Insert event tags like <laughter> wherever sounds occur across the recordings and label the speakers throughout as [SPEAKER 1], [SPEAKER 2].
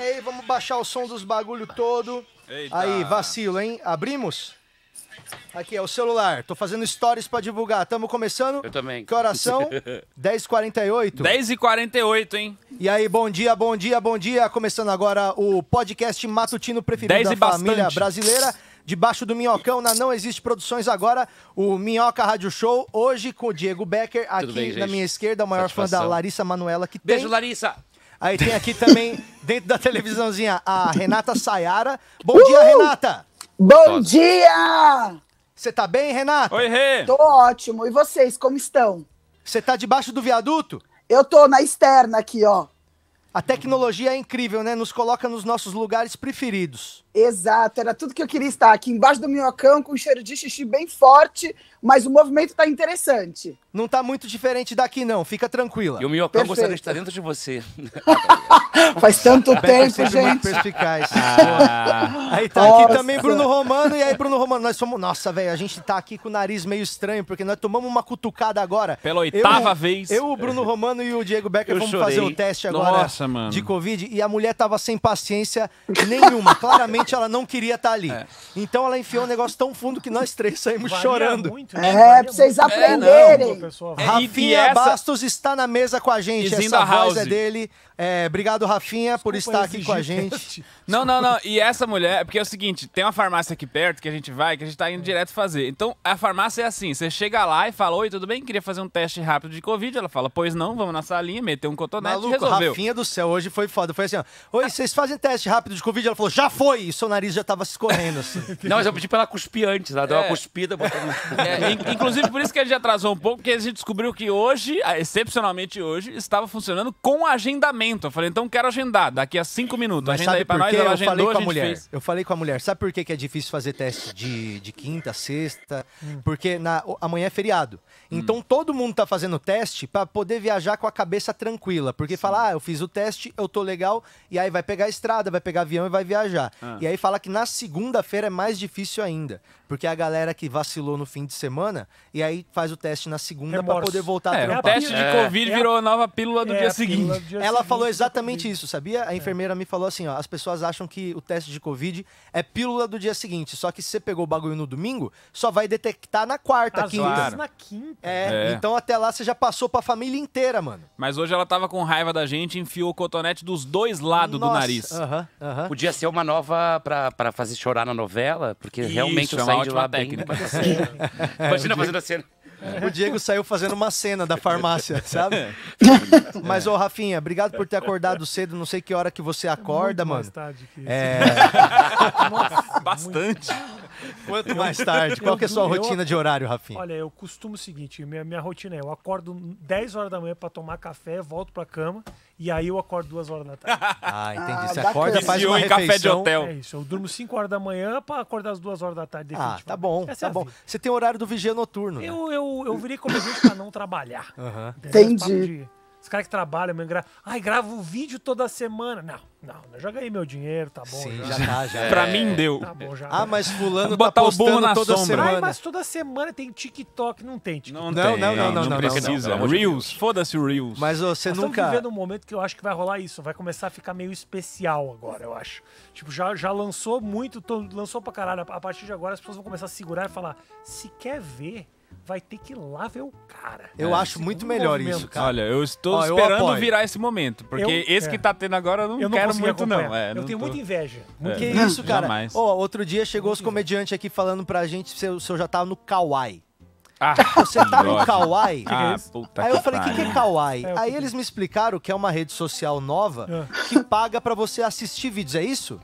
[SPEAKER 1] aí, vamos baixar o som dos bagulho todo.
[SPEAKER 2] Eita.
[SPEAKER 1] Aí, vacilo, hein? Abrimos? Aqui é o celular. Tô fazendo stories pra divulgar. Tamo começando.
[SPEAKER 3] Eu também.
[SPEAKER 1] Que horas
[SPEAKER 3] <laughs>
[SPEAKER 1] são? 10h48.
[SPEAKER 2] 10h48, hein?
[SPEAKER 1] E aí, bom dia, bom dia, bom dia. Começando agora o podcast matutino preferido
[SPEAKER 2] 10
[SPEAKER 1] da
[SPEAKER 2] e bastante.
[SPEAKER 1] família brasileira. Debaixo do Minhocão, na Não Existe Produções agora, o Minhoca Rádio Show, hoje com o Diego Becker, aqui
[SPEAKER 3] bem,
[SPEAKER 1] na
[SPEAKER 3] gente?
[SPEAKER 1] minha esquerda, o maior fã da
[SPEAKER 3] Satisfação.
[SPEAKER 1] Larissa Manuela que
[SPEAKER 3] Beijo,
[SPEAKER 1] tem.
[SPEAKER 3] Larissa.
[SPEAKER 1] Aí tem aqui também, <laughs> dentro da televisãozinha, a Renata Sayara. Bom dia, Renata!
[SPEAKER 4] Bom dia!
[SPEAKER 1] Você tá bem, Renata?
[SPEAKER 2] Oi, Rê.
[SPEAKER 4] Tô ótimo. E vocês, como estão?
[SPEAKER 1] Você tá debaixo do viaduto?
[SPEAKER 4] Eu tô na externa aqui, ó.
[SPEAKER 1] A tecnologia é incrível, né? Nos coloca nos nossos lugares preferidos.
[SPEAKER 4] Exato, era tudo que eu queria estar aqui embaixo do minhocão, com um cheiro de xixi bem forte, mas o movimento tá interessante.
[SPEAKER 1] Não tá muito diferente daqui, não. Fica tranquila.
[SPEAKER 3] E o minhocão
[SPEAKER 4] Perfeito.
[SPEAKER 3] gostaria de estar dentro de você.
[SPEAKER 4] Faz tanto
[SPEAKER 1] Becker
[SPEAKER 4] tempo,
[SPEAKER 1] sempre muito
[SPEAKER 4] gente.
[SPEAKER 1] perspicaz.
[SPEAKER 2] Ah,
[SPEAKER 1] Aí tá aqui
[SPEAKER 4] Nossa.
[SPEAKER 1] também Bruno Romano. E aí, Bruno Romano, nós somos. Nossa, velho, a gente tá aqui com o nariz meio estranho, porque nós tomamos uma cutucada agora.
[SPEAKER 2] Pela oitava
[SPEAKER 1] Eu-
[SPEAKER 2] vez.
[SPEAKER 1] Eu, o Bruno Romano e o Diego Becker
[SPEAKER 3] Eu
[SPEAKER 1] vamos
[SPEAKER 3] chorei.
[SPEAKER 1] fazer o teste agora
[SPEAKER 2] Nossa, mano.
[SPEAKER 1] de Covid. E a mulher tava sem paciência <laughs> nenhuma. Claramente ela não queria estar ali.
[SPEAKER 2] É.
[SPEAKER 1] Então ela enfiou um negócio tão fundo que nós três saímos chorando.
[SPEAKER 5] né?
[SPEAKER 4] É, pra vocês aprenderem.
[SPEAKER 2] É, e-
[SPEAKER 1] Rafinha
[SPEAKER 2] e essa-
[SPEAKER 1] Bastos está na mesa com a gente.
[SPEAKER 2] Izinda
[SPEAKER 1] Essa voz
[SPEAKER 2] House.
[SPEAKER 1] é dele. É, obrigado, Rafinha, por estar aqui com a gente.
[SPEAKER 2] Não, não,
[SPEAKER 3] <laughs>
[SPEAKER 2] não. E essa mulher, porque é o seguinte, tem uma farmácia aqui perto que a gente vai, que a gente tá indo direto fazer. Então, a farmácia é assim, você chega lá e fala, oi, tudo bem? Queria fazer um teste rápido de Covid. Ela fala, pois não, vamos na salinha, meteu um cotonete e
[SPEAKER 1] Maluco,
[SPEAKER 2] resolveu.
[SPEAKER 1] Rafinha do céu, hoje foi foda. Foi assim, ó. Oi, vocês fazem teste rápido de Covid? Ela falou, já foi! E seu nariz já tava se escorrendo, assim.
[SPEAKER 3] Não, mas eu pedi pra ela cuspir antes. Ela deu
[SPEAKER 2] É.
[SPEAKER 3] uma cuspida. botou no-
[SPEAKER 2] <laughs> É, in- inclusive, por isso que a gente atrasou um pouco, porque a gente descobriu que hoje, ah, excepcionalmente hoje, estava funcionando com agendamento. Eu falei, então quero agendar, daqui a cinco minutos.
[SPEAKER 1] Mas
[SPEAKER 2] Agenda
[SPEAKER 1] sabe
[SPEAKER 2] aí pra
[SPEAKER 1] por
[SPEAKER 2] nós,
[SPEAKER 1] quê?
[SPEAKER 2] ela
[SPEAKER 1] Eu
[SPEAKER 2] agendou,
[SPEAKER 1] falei com a
[SPEAKER 2] gente
[SPEAKER 1] mulher.
[SPEAKER 2] fez.
[SPEAKER 1] Eu falei com a mulher. Sabe por que que é difícil fazer teste de, de quinta, sexta?
[SPEAKER 2] Hum.
[SPEAKER 1] Porque na, o- amanhã é feriado. Então todo mundo tá fazendo teste pra poder viajar com a cabeça tranquila. Porque fala, ah, eu fiz o teste, eu tô legal. E aí vai pegar a estrada, vai pegar avião e vai viajar.
[SPEAKER 2] Ah.
[SPEAKER 1] E aí fala que na segunda-feira é mais difícil ainda. Porque é a galera que vacilou no fim de semana, e aí faz o teste na segunda pra
[SPEAKER 5] Remorso.
[SPEAKER 1] poder voltar a
[SPEAKER 2] É, o
[SPEAKER 1] trampar.
[SPEAKER 2] teste de
[SPEAKER 5] É.
[SPEAKER 2] Covid
[SPEAKER 5] É a-
[SPEAKER 2] virou a nova pílula do
[SPEAKER 5] É,
[SPEAKER 2] dia
[SPEAKER 5] a
[SPEAKER 2] seguinte.
[SPEAKER 5] pílula do É. dia
[SPEAKER 1] Ela
[SPEAKER 5] seguinte,
[SPEAKER 1] falou exatamente
[SPEAKER 5] inclusive.
[SPEAKER 1] isso, sabia? A enfermeira me falou assim, ó, as pessoas acham que o teste de Covid é pílula do dia seguinte, só que se você pegou o bagulho no domingo, só vai detectar na quarta,
[SPEAKER 5] Às
[SPEAKER 1] É quinta.
[SPEAKER 2] claro.
[SPEAKER 5] vezes na quinta.
[SPEAKER 1] É,
[SPEAKER 2] É.
[SPEAKER 1] então até lá você já passou pra família inteira, mano.
[SPEAKER 2] Mas hoje ela tava com raiva da gente e enfiou o cotonete dos dois lados do
[SPEAKER 1] Nossa, Ah,
[SPEAKER 2] nariz.
[SPEAKER 1] Aham, aham.
[SPEAKER 3] Podia ser uma nova pra, pra fazer chorar na novela, porque
[SPEAKER 2] Isso,
[SPEAKER 3] realmente eu
[SPEAKER 2] é uma
[SPEAKER 3] saí de
[SPEAKER 2] ótima
[SPEAKER 3] lá bem.
[SPEAKER 2] técnica.
[SPEAKER 1] <laughs>
[SPEAKER 3] Imagina fazendo assim, a cena.
[SPEAKER 1] O Diego saiu fazendo uma cena da
[SPEAKER 2] <laughs> É.
[SPEAKER 1] farmácia, sabe? Mas, ô, Rafinha, obrigado por ter acordado cedo, não sei que hora que você acorda,
[SPEAKER 5] Muito
[SPEAKER 1] mano.
[SPEAKER 5] mais tarde que isso. <laughs>
[SPEAKER 1] É,
[SPEAKER 2] Bastante.
[SPEAKER 1] quanto mais tarde? Qual que é a sua
[SPEAKER 5] Eu- eu-
[SPEAKER 1] rotina de horário, Rafinha?
[SPEAKER 5] Olha, eu costumo o seguinte, minha, minha rotina é, eu acordo 10 horas da manhã pra tomar café, volto pra cama, e aí eu acordo 2 horas da tarde.
[SPEAKER 1] <laughs> Ah, entendi.
[SPEAKER 4] Ah,
[SPEAKER 1] Você
[SPEAKER 4] bacana.
[SPEAKER 1] acorda, faz
[SPEAKER 2] Viciou
[SPEAKER 1] uma
[SPEAKER 2] em café de
[SPEAKER 1] refeição.
[SPEAKER 2] hotel.
[SPEAKER 5] é isso, eu durmo 5 horas da manhã pra acordar às 2 horas da tarde,
[SPEAKER 1] Ah,
[SPEAKER 5] definitivamente.
[SPEAKER 1] tá bom, tá
[SPEAKER 5] Essa é a
[SPEAKER 1] bom.
[SPEAKER 5] vida.
[SPEAKER 1] Você tem horário do vigia noturno, né?
[SPEAKER 5] Eu, eu, eu virei comediante pra não trabalhar.
[SPEAKER 1] <laughs> Aham.
[SPEAKER 5] Entendeu? Esse
[SPEAKER 4] Entendi.
[SPEAKER 5] papo de- Os caras que trabalham, meu, gra... ai, gravo vídeo toda semana. Não, não, eu já ganhei meu dinheiro, tá bom.
[SPEAKER 1] Sim,
[SPEAKER 5] já.
[SPEAKER 1] já tá, já.
[SPEAKER 2] Pra mim deu.
[SPEAKER 5] Tá bom, já.
[SPEAKER 1] <laughs> Ah, mas fulano tá
[SPEAKER 2] Botar o burro
[SPEAKER 1] postando
[SPEAKER 2] na
[SPEAKER 1] toda
[SPEAKER 2] sombra.
[SPEAKER 1] semana.
[SPEAKER 5] Ai, mas toda semana tem TikTok, não tem TikTok.
[SPEAKER 2] Não,
[SPEAKER 1] Não,
[SPEAKER 2] tem,
[SPEAKER 1] não, não, não, não, não,
[SPEAKER 2] precisa.
[SPEAKER 3] não, pelo amor de
[SPEAKER 2] Reels, foda-se o Reels.
[SPEAKER 1] Mas ô, você
[SPEAKER 5] Nós
[SPEAKER 1] nunca...
[SPEAKER 5] estamos vivendo um momento que eu acho que vai rolar isso. Vai começar a ficar meio especial agora, eu acho. Tipo, já, já lançou muito, tô- lançou pra caralho. A partir de agora as pessoas vão começar a segurar e falar: se quer ver, vai ter que ir lá ver o cara.
[SPEAKER 1] Eu
[SPEAKER 5] É,
[SPEAKER 1] acho
[SPEAKER 5] esse
[SPEAKER 1] muito
[SPEAKER 5] um
[SPEAKER 1] melhor
[SPEAKER 5] movimento.
[SPEAKER 1] isso, cara.
[SPEAKER 2] Olha, eu estou
[SPEAKER 1] Ó, eu
[SPEAKER 2] esperando
[SPEAKER 1] apoio.
[SPEAKER 2] virar esse momento, porque
[SPEAKER 5] Eu-
[SPEAKER 2] esse
[SPEAKER 5] é.
[SPEAKER 2] que tá tendo agora eu não,
[SPEAKER 5] Eu não
[SPEAKER 2] quero
[SPEAKER 5] consegui
[SPEAKER 2] muito
[SPEAKER 5] acompanhar.
[SPEAKER 2] não. É,
[SPEAKER 5] eu
[SPEAKER 2] não
[SPEAKER 5] tenho
[SPEAKER 2] tô-
[SPEAKER 5] muita inveja.
[SPEAKER 1] Que
[SPEAKER 2] É.
[SPEAKER 1] isso, cara?
[SPEAKER 2] Jamais.
[SPEAKER 1] Ó, outro dia chegou os comediantes aqui falando pra gente se eu, se eu já tava no kawaii.
[SPEAKER 2] Ah,
[SPEAKER 1] Você tá no
[SPEAKER 2] ótimo.
[SPEAKER 1] kawaii?
[SPEAKER 2] Ah, puta
[SPEAKER 1] Aí eu falei, o que,
[SPEAKER 2] pariu.
[SPEAKER 1] que é kawaii?
[SPEAKER 5] É, eu
[SPEAKER 1] Aí
[SPEAKER 5] que-
[SPEAKER 1] eles me explicaram que é uma rede social nova que paga pra você assistir vídeos, é isso?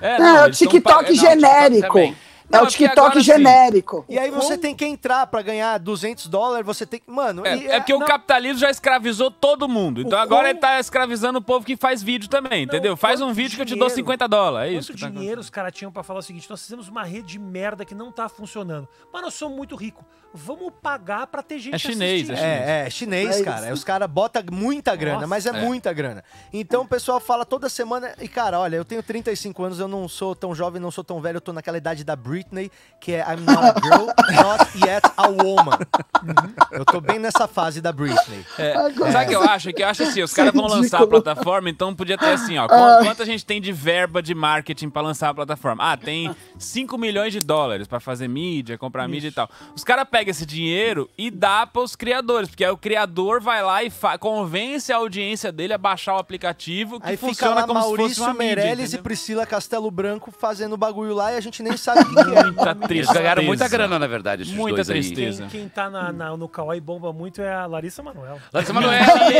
[SPEAKER 2] É,
[SPEAKER 4] Não, é o
[SPEAKER 2] eles tão
[SPEAKER 4] TikTok
[SPEAKER 2] pagando-
[SPEAKER 4] genérico.
[SPEAKER 3] também.
[SPEAKER 4] É
[SPEAKER 2] Não,
[SPEAKER 4] o
[SPEAKER 2] porque
[SPEAKER 4] TikTok
[SPEAKER 2] agora, assim,
[SPEAKER 4] genérico.
[SPEAKER 1] E aí você tem que entrar pra ganhar 200 dólares, você tem que... Mano,
[SPEAKER 2] É,
[SPEAKER 1] e-
[SPEAKER 2] é porque o capitalismo já escravizou todo mundo. Então
[SPEAKER 5] O
[SPEAKER 2] agora
[SPEAKER 5] quão-
[SPEAKER 2] ele tá escravizando o povo que faz vídeo também, entendeu? Faz um
[SPEAKER 5] quanto
[SPEAKER 2] vídeo que eu te dou
[SPEAKER 5] dinheiro-
[SPEAKER 2] 50 dólares. É isso.
[SPEAKER 5] Quanto
[SPEAKER 2] que tá acontecendo.
[SPEAKER 5] dinheiro os caras tinham pra falar o seguinte: nós fizemos uma rede de merda que não tá funcionando. Mas nós somos muito ricos. Vamos pagar pra ter gente
[SPEAKER 2] É chinês,
[SPEAKER 5] assistindo.
[SPEAKER 2] é
[SPEAKER 1] É, é, chinês,
[SPEAKER 4] É
[SPEAKER 1] cara.
[SPEAKER 4] isso.
[SPEAKER 1] Os caras botam muita grana,
[SPEAKER 5] Nossa,
[SPEAKER 1] mas é,
[SPEAKER 2] é.
[SPEAKER 1] muita grana. Então o pessoal fala toda semana. E, cara, olha, eu tenho 35 anos, eu não sou tão jovem, não sou tão velho, eu tô naquela idade da Britney, que é I'm not a
[SPEAKER 4] <laughs>
[SPEAKER 1] girl, not yet a woman.
[SPEAKER 4] Uhum.
[SPEAKER 1] Eu tô bem nessa fase da Britney.
[SPEAKER 2] É,
[SPEAKER 4] Agora-
[SPEAKER 2] Sabe o que eu acho? É que eu acho assim, os caras vão lançar a
[SPEAKER 4] ridículo.
[SPEAKER 2] plataforma, então podia ter assim, ó. qu- Quanto a gente tem de verba de marketing pra lançar a plataforma? Ah, tem 5 milhões de dólares pra fazer mídia, comprar mídia e tal. Os caras pegam esse dinheiro e dá pros criadores, porque aí o criador vai lá e fa- convence a audiência dele a baixar o aplicativo que
[SPEAKER 1] Aí fica
[SPEAKER 2] funciona
[SPEAKER 1] lá
[SPEAKER 2] como se fosse
[SPEAKER 1] Maurício
[SPEAKER 2] uma
[SPEAKER 1] Meirelles e <laughs>
[SPEAKER 2] mídia,
[SPEAKER 1] Priscila Castelo Branco fazendo bagulho lá e a gente nem sabe o que que é.
[SPEAKER 2] Tá Muita
[SPEAKER 3] Eles ganharam muita
[SPEAKER 2] tristeza.
[SPEAKER 3] grana, na verdade, esses
[SPEAKER 2] Muita
[SPEAKER 3] dois aí.
[SPEAKER 2] tristeza.
[SPEAKER 5] Quem, quem tá na, na- no Kawaii bomba muito é a Larissa Manoel.
[SPEAKER 1] <laughs> é
[SPEAKER 3] Larissa
[SPEAKER 2] é
[SPEAKER 3] Manoela!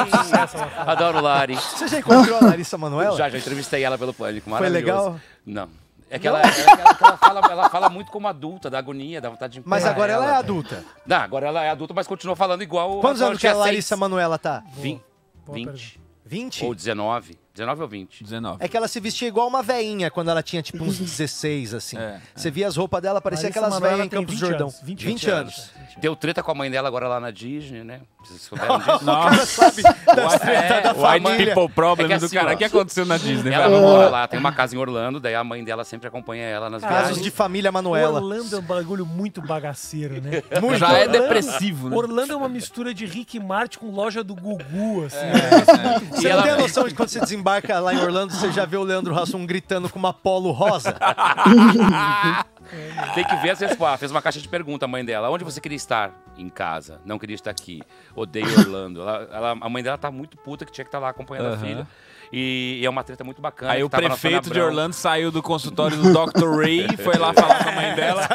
[SPEAKER 5] Essa é uma fala.
[SPEAKER 3] Adoro Lari.
[SPEAKER 1] Você já encontrou a Larissa Manoela?
[SPEAKER 3] Já, já entrevistei ela pelo Pânico, maravilhoso.
[SPEAKER 1] legal?
[SPEAKER 3] Não. É que ela, é que ela- que ela fala, ela fala muito como adulta, da agonia, da vontade de
[SPEAKER 1] Mas
[SPEAKER 3] emperrar
[SPEAKER 1] agora ela é
[SPEAKER 3] né?
[SPEAKER 1] adulta.
[SPEAKER 3] Não, agora ela é adulta, mas continua falando igual...
[SPEAKER 1] Quantos
[SPEAKER 3] ela
[SPEAKER 1] anos que
[SPEAKER 3] tinha
[SPEAKER 1] a Larissa
[SPEAKER 3] seis.
[SPEAKER 1] Manoela tá?
[SPEAKER 3] Vin-
[SPEAKER 5] Boa
[SPEAKER 3] 20
[SPEAKER 1] 20?
[SPEAKER 3] ou 19. 19 ou 20.
[SPEAKER 2] 19.
[SPEAKER 1] É que ela se vestia igual uma veinha quando ela tinha
[SPEAKER 2] <laughs>
[SPEAKER 1] tipo uns 16, assim.
[SPEAKER 2] É,
[SPEAKER 1] Você via as roupas dela, parecia
[SPEAKER 5] Larissa
[SPEAKER 1] aquelas
[SPEAKER 5] Manoela
[SPEAKER 1] veinhas em
[SPEAKER 5] tem
[SPEAKER 1] Campos do
[SPEAKER 5] 20
[SPEAKER 1] Jordão.
[SPEAKER 5] anos,
[SPEAKER 1] 20,
[SPEAKER 5] 20
[SPEAKER 1] anos.
[SPEAKER 3] Deu treta com a mãe dela agora lá na Disney, né? Vocês
[SPEAKER 1] <laughs>
[SPEAKER 3] souberam disso?
[SPEAKER 2] Nossa,
[SPEAKER 1] Das tretas
[SPEAKER 3] é,
[SPEAKER 1] da
[SPEAKER 3] o White
[SPEAKER 1] família.
[SPEAKER 2] people problems
[SPEAKER 3] É que
[SPEAKER 2] do
[SPEAKER 3] assim,
[SPEAKER 2] cara.
[SPEAKER 3] ó,
[SPEAKER 2] O que aconteceu na Disney?
[SPEAKER 3] Ela
[SPEAKER 2] vai?
[SPEAKER 3] não mora lá, tem uma casa em Orlando, daí a mãe dela sempre acompanha ela nas
[SPEAKER 5] Caralho.
[SPEAKER 1] Casos
[SPEAKER 3] viagens.
[SPEAKER 1] de família
[SPEAKER 5] Orlando.
[SPEAKER 1] Manuela.
[SPEAKER 5] Orlando é um bagulho muito bagaceiro, né?
[SPEAKER 1] Muito.
[SPEAKER 2] Já é
[SPEAKER 5] Orlando-
[SPEAKER 2] depressivo, né?
[SPEAKER 5] Orlando é uma mistura de Rick e Marty com loja do Gugu, assim.
[SPEAKER 1] Você não tem noção de quando você desembarca lá em Orlando, você já vê o Leandro Hassum gritando com uma polo rosa?
[SPEAKER 3] Tem que ver as respostas. Fez uma caixa de pergunta a mãe dela. Onde você queria estar? Em casa. Não queria estar aqui. Odeio Orlando. Ela- ela- a mãe dela tá muito puta que tinha que estar lá acompanhando a
[SPEAKER 2] Aham.
[SPEAKER 3] filha. E, e é uma treta muito bacana.
[SPEAKER 2] Aí
[SPEAKER 3] que
[SPEAKER 2] o
[SPEAKER 3] tava na
[SPEAKER 2] prefeito
[SPEAKER 3] Sônia
[SPEAKER 2] de
[SPEAKER 3] Abrão.
[SPEAKER 2] Orlando saiu do consultório do Dr. Ray, foi lá falar com a mãe <laughs> dela.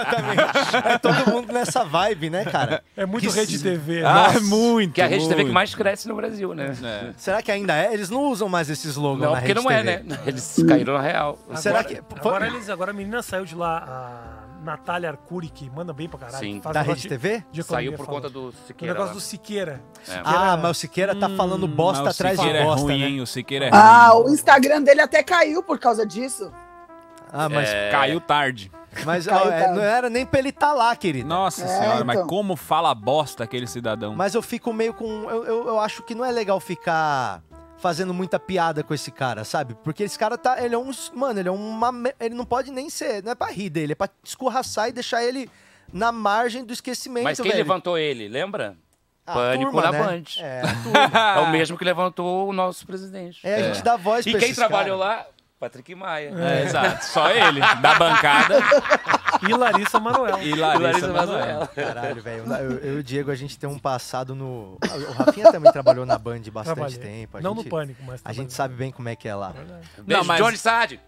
[SPEAKER 1] É todo mundo nessa vibe, né, cara?
[SPEAKER 5] É muito rede TV.
[SPEAKER 2] Ah,
[SPEAKER 5] né?
[SPEAKER 2] muito.
[SPEAKER 3] Que é a rede TV que
[SPEAKER 2] muito.
[SPEAKER 3] mais cresce no Brasil, né?
[SPEAKER 2] É.
[SPEAKER 1] Será que ainda é? Eles não usam mais esse slogan
[SPEAKER 3] Não,
[SPEAKER 1] na
[SPEAKER 3] porque
[SPEAKER 1] rede
[SPEAKER 3] não é,
[SPEAKER 1] TV.
[SPEAKER 3] né? Eles caíram na real.
[SPEAKER 1] Será
[SPEAKER 5] agora,
[SPEAKER 1] que- é
[SPEAKER 5] Agora, eles, agora a menina saiu de lá, a Natália Arcuri, que manda bem pra caralho.
[SPEAKER 3] Sim.
[SPEAKER 5] faz
[SPEAKER 1] Da
[SPEAKER 5] um
[SPEAKER 1] Rede
[SPEAKER 5] negócio de-
[SPEAKER 1] TV?
[SPEAKER 5] de economia
[SPEAKER 3] Saiu por
[SPEAKER 5] falando.
[SPEAKER 3] conta do
[SPEAKER 5] O
[SPEAKER 3] Siqueira.
[SPEAKER 5] negócio
[SPEAKER 3] lá.
[SPEAKER 5] do Siqueira.
[SPEAKER 1] Ah, mas o Siqueira tá falando bosta
[SPEAKER 2] Hum, Mas o
[SPEAKER 1] atrás de
[SPEAKER 2] Siqueira é
[SPEAKER 1] bosta,
[SPEAKER 2] ruim,
[SPEAKER 1] né?
[SPEAKER 2] hein? O Siqueira é ruim.
[SPEAKER 4] Ah, o Instagram dele até caiu por causa disso.
[SPEAKER 1] Ah, mas,
[SPEAKER 3] É.
[SPEAKER 2] Caiu tarde.
[SPEAKER 1] mas
[SPEAKER 4] Caiu,
[SPEAKER 1] ó, é,
[SPEAKER 4] cara.
[SPEAKER 1] não era nem pra ele tá lá, querido.
[SPEAKER 2] Nossa
[SPEAKER 4] É,
[SPEAKER 2] senhora, mas
[SPEAKER 4] então.
[SPEAKER 2] como fala bosta aquele cidadão.
[SPEAKER 1] Mas eu fico meio com. Eu, eu, eu acho que não é legal ficar fazendo muita piada com esse cara, sabe? Porque esse cara tá. Ele é um. Mano, ele é uma. me- Ele não pode nem ser. Não é pra rir dele, é pra escorraçar e deixar ele na margem do esquecimento.
[SPEAKER 3] Mas quem
[SPEAKER 1] velho.
[SPEAKER 3] levantou ele, lembra?
[SPEAKER 1] A
[SPEAKER 3] Pânico
[SPEAKER 1] turma,
[SPEAKER 3] na
[SPEAKER 1] né?
[SPEAKER 3] Band. <laughs>
[SPEAKER 1] É,
[SPEAKER 3] É.
[SPEAKER 1] a turma.
[SPEAKER 3] o mesmo que levantou o nosso presidente.
[SPEAKER 1] É, a gente dá voz
[SPEAKER 3] E
[SPEAKER 1] pra
[SPEAKER 3] quem
[SPEAKER 1] esses
[SPEAKER 3] trabalhou
[SPEAKER 1] caras.
[SPEAKER 3] lá? Patrick Maia.
[SPEAKER 2] É, exato. Só ele, da bancada
[SPEAKER 5] E Larissa Manoel.
[SPEAKER 3] <laughs>
[SPEAKER 2] e
[SPEAKER 3] E
[SPEAKER 2] Larissa,
[SPEAKER 3] Larissa
[SPEAKER 2] Manoela.
[SPEAKER 3] Manoela.
[SPEAKER 1] Caralho, velho. Eu, eu e o Diego, a gente tem um passado no. O Rafinha também trabalhou na Band bastante
[SPEAKER 5] Trabalhei.
[SPEAKER 1] tempo. A
[SPEAKER 5] Não
[SPEAKER 1] gente,
[SPEAKER 5] no Pânico, mas
[SPEAKER 1] A gente
[SPEAKER 5] trabalhei.
[SPEAKER 1] sabe bem como é que é lá.
[SPEAKER 3] Beijo,
[SPEAKER 2] mas-
[SPEAKER 3] Johnny Sade.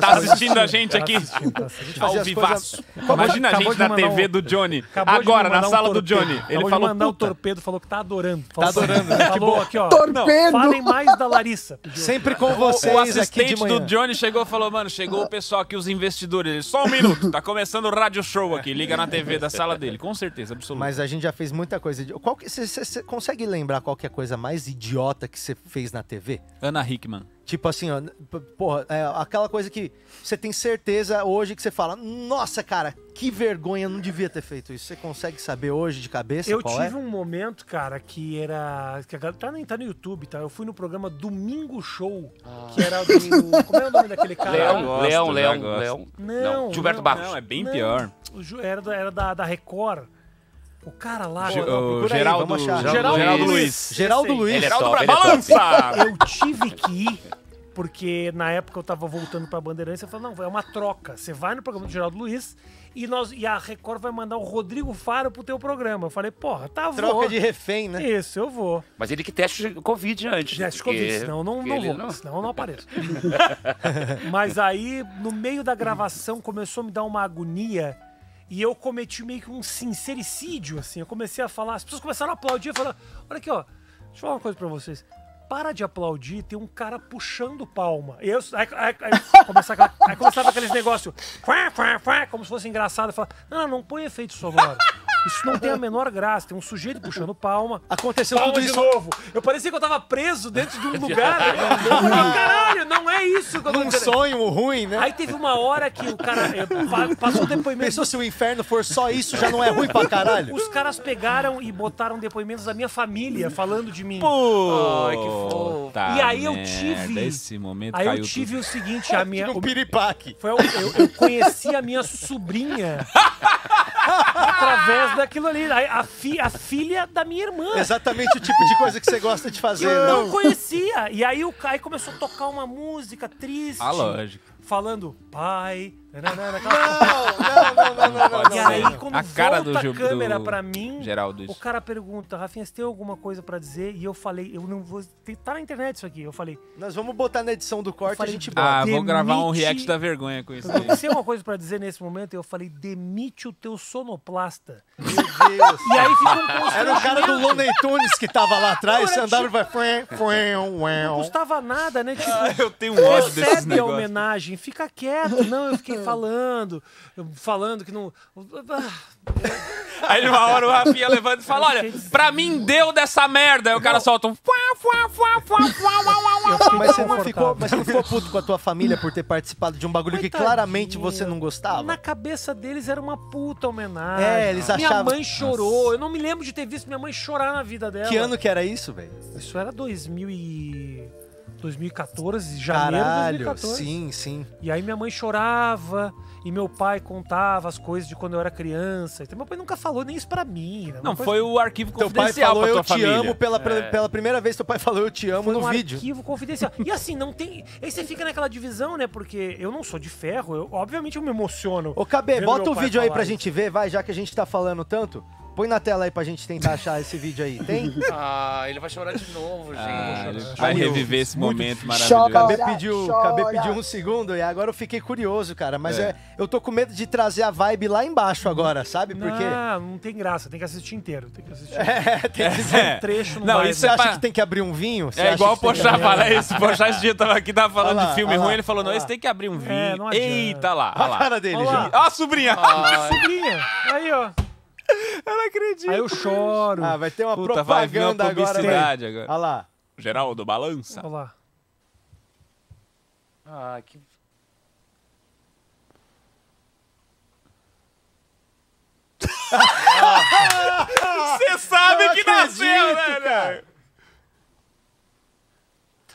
[SPEAKER 2] Tá assistindo a gente aqui?
[SPEAKER 5] assistindo, tá assistindo.
[SPEAKER 1] Fazia
[SPEAKER 2] Ao
[SPEAKER 1] as
[SPEAKER 2] vivaço.
[SPEAKER 1] coisas-
[SPEAKER 2] Imagina a
[SPEAKER 5] Acabou
[SPEAKER 2] gente
[SPEAKER 5] de
[SPEAKER 2] na
[SPEAKER 5] mandar
[SPEAKER 2] TV
[SPEAKER 5] um-
[SPEAKER 2] do Johnny.
[SPEAKER 5] Acabou de
[SPEAKER 2] Agora,
[SPEAKER 5] mandar
[SPEAKER 2] na
[SPEAKER 5] um
[SPEAKER 2] sala do
[SPEAKER 5] torpedo.
[SPEAKER 2] Johnny. Ele
[SPEAKER 5] Acabou de
[SPEAKER 2] falou,
[SPEAKER 5] mandar o
[SPEAKER 2] puta,
[SPEAKER 5] torpedo, falou que tá adorando. Falou assim,
[SPEAKER 1] adorando, né? Que
[SPEAKER 5] Falou
[SPEAKER 1] bom.
[SPEAKER 5] aqui, ó.
[SPEAKER 4] Torpedo!
[SPEAKER 5] Não, falem mais
[SPEAKER 2] <laughs>
[SPEAKER 5] da Larissa.
[SPEAKER 1] Sempre com
[SPEAKER 2] O,
[SPEAKER 1] vocês
[SPEAKER 2] o
[SPEAKER 1] aqui de
[SPEAKER 2] assistente
[SPEAKER 1] manhã.
[SPEAKER 2] do Johnny chegou e falou, mano, chegou o pessoal aqui, os investidores. Ele, Só um minuto, tá começando o rádio show aqui. Liga na TV da sala dele, com certeza, absoluto.
[SPEAKER 1] Mas a gente já fez muita coisa. idi- Qual que você consegue lembrar qual que é a coisa mais idiota que você fez na TV?
[SPEAKER 2] Ana Hickman.
[SPEAKER 1] Tipo assim, ó, n- p- porra, é, aquela coisa que você tem certeza hoje que você fala, nossa, cara, que vergonha, eu não devia ter feito isso. Você consegue saber hoje de cabeça
[SPEAKER 5] Eu
[SPEAKER 1] qual
[SPEAKER 5] tive
[SPEAKER 1] é?
[SPEAKER 5] um momento, cara, que era. Que a galera tá, nem- tá no YouTube, tá? Eu fui no programa Domingo Show, que era do. Como é o nome daquele
[SPEAKER 3] Ah,
[SPEAKER 5] cara? lá?
[SPEAKER 3] Leão,
[SPEAKER 2] gosto,
[SPEAKER 3] Leão,
[SPEAKER 2] já
[SPEAKER 3] Leão,
[SPEAKER 2] gosto.
[SPEAKER 3] Leão.
[SPEAKER 5] Não,
[SPEAKER 3] Gilberto
[SPEAKER 5] não,
[SPEAKER 3] Barros.
[SPEAKER 2] Não, é bem pior.
[SPEAKER 5] O Ju- era da, era da, da Record. O cara lá.
[SPEAKER 2] Ge-
[SPEAKER 5] ó,
[SPEAKER 2] o
[SPEAKER 1] procura aí,
[SPEAKER 2] Geraldo,
[SPEAKER 1] vamos achar.
[SPEAKER 2] Geraldo,
[SPEAKER 3] Geraldo
[SPEAKER 2] Luiz.
[SPEAKER 1] Geraldo
[SPEAKER 5] Esse aí.
[SPEAKER 1] Luiz.
[SPEAKER 3] Ele é
[SPEAKER 2] Geraldo
[SPEAKER 3] top,
[SPEAKER 2] pra
[SPEAKER 3] ele é top.
[SPEAKER 2] balança!
[SPEAKER 5] Eu tive que ir, porque na época eu tava voltando pra Bandeirantes, eu falei, não, é uma troca. Você vai no programa do Geraldo Luiz e, nós, e a Record vai mandar o Rodrigo Faro pro teu programa. Eu falei, porra, tá vou.
[SPEAKER 1] Troca de refém, né?
[SPEAKER 5] Isso, eu vou.
[SPEAKER 3] Mas ele que teste o Covid antes.
[SPEAKER 5] Teste
[SPEAKER 3] porque-
[SPEAKER 5] Covid, senão eu não,
[SPEAKER 3] porque
[SPEAKER 5] não
[SPEAKER 3] ele
[SPEAKER 5] vou, senão eu não
[SPEAKER 3] <laughs>
[SPEAKER 5] apareço. Mas aí, no meio da gravação, começou a me dar uma agonia e eu cometi meio que um sincericídio, assim. Eu comecei a falar, as pessoas começaram a aplaudir, falando, olha aqui, ó, deixa eu falar uma coisa pra vocês. para de aplaudir, tem um cara puxando palma. E eu, aí, aí- aí começava, aquela- aí começava aqueles negócios, como se fosse engraçado. Fala, não, não, não põe efeito sonoro. Isso não tem a menor graça. Tem um sujeito puxando palma.
[SPEAKER 1] Aconteceu
[SPEAKER 5] Palma
[SPEAKER 1] tudo
[SPEAKER 5] de
[SPEAKER 1] isso.
[SPEAKER 5] novo. Eu parecia que eu tava preso dentro <laughs> de um lugar. Eu falei, caralho, não é isso que eu tô
[SPEAKER 1] Num
[SPEAKER 5] entendendo."
[SPEAKER 1] sonho ruim, né?
[SPEAKER 5] Aí teve uma hora que o cara eh, pa- passou o depoimento
[SPEAKER 1] Pensou se o inferno for só isso, já não é ruim pra caralho?
[SPEAKER 5] os caras pegaram e botaram depoimentos da minha família falando de mim.
[SPEAKER 2] Pô,
[SPEAKER 3] Ai, que fofo.
[SPEAKER 2] tá
[SPEAKER 5] E aí eu
[SPEAKER 2] merda,
[SPEAKER 5] tive-
[SPEAKER 2] Esse momento
[SPEAKER 5] Aí eu
[SPEAKER 2] caiu
[SPEAKER 5] tive
[SPEAKER 2] tudo.
[SPEAKER 5] o seguinte, a minha.
[SPEAKER 1] Um
[SPEAKER 5] o-
[SPEAKER 1] piripaque.
[SPEAKER 5] foi, o- eu, eu conheci a minha <laughs> sobrinha através daquilo ali. A, a fi- a filha da minha irmã.
[SPEAKER 1] Exatamente o tipo de coisa que você gosta de
[SPEAKER 5] que eu
[SPEAKER 1] fazer.
[SPEAKER 5] não
[SPEAKER 1] Não.
[SPEAKER 5] conhecia. E aí o Kai começou a tocar uma música triste.
[SPEAKER 2] Ah, lógico.
[SPEAKER 5] Falando, pai. nananana, aquela-
[SPEAKER 1] Não, não, não, não, não.
[SPEAKER 2] Pode
[SPEAKER 5] Ah! E
[SPEAKER 2] ser.
[SPEAKER 5] aí, quando
[SPEAKER 2] A cara
[SPEAKER 5] volta
[SPEAKER 2] do
[SPEAKER 5] a
[SPEAKER 2] Gil-
[SPEAKER 5] câmera
[SPEAKER 2] do
[SPEAKER 5] pra mim,
[SPEAKER 2] Geraldo, isso.
[SPEAKER 5] o cara pergunta, Rafinha, você tem alguma coisa pra dizer? E eu falei, eu não vou... tem- Tá na internet isso aqui. Eu falei,
[SPEAKER 1] Nós vamos botar na edição do corte
[SPEAKER 5] falei,
[SPEAKER 1] a gente bota.
[SPEAKER 2] Ah, vou gravar um
[SPEAKER 5] Demite-
[SPEAKER 2] react da vergonha com isso aí.
[SPEAKER 5] você tem alguma coisa pra dizer nesse momento? E eu falei, demite o teu sonoplasta.
[SPEAKER 1] Meu Deus.
[SPEAKER 5] E aí
[SPEAKER 2] <laughs>
[SPEAKER 5] ficou um
[SPEAKER 1] <laughs> Era o cara do
[SPEAKER 5] constrangimento.
[SPEAKER 1] Looney Tunes que tava lá atrás,
[SPEAKER 5] Não, era
[SPEAKER 1] andava e vai. fuem, fuem,
[SPEAKER 5] Não
[SPEAKER 1] uem.
[SPEAKER 5] custava nada, né? Tipo,
[SPEAKER 2] Eu tenho um ódio desses
[SPEAKER 5] recebe a
[SPEAKER 2] negócios.
[SPEAKER 5] homenagem, fica quieto. Não, eu
[SPEAKER 1] <laughs>
[SPEAKER 5] fiquei falando, eu- falando que não...
[SPEAKER 2] Aí numa hora o Rafinha levanta e fala: Olha,
[SPEAKER 5] Eu fiquei-
[SPEAKER 2] pra mim deu dessa merda. Aí o cara solta um. fuá, fuá, fuá, fuá, fuá, uá, uá, uá.
[SPEAKER 5] Eu fiquei
[SPEAKER 1] Mas você, não
[SPEAKER 5] desconfortável.
[SPEAKER 1] ficou, mas você não ficou puto com a tua família por ter participado de um bagulho que
[SPEAKER 5] Coitadinho.
[SPEAKER 1] claramente você não
[SPEAKER 5] Na
[SPEAKER 1] gostava?
[SPEAKER 5] cabeça deles era uma puta homenagem.
[SPEAKER 1] É, eles achavam-
[SPEAKER 5] Minha mãe chorou. Eu não me lembro de ter visto minha mãe chorar na vida dela.
[SPEAKER 1] Que ano que era isso, velho?
[SPEAKER 5] Isso era 2000 e... 2014, janeiro de
[SPEAKER 1] Caralho,
[SPEAKER 5] 2014.
[SPEAKER 1] sim, sim.
[SPEAKER 5] E aí minha mãe chorava e meu pai contava as coisas de quando eu era criança. Então meu pai nunca falou nem isso pra mim. né? Uma
[SPEAKER 2] Não,
[SPEAKER 5] coisa-
[SPEAKER 2] foi o arquivo
[SPEAKER 1] Teu pai
[SPEAKER 2] confidencial
[SPEAKER 1] falou
[SPEAKER 2] pra
[SPEAKER 1] eu
[SPEAKER 2] tua
[SPEAKER 1] te
[SPEAKER 2] família.
[SPEAKER 1] amo pela, pela primeira vez, teu pai falou eu te amo
[SPEAKER 5] Foi
[SPEAKER 1] no
[SPEAKER 5] um
[SPEAKER 1] vídeo.
[SPEAKER 5] arquivo confidencial. E assim, não tem. Aí você fica naquela divisão, né? Porque eu não sou de ferro, eu- obviamente eu me emociono.
[SPEAKER 1] Ô, KB,
[SPEAKER 5] vendo
[SPEAKER 1] bota
[SPEAKER 5] meu
[SPEAKER 1] o
[SPEAKER 5] pai
[SPEAKER 1] vídeo aí
[SPEAKER 5] falar
[SPEAKER 1] pra
[SPEAKER 5] isso.
[SPEAKER 1] gente ver, vai, já que a gente tá falando tanto. Põe na tela aí pra gente tentar achar esse vídeo aí.
[SPEAKER 5] <laughs>
[SPEAKER 1] Tem?
[SPEAKER 3] Ah, ele vai chorar de novo, gente.
[SPEAKER 2] Ah, ele vai reviver esse momento
[SPEAKER 4] Choca.
[SPEAKER 1] Acabei <laughs>
[SPEAKER 2] maravilhoso.
[SPEAKER 4] Chora,
[SPEAKER 1] pediu,
[SPEAKER 4] chora.
[SPEAKER 1] acabei pediu um segundo e agora eu fiquei curioso, cara. Mas é, eu tô com medo de trazer a vibe lá embaixo agora, sabe? Porque
[SPEAKER 5] Não, não tem graça, tem que assistir inteiro. Tem que
[SPEAKER 1] <laughs>
[SPEAKER 5] assistir.
[SPEAKER 1] é, tem que ser-
[SPEAKER 2] É.
[SPEAKER 5] trecho não
[SPEAKER 2] Não,
[SPEAKER 5] vai,
[SPEAKER 2] isso
[SPEAKER 1] Você
[SPEAKER 2] é,
[SPEAKER 1] acha
[SPEAKER 2] pra-
[SPEAKER 1] que tem que abrir um vinho? Você
[SPEAKER 2] é
[SPEAKER 1] acha
[SPEAKER 2] igual o
[SPEAKER 1] que tem que
[SPEAKER 2] Pochá
[SPEAKER 1] abrir-
[SPEAKER 2] fala isso. O Pochá esse dia tava aqui, tava falando
[SPEAKER 1] Olha lá,
[SPEAKER 2] de filme
[SPEAKER 1] olha lá,
[SPEAKER 2] ruim. Ele falou: Não,
[SPEAKER 5] olha
[SPEAKER 2] esse
[SPEAKER 5] lá.
[SPEAKER 2] tem que abrir um vinho.
[SPEAKER 5] não adianta.
[SPEAKER 2] Eita lá,
[SPEAKER 1] Olha
[SPEAKER 2] olha
[SPEAKER 1] a
[SPEAKER 2] lá.
[SPEAKER 1] cara dele,
[SPEAKER 5] Olha lá.
[SPEAKER 1] já.
[SPEAKER 2] Olha a sobrinha.
[SPEAKER 5] Sobrinha, Aí, ó.
[SPEAKER 2] Eu não acredito.
[SPEAKER 5] Aí eu choro.
[SPEAKER 1] Ah, vai ter uma
[SPEAKER 2] Puta, vai vir uma
[SPEAKER 1] propaganda agora. velho.
[SPEAKER 2] publicidade agora.
[SPEAKER 1] Olha lá.
[SPEAKER 2] Geraldo, balança.
[SPEAKER 5] Olha lá.
[SPEAKER 3] Ah, que...
[SPEAKER 2] Você sabe
[SPEAKER 1] Não
[SPEAKER 2] que nasceu,
[SPEAKER 1] acredito,
[SPEAKER 2] velho.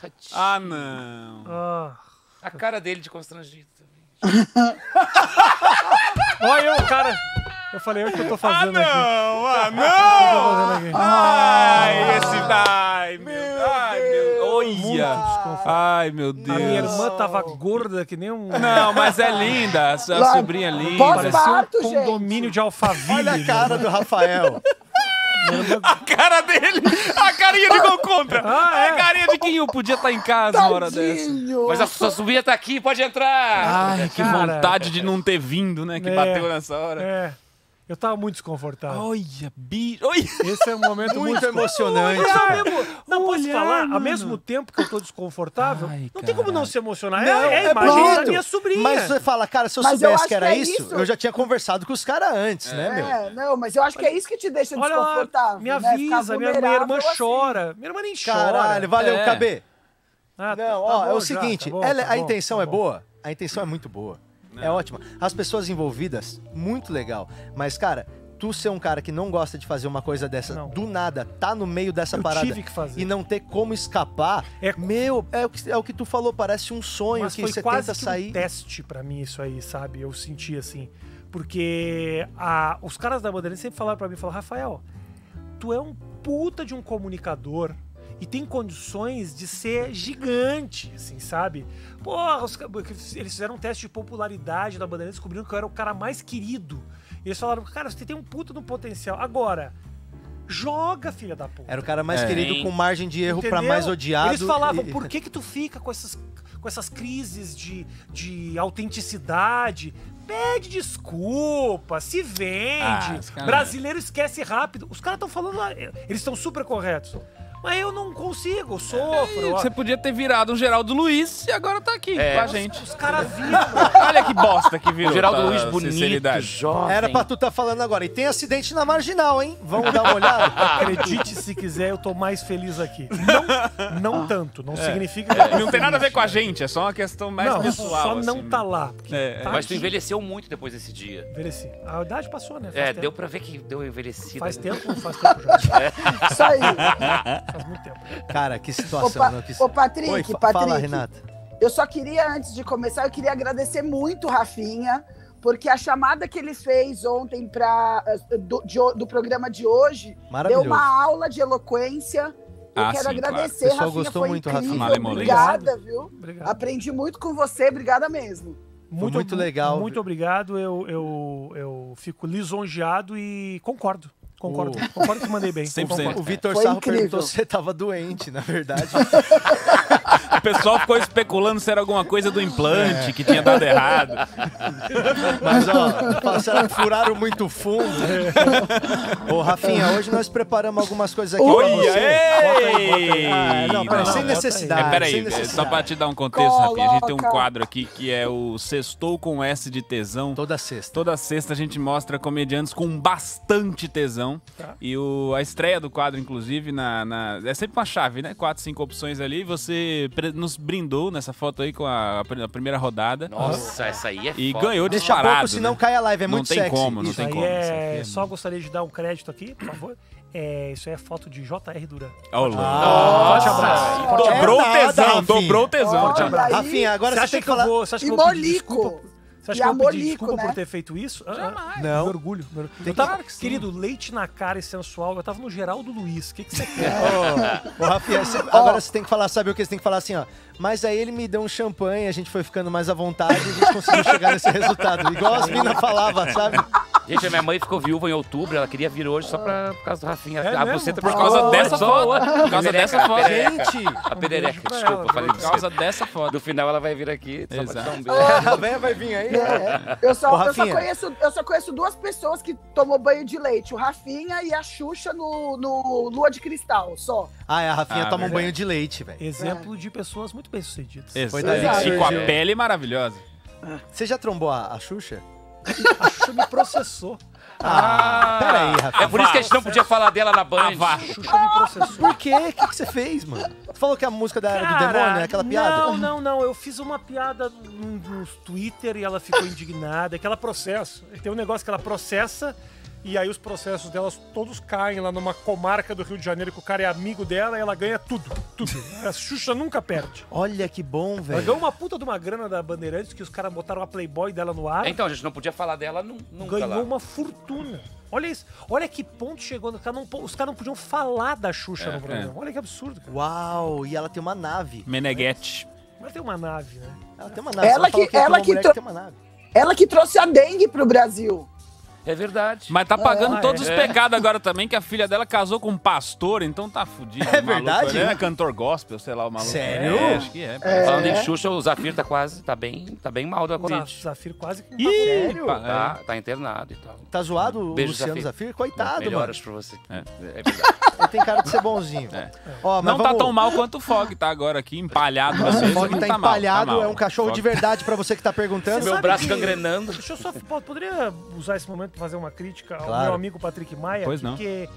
[SPEAKER 3] tadinho.
[SPEAKER 2] Ah, não.
[SPEAKER 5] Ah.
[SPEAKER 3] A cara dele de constrangido. também.
[SPEAKER 5] Olha eu, cara. Eu falei, olha o que eu tô fazendo aqui.
[SPEAKER 2] Ah, Não, ah, não!
[SPEAKER 5] Fazendo aqui.
[SPEAKER 2] Ai, esse. Ai, meu Deus! Ai, meu Olha! Ai, meu
[SPEAKER 5] A minha
[SPEAKER 2] Deus!
[SPEAKER 5] irmã tava gorda que nem um.
[SPEAKER 2] tá. <laughs> Não, mas é linda, a sua
[SPEAKER 4] Lá-
[SPEAKER 2] sobrinha é linda.
[SPEAKER 4] Posso-
[SPEAKER 5] Parecia um
[SPEAKER 4] Pato, gente.
[SPEAKER 5] condomínio de alfaville.
[SPEAKER 1] Olha a cara do Rafael.
[SPEAKER 2] A cara dele! A carinha de quem compra!
[SPEAKER 5] Ah, é.
[SPEAKER 2] A carinha de quem eu podia estar em casa uma hora dessa.
[SPEAKER 4] Tadinho.
[SPEAKER 3] Mas a sua sobrinha tá aqui, pode entrar!
[SPEAKER 5] Ah,
[SPEAKER 2] Ai, que
[SPEAKER 5] Cara.
[SPEAKER 2] vontade de não ter vindo, né? Que
[SPEAKER 5] É.
[SPEAKER 2] bateu nessa hora.
[SPEAKER 5] É. Eu tava muito desconfortável.
[SPEAKER 2] Olha, bicho! Olha!
[SPEAKER 5] Esse é um momento muito,
[SPEAKER 1] Muito emocionante.
[SPEAKER 5] Não posso
[SPEAKER 2] Olha,
[SPEAKER 5] falar,
[SPEAKER 2] mano.
[SPEAKER 5] ao mesmo tempo que eu tô desconfortável,
[SPEAKER 2] Ai,
[SPEAKER 5] não tem como
[SPEAKER 2] caralho.
[SPEAKER 5] não se emocionar.
[SPEAKER 1] Não,
[SPEAKER 5] é, é a imagem
[SPEAKER 1] bonito.
[SPEAKER 5] da minha sobrinha.
[SPEAKER 1] Mas
[SPEAKER 2] é
[SPEAKER 1] você fala, cara, se eu
[SPEAKER 4] Mas eu
[SPEAKER 1] soubesse
[SPEAKER 4] acho
[SPEAKER 1] que era
[SPEAKER 4] que é
[SPEAKER 1] isso,
[SPEAKER 4] isso.
[SPEAKER 1] eu já tinha conversado com os caras antes, né, meu?
[SPEAKER 4] É, não, mas eu acho que é isso que te deixa
[SPEAKER 5] Olha lá,
[SPEAKER 4] desconfortável.
[SPEAKER 5] me
[SPEAKER 4] né? Ficar
[SPEAKER 5] avisa, minha, minha irmã
[SPEAKER 4] vulnerável assim.
[SPEAKER 5] chora. Minha irmã nem chora.
[SPEAKER 1] Caralho, valeu,
[SPEAKER 2] É.
[SPEAKER 1] KB.
[SPEAKER 5] Ah, tá-
[SPEAKER 1] Não,
[SPEAKER 5] tá
[SPEAKER 1] ó, é
[SPEAKER 5] bom
[SPEAKER 1] o
[SPEAKER 5] já,
[SPEAKER 1] seguinte,
[SPEAKER 5] tá bom,
[SPEAKER 1] ela-
[SPEAKER 5] tá
[SPEAKER 1] a
[SPEAKER 5] bom,
[SPEAKER 1] intenção
[SPEAKER 5] tá
[SPEAKER 1] é
[SPEAKER 5] bom.
[SPEAKER 1] boa, a intenção é muito boa, é ótima. As pessoas envolvidas, muito legal, mas cara, tu ser um cara que não gosta de fazer uma coisa dessa
[SPEAKER 5] Não.
[SPEAKER 1] do nada, tá no meio dessa
[SPEAKER 5] Eu
[SPEAKER 1] parada
[SPEAKER 5] tive que fazer.
[SPEAKER 1] e não ter como escapar,
[SPEAKER 5] É-
[SPEAKER 1] meu, é o, que, é o que tu falou, parece um sonho
[SPEAKER 5] Mas
[SPEAKER 1] que
[SPEAKER 5] foi
[SPEAKER 1] você
[SPEAKER 5] quase
[SPEAKER 1] tenta
[SPEAKER 5] que
[SPEAKER 1] sair.
[SPEAKER 5] um teste pra mim isso aí, sabe? Eu senti assim, porque a- os caras da Bandeirantes sempre falaram pra mim, falaram, Rafael, tu é um puta de um comunicador e tem condições de ser gigante, assim, sabe? Porra, os ca- porque eles fizeram um teste de popularidade da Bandeirantes, descobriram que eu era o cara mais querido. E eles falaram, cara, você tem um puta de um potencial. Agora, joga, filha da puta.
[SPEAKER 1] Era o cara mais
[SPEAKER 3] É,
[SPEAKER 1] querido
[SPEAKER 3] hein?
[SPEAKER 1] com margem de erro pra
[SPEAKER 5] Entendeu?
[SPEAKER 1] mais odiado.
[SPEAKER 5] Eles falavam,
[SPEAKER 1] e-
[SPEAKER 5] por que que tu fica com essas, com essas crises de, de autenticidade? Pede desculpa, se vende.
[SPEAKER 2] Ah, os caras-
[SPEAKER 5] Brasileiro esquece rápido. Os caras estão falando, lá, eles estão super corretos. Mas eu não consigo, eu sofro. ó.
[SPEAKER 2] Você podia ter virado um Geraldo Luiz e agora tá aqui
[SPEAKER 3] É.
[SPEAKER 2] com a gente.
[SPEAKER 5] Os caras viram.
[SPEAKER 2] <laughs> Olha que bosta que virou.
[SPEAKER 3] O Geraldo
[SPEAKER 2] tá,
[SPEAKER 3] Luiz bonito,
[SPEAKER 2] sinceridade.
[SPEAKER 1] <laughs>
[SPEAKER 3] jovem.
[SPEAKER 1] Era pra tu tá falando agora. E tem acidente na marginal, hein? Vamos dar uma
[SPEAKER 5] <laughs>
[SPEAKER 1] olhada?
[SPEAKER 5] Acredite se quiser, eu tô mais feliz aqui. Não, não tanto, não significa que eu tô
[SPEAKER 2] Ah. É. Não tem nada a ver
[SPEAKER 5] feliz.
[SPEAKER 2] com a gente, é só uma questão mais
[SPEAKER 5] Não,
[SPEAKER 2] pessoal.
[SPEAKER 5] só
[SPEAKER 2] assim,
[SPEAKER 5] não
[SPEAKER 2] né?
[SPEAKER 5] tá lá. porque
[SPEAKER 2] É, é.
[SPEAKER 5] tá
[SPEAKER 3] Mas tu
[SPEAKER 5] aqui.
[SPEAKER 3] envelheceu muito depois desse dia.
[SPEAKER 5] Envelheci. A idade passou, né? Faz
[SPEAKER 3] É,
[SPEAKER 5] tempo.
[SPEAKER 3] deu pra ver que deu envelhecida.
[SPEAKER 5] Faz
[SPEAKER 3] né?
[SPEAKER 5] tempo, faz tempo já.
[SPEAKER 1] <laughs>
[SPEAKER 4] Isso aí.
[SPEAKER 5] Faz muito tempo.
[SPEAKER 1] Cara, que situação.
[SPEAKER 4] Ô,
[SPEAKER 1] não, que...
[SPEAKER 4] Pa- ô, Patrick,
[SPEAKER 1] Oi, fa-
[SPEAKER 4] Patrick.
[SPEAKER 1] fala, Renata.
[SPEAKER 4] Eu só queria, antes de começar, eu queria agradecer muito o Rafinha, porque a chamada que ele fez ontem pra, eh, do, de ho- do programa de hoje deu
[SPEAKER 1] Maravilhoso.
[SPEAKER 4] uma aula de eloquência. Eu
[SPEAKER 2] Ah,
[SPEAKER 4] quero
[SPEAKER 2] sim, claro.
[SPEAKER 4] agradecer,
[SPEAKER 1] O pessoal
[SPEAKER 4] Rafinha.
[SPEAKER 1] gostou
[SPEAKER 4] foi
[SPEAKER 1] muito,
[SPEAKER 4] incrível.
[SPEAKER 2] Rafinha. Malemão,
[SPEAKER 4] Obrigada, viu?
[SPEAKER 5] Obrigado.
[SPEAKER 4] Aprendi muito com você, obrigada mesmo.
[SPEAKER 1] Foi Ah, muito legal.
[SPEAKER 5] Muito obrigado. Eu, eu, eu fico lisonjeado e concordo. Concordo. Concordo que mandei bem.
[SPEAKER 2] 100%.
[SPEAKER 5] Concordo.
[SPEAKER 1] O Vitor
[SPEAKER 4] Foi
[SPEAKER 1] Sarro
[SPEAKER 4] incrível.
[SPEAKER 1] perguntou se você tava doente, na verdade.
[SPEAKER 2] O pessoal ficou especulando se era alguma coisa do implante que tinha dado errado.
[SPEAKER 1] Mas, ó, passaram, furaram muito fundo. Ô, Rafinha, hoje nós preparamos algumas coisas aqui pra
[SPEAKER 2] Olha,
[SPEAKER 1] você. Bota
[SPEAKER 2] ei!
[SPEAKER 1] aí, bota aí. Ah, não, peraí,
[SPEAKER 2] Não,
[SPEAKER 1] sem
[SPEAKER 5] bota aí.
[SPEAKER 1] necessidade.
[SPEAKER 2] É, peraí,
[SPEAKER 1] Tá, sem
[SPEAKER 2] é, só
[SPEAKER 1] necessidade.
[SPEAKER 2] pra te dar um contexto, Rafinha. A gente tem um
[SPEAKER 4] Coloca.
[SPEAKER 2] quadro aqui que é o Sextou com S de tesão.
[SPEAKER 1] Toda sexta.
[SPEAKER 2] Toda sexta a gente mostra comediantes com bastante tesão.
[SPEAKER 5] Tá.
[SPEAKER 2] E o, a estreia do quadro, inclusive, na, na- é sempre uma chave, né? Quatro, cinco opções ali. Você pre- nos brindou nessa foto aí com a, a pri- a primeira rodada.
[SPEAKER 3] Nossa, essa aí é
[SPEAKER 2] E
[SPEAKER 3] foda.
[SPEAKER 2] ganhou
[SPEAKER 1] Deixa
[SPEAKER 2] disparado.
[SPEAKER 1] pouco, senão
[SPEAKER 2] né?
[SPEAKER 1] cai a live. É
[SPEAKER 2] Não
[SPEAKER 1] muito
[SPEAKER 2] tem
[SPEAKER 1] sexy.
[SPEAKER 2] como, não
[SPEAKER 1] Isso.
[SPEAKER 2] tem
[SPEAKER 5] Aí
[SPEAKER 2] como, isso
[SPEAKER 5] é...
[SPEAKER 2] aqui é
[SPEAKER 5] Só gostaria de dar um crédito aqui, por favor. É, isso aí é foto de JR Duran.
[SPEAKER 2] Ó, o louco.
[SPEAKER 5] Forte abraço. Forte abraço.
[SPEAKER 2] Dobrou o
[SPEAKER 1] É nada,
[SPEAKER 2] tesão,
[SPEAKER 1] Rafinha.
[SPEAKER 2] dobrou o tesão.
[SPEAKER 4] Olha
[SPEAKER 2] Thiago.
[SPEAKER 4] aí.
[SPEAKER 1] Rafinha, agora você,
[SPEAKER 5] Você acha
[SPEAKER 1] tem
[SPEAKER 5] que eu
[SPEAKER 1] falar...
[SPEAKER 5] vou? Você acha
[SPEAKER 4] E
[SPEAKER 5] que eu vou pedir desculpa?
[SPEAKER 4] Molico.
[SPEAKER 5] Você acha
[SPEAKER 4] E
[SPEAKER 5] que eu
[SPEAKER 4] a
[SPEAKER 5] vou pedir
[SPEAKER 4] Molico,
[SPEAKER 5] desculpa
[SPEAKER 4] né?
[SPEAKER 5] por ter feito isso? Ah, ah,
[SPEAKER 1] Não.
[SPEAKER 5] Meu orgulho. meu orgulho. Eu
[SPEAKER 1] que-
[SPEAKER 5] tava, querido, leite na cara e sensual. Eu tava no Geraldo Luiz. O que, que
[SPEAKER 1] <laughs>
[SPEAKER 5] você quer?
[SPEAKER 1] Ô, Rafinha, você- agora você tem que falar, sabe o que você tem que falar assim, ó. Mas aí ele me deu um champanhe, a gente foi ficando mais à vontade e a gente conseguiu chegar nesse resultado. Igual as minas falavam, sabe?
[SPEAKER 3] Gente, a minha mãe ficou viúva em outubro, ela queria vir hoje só pra, por causa do Rafinha.
[SPEAKER 5] É
[SPEAKER 3] a
[SPEAKER 5] mesmo?
[SPEAKER 3] buceta
[SPEAKER 2] Por causa
[SPEAKER 3] boa,
[SPEAKER 2] dessa
[SPEAKER 3] boa.
[SPEAKER 2] foto. Por causa
[SPEAKER 3] Perereca,
[SPEAKER 2] dessa foto.
[SPEAKER 1] <laughs>
[SPEAKER 3] perereca.
[SPEAKER 1] Gente!
[SPEAKER 3] A perereca,
[SPEAKER 5] beijo pra
[SPEAKER 3] desculpa,
[SPEAKER 5] ela,
[SPEAKER 3] falei
[SPEAKER 2] Por
[SPEAKER 3] buceta.
[SPEAKER 2] causa dessa foto.
[SPEAKER 3] Do final ela vai vir aqui só pra te dar um beijo.
[SPEAKER 1] É, A véia vai vir aí?
[SPEAKER 4] É, eu,
[SPEAKER 1] Ô,
[SPEAKER 4] só, eu, só
[SPEAKER 1] Rafinha.
[SPEAKER 4] conheço, eu só conheço duas pessoas que tomou banho de leite, o Rafinha e a Xuxa no, no Lua de Cristal, só.
[SPEAKER 1] Ah, é, a Rafinha
[SPEAKER 2] Ah,
[SPEAKER 1] toma um
[SPEAKER 2] verdade.
[SPEAKER 1] banho de leite, velho.
[SPEAKER 5] Exemplo de pessoas muito bem-sucedidas.
[SPEAKER 1] Foi
[SPEAKER 2] Exato.
[SPEAKER 1] daí que
[SPEAKER 2] E com a
[SPEAKER 1] surgiu.
[SPEAKER 2] pele maravilhosa.
[SPEAKER 1] Você já trombou a, a Xuxa?
[SPEAKER 5] A Xuxa me processou.
[SPEAKER 1] Ah, peraí, Rafinha.
[SPEAKER 3] É por isso que a gente não podia falar dela na Band.
[SPEAKER 5] A Xuxa me processou.
[SPEAKER 1] Por quê? O que, que você fez, mano? Tu falou que a música da era do
[SPEAKER 5] Cara,
[SPEAKER 1] demônio, é aquela piada?
[SPEAKER 5] Não, não, não. Eu fiz uma piada no, no Twitter e ela ficou indignada. É que ela processa. Tem um negócio que ela processa e aí os processos delas todos caem lá numa comarca do Rio de Janeiro que o cara é amigo dela e ela ganha tudo. Tudo. A Xuxa nunca perde.
[SPEAKER 1] Olha que bom,
[SPEAKER 5] Ela
[SPEAKER 1] velho.
[SPEAKER 5] ganhou uma puta de uma grana da Bandeirantes que os caras botaram a Playboy dela no ar.
[SPEAKER 3] Então, a gente não podia falar dela nu- nunca
[SPEAKER 5] ganhou
[SPEAKER 3] lá.
[SPEAKER 5] uma fortuna. Olha isso. Olha que ponto chegou. Os caras não, po- os caras não podiam falar da Xuxa
[SPEAKER 3] É,
[SPEAKER 5] no programa. Olha que absurdo. Cara.
[SPEAKER 1] Uau, e ela tem uma nave.
[SPEAKER 2] Meneghete.
[SPEAKER 5] Mas tem uma nave, né?
[SPEAKER 1] Ela tem uma nave.
[SPEAKER 4] Ela
[SPEAKER 1] falou é
[SPEAKER 4] que- ela
[SPEAKER 1] aquela
[SPEAKER 4] que
[SPEAKER 1] mulher
[SPEAKER 4] tro-
[SPEAKER 1] tem uma nave.
[SPEAKER 4] Ela que trouxe a dengue pro Brasil.
[SPEAKER 3] É verdade.
[SPEAKER 2] Mas tá pagando
[SPEAKER 5] Ah,
[SPEAKER 2] todos
[SPEAKER 3] é.
[SPEAKER 2] os pecados agora também, que a filha dela casou com um pastor, então tá fudido.
[SPEAKER 1] É
[SPEAKER 2] o maluco,
[SPEAKER 1] verdade?
[SPEAKER 2] Ele é cantor gospel, sei lá, o maluco.
[SPEAKER 1] Sério?
[SPEAKER 2] É, acho que é.
[SPEAKER 3] Falando em Xuxa, o Zafir tá quase, tá bem, tá bem mal da
[SPEAKER 5] O
[SPEAKER 3] Covid.
[SPEAKER 5] Zafiro quase que
[SPEAKER 2] Ih,
[SPEAKER 1] Sério?
[SPEAKER 2] pá, é.
[SPEAKER 3] Tá, tá internado e tal.
[SPEAKER 1] Tá zoado o
[SPEAKER 3] Beijo,
[SPEAKER 1] Luciano
[SPEAKER 3] Zafir.
[SPEAKER 1] Zafir? Coitado, mano.
[SPEAKER 3] Melhoras pra você. É, é verdade.
[SPEAKER 1] Ele tem cara de ser bonzinho. Ó, mas
[SPEAKER 2] Não tá
[SPEAKER 1] vamos-
[SPEAKER 2] tão mal quanto o Fog tá agora aqui, empalhado.
[SPEAKER 1] O
[SPEAKER 2] Vocês,
[SPEAKER 1] Fog
[SPEAKER 2] não
[SPEAKER 1] tá
[SPEAKER 2] tá mal,
[SPEAKER 1] empalhado,
[SPEAKER 2] tá mal.
[SPEAKER 1] é um cachorro
[SPEAKER 2] Fog-
[SPEAKER 1] de verdade pra você que tá perguntando.
[SPEAKER 3] Meu
[SPEAKER 5] sabe
[SPEAKER 3] braço
[SPEAKER 5] que-
[SPEAKER 3] gangrenando.
[SPEAKER 5] Deixa eu só. po- Poderia usar esse momento para fazer uma crítica ao
[SPEAKER 1] Claro.
[SPEAKER 5] meu amigo Patrick Maia?
[SPEAKER 2] Pois não.
[SPEAKER 5] Porque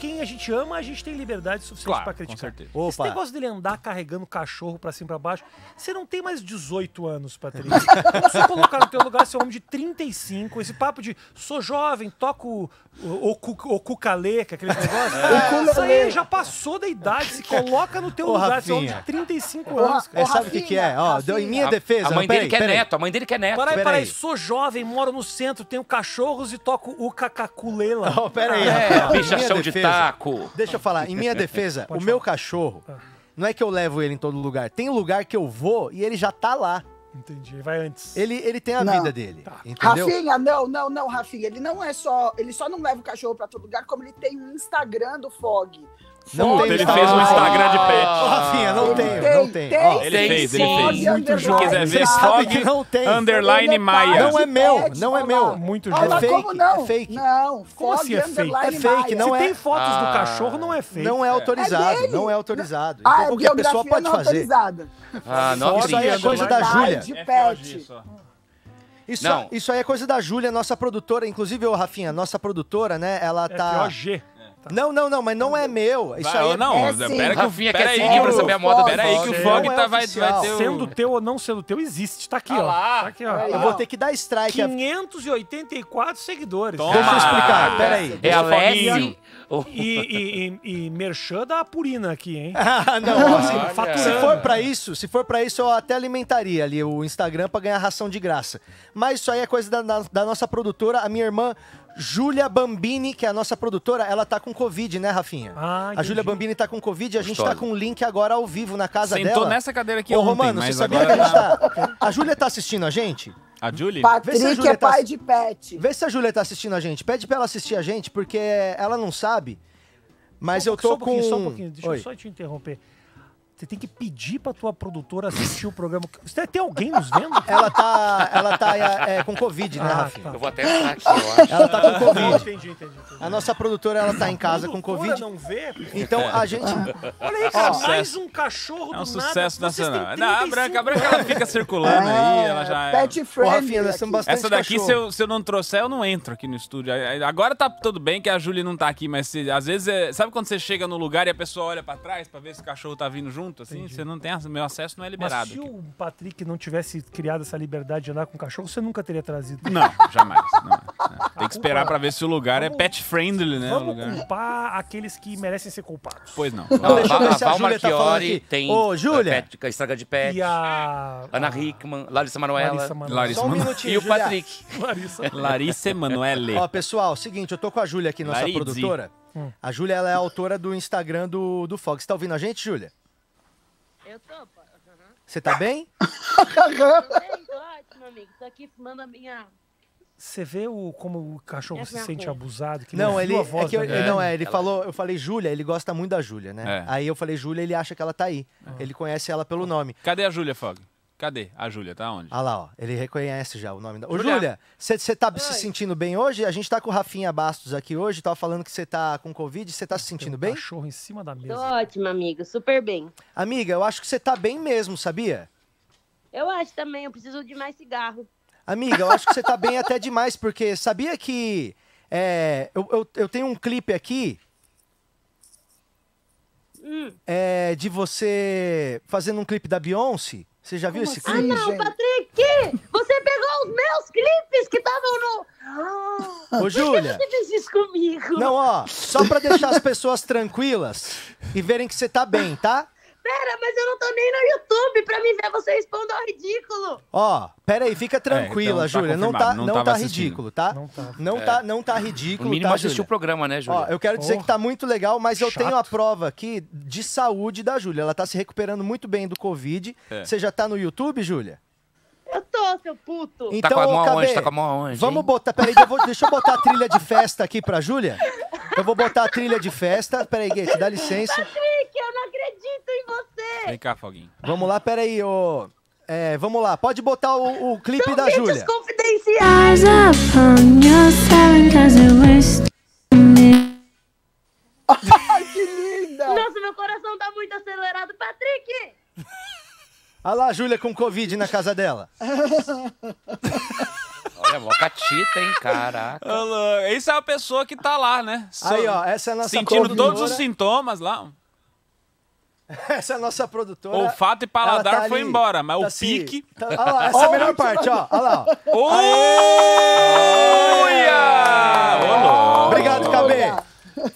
[SPEAKER 5] quem a gente ama, a gente tem liberdade suficiente
[SPEAKER 2] Claro,
[SPEAKER 5] pra
[SPEAKER 2] com
[SPEAKER 5] criticar.
[SPEAKER 2] certeza.
[SPEAKER 5] Esse
[SPEAKER 1] Opa.
[SPEAKER 5] negócio dele andar carregando cachorro pra cima e pra baixo, você não tem mais 18 anos, Patrick. Vamos só colocar no teu lugar, você é um homem de 35. Esse papo de sou jovem, toco o, o, cu- o cucalê, que é aquele negócio. Isso aí já passou da idade, se coloca no teu
[SPEAKER 1] Ô,
[SPEAKER 5] lugar, você é um homem de
[SPEAKER 1] Rafinha.
[SPEAKER 5] 35
[SPEAKER 4] Ô, Ra-
[SPEAKER 5] anos, cara.
[SPEAKER 1] É, sabe o que, que é? Ó,
[SPEAKER 4] Rafinha,
[SPEAKER 1] deu- em minha
[SPEAKER 3] A-
[SPEAKER 1] defesa,
[SPEAKER 3] A mãe dele
[SPEAKER 1] peraí,
[SPEAKER 3] que é
[SPEAKER 1] peraí.
[SPEAKER 3] neto, a mãe dele que é neto.
[SPEAKER 5] Parai,
[SPEAKER 1] Peraí.
[SPEAKER 5] parai, sou jovem, moro no centro, tenho cachorros e toco o cacaculela. <laughs>
[SPEAKER 1] Ó, peraí.
[SPEAKER 3] É,
[SPEAKER 1] Rafael, em
[SPEAKER 3] bichação
[SPEAKER 1] minha
[SPEAKER 3] de
[SPEAKER 1] defesa-
[SPEAKER 3] taco.
[SPEAKER 1] Deixa eu falar, em minha defesa, o meu cachorro, não é que eu levo ele em todo lugar. Tem lugar que eu vou e ele já tá lá.
[SPEAKER 5] Ah, Entendi, ele vai antes.
[SPEAKER 1] Ele, ele tem a
[SPEAKER 4] Não.
[SPEAKER 1] vida dele. Entendeu?
[SPEAKER 4] Rafinha, não, não, não, Rafinha. Ele não é só. Ele só não leva o cachorro pra todo lugar, como ele tem um Instagram do Fog.
[SPEAKER 1] Não
[SPEAKER 4] Foda,
[SPEAKER 1] tem
[SPEAKER 2] Ele fez um Instagram de pet.
[SPEAKER 1] Ô, Rafinha, não tenho, não tenho. Ó,
[SPEAKER 2] Ele fez, ele
[SPEAKER 4] Fog
[SPEAKER 2] fez.
[SPEAKER 4] Underline.
[SPEAKER 2] Se quiser ver,
[SPEAKER 1] Vocês sabem
[SPEAKER 2] Fog
[SPEAKER 1] que não tem.
[SPEAKER 4] Ele
[SPEAKER 2] Underline
[SPEAKER 4] é
[SPEAKER 2] Maia.
[SPEAKER 4] pago.
[SPEAKER 1] Não é meu,
[SPEAKER 4] Pet,
[SPEAKER 1] não é
[SPEAKER 4] olha
[SPEAKER 1] meu.
[SPEAKER 4] lá.
[SPEAKER 5] Muito
[SPEAKER 4] Olha
[SPEAKER 5] jeito.
[SPEAKER 4] lá,
[SPEAKER 1] fake,
[SPEAKER 4] Ah, como não?
[SPEAKER 1] é fake.
[SPEAKER 4] Não,
[SPEAKER 5] Como
[SPEAKER 4] Fog
[SPEAKER 5] assim é fake?
[SPEAKER 4] Underline
[SPEAKER 1] É fake,
[SPEAKER 4] Maia.
[SPEAKER 1] não
[SPEAKER 5] Se
[SPEAKER 1] é-
[SPEAKER 5] tem fotos do
[SPEAKER 3] Ah.
[SPEAKER 5] cachorro, não é fake.
[SPEAKER 1] Não é autorizado,
[SPEAKER 4] dele?
[SPEAKER 1] não é autorizado.
[SPEAKER 4] Ah,
[SPEAKER 1] Então,
[SPEAKER 4] é
[SPEAKER 1] o que a pessoa
[SPEAKER 4] biografia
[SPEAKER 1] pode
[SPEAKER 4] não
[SPEAKER 1] fazer?
[SPEAKER 4] autorizada.
[SPEAKER 3] Ah, não
[SPEAKER 1] Foda aí a
[SPEAKER 3] acredito.
[SPEAKER 1] coisa
[SPEAKER 2] tá
[SPEAKER 1] da Júlia.
[SPEAKER 4] É De pet.
[SPEAKER 1] Isso,
[SPEAKER 3] Não.
[SPEAKER 1] isso aí é coisa da Júlia, nossa produtora. Inclusive, ô, Rafinha, nossa produtora, né? Ela
[SPEAKER 5] É
[SPEAKER 1] tá.
[SPEAKER 5] FOG.
[SPEAKER 1] Não, não, não, mas não é meu. Isso aí
[SPEAKER 2] Vai,
[SPEAKER 1] é-
[SPEAKER 2] não,
[SPEAKER 4] é
[SPEAKER 2] Zé,
[SPEAKER 4] sim.
[SPEAKER 2] pera que o
[SPEAKER 3] Rafinha quer
[SPEAKER 2] pera aí
[SPEAKER 3] seguir
[SPEAKER 2] que
[SPEAKER 3] pra
[SPEAKER 2] o-
[SPEAKER 3] saber a moda
[SPEAKER 4] Fog.
[SPEAKER 2] Pera aí que o
[SPEAKER 5] Não
[SPEAKER 2] Fog
[SPEAKER 1] é
[SPEAKER 2] tá, vai, vai
[SPEAKER 1] oficial.
[SPEAKER 2] ter o...
[SPEAKER 5] Sendo teu ou não sendo teu, existe. Tá aqui,
[SPEAKER 2] Ah
[SPEAKER 5] ó.
[SPEAKER 2] lá.
[SPEAKER 5] Tá aqui, ó.
[SPEAKER 4] Aí,
[SPEAKER 1] Eu vou ter que é dar strike.
[SPEAKER 2] <laughs>
[SPEAKER 5] 584 seguidores.
[SPEAKER 2] Toma.
[SPEAKER 1] Deixa eu explicar, peraí.
[SPEAKER 3] É a
[SPEAKER 2] Foguinho.
[SPEAKER 3] Lessie. O-
[SPEAKER 5] E, e, e, e merchan da Purina aqui, hein?
[SPEAKER 1] Ah, não, assim,
[SPEAKER 3] Olha.
[SPEAKER 5] faturando.
[SPEAKER 1] Se for pra isso, se for para isso, eu até alimentaria ali o Instagram pra ganhar ração de graça. Mas isso aí é coisa da, da- da nossa produtora, a minha irmã Júlia Bambini, que é a nossa produtora, ela tá com Covid, né, Rafinha?
[SPEAKER 5] Ah,
[SPEAKER 1] a
[SPEAKER 5] entendi.
[SPEAKER 1] Júlia Bambini tá com Covid e a gente
[SPEAKER 3] Gostosa.
[SPEAKER 1] tá com um link agora ao vivo na casa
[SPEAKER 2] Sentou
[SPEAKER 1] dela.
[SPEAKER 2] nessa cadeira aqui
[SPEAKER 1] Ô,
[SPEAKER 2] ontem,
[SPEAKER 1] Romano,
[SPEAKER 2] mas
[SPEAKER 1] você sabia
[SPEAKER 2] agora
[SPEAKER 1] que a gente tá... A Júlia tá assistindo a gente?
[SPEAKER 2] A Julie?
[SPEAKER 1] Vê se a
[SPEAKER 4] Patrick
[SPEAKER 1] Júlia
[SPEAKER 4] é
[SPEAKER 1] tá-
[SPEAKER 4] pai de pet.
[SPEAKER 1] Vê se a Júlia tá assistindo a gente. Pede pra ela assistir a gente, porque ela não sabe. Mas eu
[SPEAKER 5] Só
[SPEAKER 1] tô
[SPEAKER 5] um
[SPEAKER 1] com...
[SPEAKER 5] pouquinho, Só um pouquinho, deixa
[SPEAKER 1] Oi.
[SPEAKER 5] eu só te interromper. Você tem que pedir pra tua produtora assistir o programa. Você tem alguém nos vendo?
[SPEAKER 1] Ela tá, ela tá é, é, com Covid, né,
[SPEAKER 5] Ah,
[SPEAKER 1] Rafinha?
[SPEAKER 5] tá.
[SPEAKER 1] <laughs>
[SPEAKER 3] Eu vou até entrar aqui, eu acho.
[SPEAKER 1] Ela
[SPEAKER 5] <laughs>
[SPEAKER 1] tá com Covid.
[SPEAKER 5] entendi, entendi. entendi.
[SPEAKER 1] A nossa produtora, ela tá em casa com
[SPEAKER 5] Produtora
[SPEAKER 1] Covid.
[SPEAKER 5] não Ah, vê?
[SPEAKER 1] Então a gente.
[SPEAKER 5] Olha aí, cara,
[SPEAKER 2] sucesso.
[SPEAKER 5] mais um cachorro
[SPEAKER 2] É
[SPEAKER 5] do
[SPEAKER 2] um sucesso
[SPEAKER 5] nada. Vocês têm
[SPEAKER 2] nacional. Não, a
[SPEAKER 5] 35.
[SPEAKER 2] branca, a
[SPEAKER 1] é
[SPEAKER 2] branca ela fica circulando aí, ela já... é-
[SPEAKER 4] Pet
[SPEAKER 1] Ô,
[SPEAKER 4] friend.
[SPEAKER 1] Rafinha, nós estamos bastante.
[SPEAKER 2] Essa daqui,
[SPEAKER 1] cachorro.
[SPEAKER 2] se eu, se eu não trouxer, eu não entro aqui no estúdio. Aí- aí- Agora tá tudo bem que a Júlia não tá aqui, mas se- às vezes, é- sabe quando você chega no lugar e a pessoa olha pra trás pra ver se o cachorro tá vindo junto? Assim, você não tem. ac- Meu acesso não é
[SPEAKER 5] Mas
[SPEAKER 2] liberado.
[SPEAKER 5] se
[SPEAKER 2] aqui.
[SPEAKER 5] o Patrick não tivesse criado essa liberdade de andar com cachorro, você nunca teria trazido.
[SPEAKER 2] Não, jamais. não,
[SPEAKER 5] <laughs>
[SPEAKER 2] não. Tem que esperar pra ver se o lugar é pet friendly, né? O
[SPEAKER 5] Vamos
[SPEAKER 2] lugar.
[SPEAKER 5] culpar aqueles que merecem ser culpados.
[SPEAKER 2] Pois não.
[SPEAKER 3] Não,
[SPEAKER 1] Deixa eu ver
[SPEAKER 3] a
[SPEAKER 1] se a
[SPEAKER 3] Val
[SPEAKER 1] Júlia tá falando
[SPEAKER 3] Marchiori
[SPEAKER 1] aqui.
[SPEAKER 3] tem
[SPEAKER 1] Ô,
[SPEAKER 3] eh,
[SPEAKER 1] Júlia.
[SPEAKER 3] Pet, estraga de
[SPEAKER 1] É
[SPEAKER 3] pet.
[SPEAKER 5] E a.
[SPEAKER 3] Ana
[SPEAKER 5] a
[SPEAKER 3] Hickman, Larissa Manoela.
[SPEAKER 5] Larissa Manoela.
[SPEAKER 2] Larissa
[SPEAKER 1] Só um
[SPEAKER 2] Manoela.
[SPEAKER 1] minutinho.
[SPEAKER 3] E o
[SPEAKER 1] Julia.
[SPEAKER 3] Patrick.
[SPEAKER 5] Larissa.
[SPEAKER 2] Larissa Emanuele.
[SPEAKER 1] Ó, pessoal, seguinte, eu tô com a Júlia aqui, nossa
[SPEAKER 2] Laíde.
[SPEAKER 1] produtora.
[SPEAKER 5] Hum.
[SPEAKER 1] A Júlia, ela é a autora do Instagram do, do Fox. Tá ouvindo a gente, Júlia?
[SPEAKER 6] Eu tô, pô. Aham.
[SPEAKER 1] Você tá bem?
[SPEAKER 6] Tô bem, tô ótimo, amigo. Tô aqui fumando a minha.
[SPEAKER 5] Você vê o, como o cachorro
[SPEAKER 6] Essa é
[SPEAKER 5] se
[SPEAKER 6] a
[SPEAKER 5] sente
[SPEAKER 6] cor.
[SPEAKER 5] abusado? Que
[SPEAKER 1] Não,
[SPEAKER 5] ouviu
[SPEAKER 1] ele.
[SPEAKER 5] a né? voz
[SPEAKER 1] é que eu-
[SPEAKER 5] da
[SPEAKER 1] ele-
[SPEAKER 5] menina?
[SPEAKER 1] não, é, ele falou. Eu falei Júlia, ele gosta muito da Júlia, né?
[SPEAKER 2] É.
[SPEAKER 1] Aí eu falei Júlia, ele acha que ela tá aí. Ele conhece ela pelo nome.
[SPEAKER 2] Cadê a Júlia, Fog? Cadê? A Júlia, tá onde?
[SPEAKER 1] Ah lá, ó. Ele reconhece já o nome da. Ô,
[SPEAKER 3] Júlia.
[SPEAKER 1] Júlia, você tá se
[SPEAKER 6] Oi.
[SPEAKER 1] sentindo bem hoje? A gente tá com o Rafinha Bastos aqui hoje, tava falando que você tá com Covid, você tá se
[SPEAKER 5] Tem um
[SPEAKER 1] sentindo bem?
[SPEAKER 5] cachorro em cima da
[SPEAKER 6] Tô
[SPEAKER 5] mesa.
[SPEAKER 6] ótimo, amigo. Super bem.
[SPEAKER 1] Amiga, eu acho que você tá bem mesmo, sabia?
[SPEAKER 6] Eu acho também, eu preciso de mais cigarro.
[SPEAKER 1] Amiga, eu acho que você tá bem até demais, porque sabia que. é, eu, eu- eu tenho um clipe aqui
[SPEAKER 6] Hum.
[SPEAKER 1] é, de você fazendo um clipe da Beyoncé. Você já viu
[SPEAKER 4] Como
[SPEAKER 1] esse
[SPEAKER 4] assim?
[SPEAKER 6] Ah,
[SPEAKER 1] clipe?
[SPEAKER 6] não,
[SPEAKER 4] gente.
[SPEAKER 6] Patrick! Você pegou os meus clipes que estavam no. Ah,
[SPEAKER 1] Ô, Júlia.
[SPEAKER 6] Você fez isso comigo.
[SPEAKER 1] Não, ó, só pra deixar as pessoas tranquilas e verem que você tá bem, tá?
[SPEAKER 6] Pera, mas eu não tô nem no YouTube pra me ver você expondo ao ridículo.
[SPEAKER 1] Ó, peraí, fica tranquila,
[SPEAKER 2] então tá
[SPEAKER 1] Júlia. Não tá,
[SPEAKER 2] confirmado,
[SPEAKER 1] não
[SPEAKER 2] não
[SPEAKER 1] tá
[SPEAKER 2] tava assistindo.
[SPEAKER 1] ridículo, tá?
[SPEAKER 5] Não tá.
[SPEAKER 1] Não tá, não tá ridículo,
[SPEAKER 3] No É. mínimo
[SPEAKER 1] tá,
[SPEAKER 3] assistiu
[SPEAKER 1] Júlia?
[SPEAKER 3] o programa, né, Júlia?
[SPEAKER 1] Ó, eu quero dizer
[SPEAKER 5] Porra.
[SPEAKER 1] que tá muito legal, mas eu
[SPEAKER 5] Chato.
[SPEAKER 1] tenho a prova aqui de saúde da Júlia. Ela tá se recuperando muito bem do Covid.
[SPEAKER 2] É.
[SPEAKER 1] Você já tá no YouTube, Júlia?
[SPEAKER 6] Eu tô, seu puto.
[SPEAKER 3] Tá com a mão
[SPEAKER 1] ô,
[SPEAKER 3] aonde?
[SPEAKER 1] Cabê,
[SPEAKER 3] Tá com a mão aonde?
[SPEAKER 1] Vamos
[SPEAKER 3] hein?
[SPEAKER 1] botar, peraí, eu vou- deixa eu botar a trilha de festa aqui pra Júlia. Eu vou botar a trilha de festa. Peraí, Gate, dá licença.
[SPEAKER 6] Patrick, eu não acredito em você.
[SPEAKER 2] Vem cá, Foguinho.
[SPEAKER 1] Vamos lá, peraí, ô. É, vamos lá, pode botar o, o clipe da
[SPEAKER 6] Vídeos
[SPEAKER 1] Júlia.
[SPEAKER 6] confidenciais.
[SPEAKER 7] eyes upon your staring as it waste
[SPEAKER 4] Ai, que linda.
[SPEAKER 6] Nossa, meu coração tá muito acelerado, Patrick!
[SPEAKER 1] Olha lá, a Júlia com Covid na casa dela.
[SPEAKER 3] Olha, mó catita, hein, caraca.
[SPEAKER 2] Isso é uma pessoa que tá lá, né? So-
[SPEAKER 1] Aí, ó, essa é a nossa
[SPEAKER 2] Sentindo todos os
[SPEAKER 1] produtora.
[SPEAKER 2] sintomas lá.
[SPEAKER 1] Essa é a nossa produtora.
[SPEAKER 2] Olfato e
[SPEAKER 1] Ela
[SPEAKER 2] paladar
[SPEAKER 1] tá
[SPEAKER 2] foi
[SPEAKER 1] ali,
[SPEAKER 2] embora, mas
[SPEAKER 1] tá
[SPEAKER 2] o
[SPEAKER 1] se-
[SPEAKER 2] pique.
[SPEAKER 1] tá- olha lá, essa é a melhor parte, ó. Olha lá, ó.
[SPEAKER 2] Ah, Olha!
[SPEAKER 1] Obrigado, Cabê.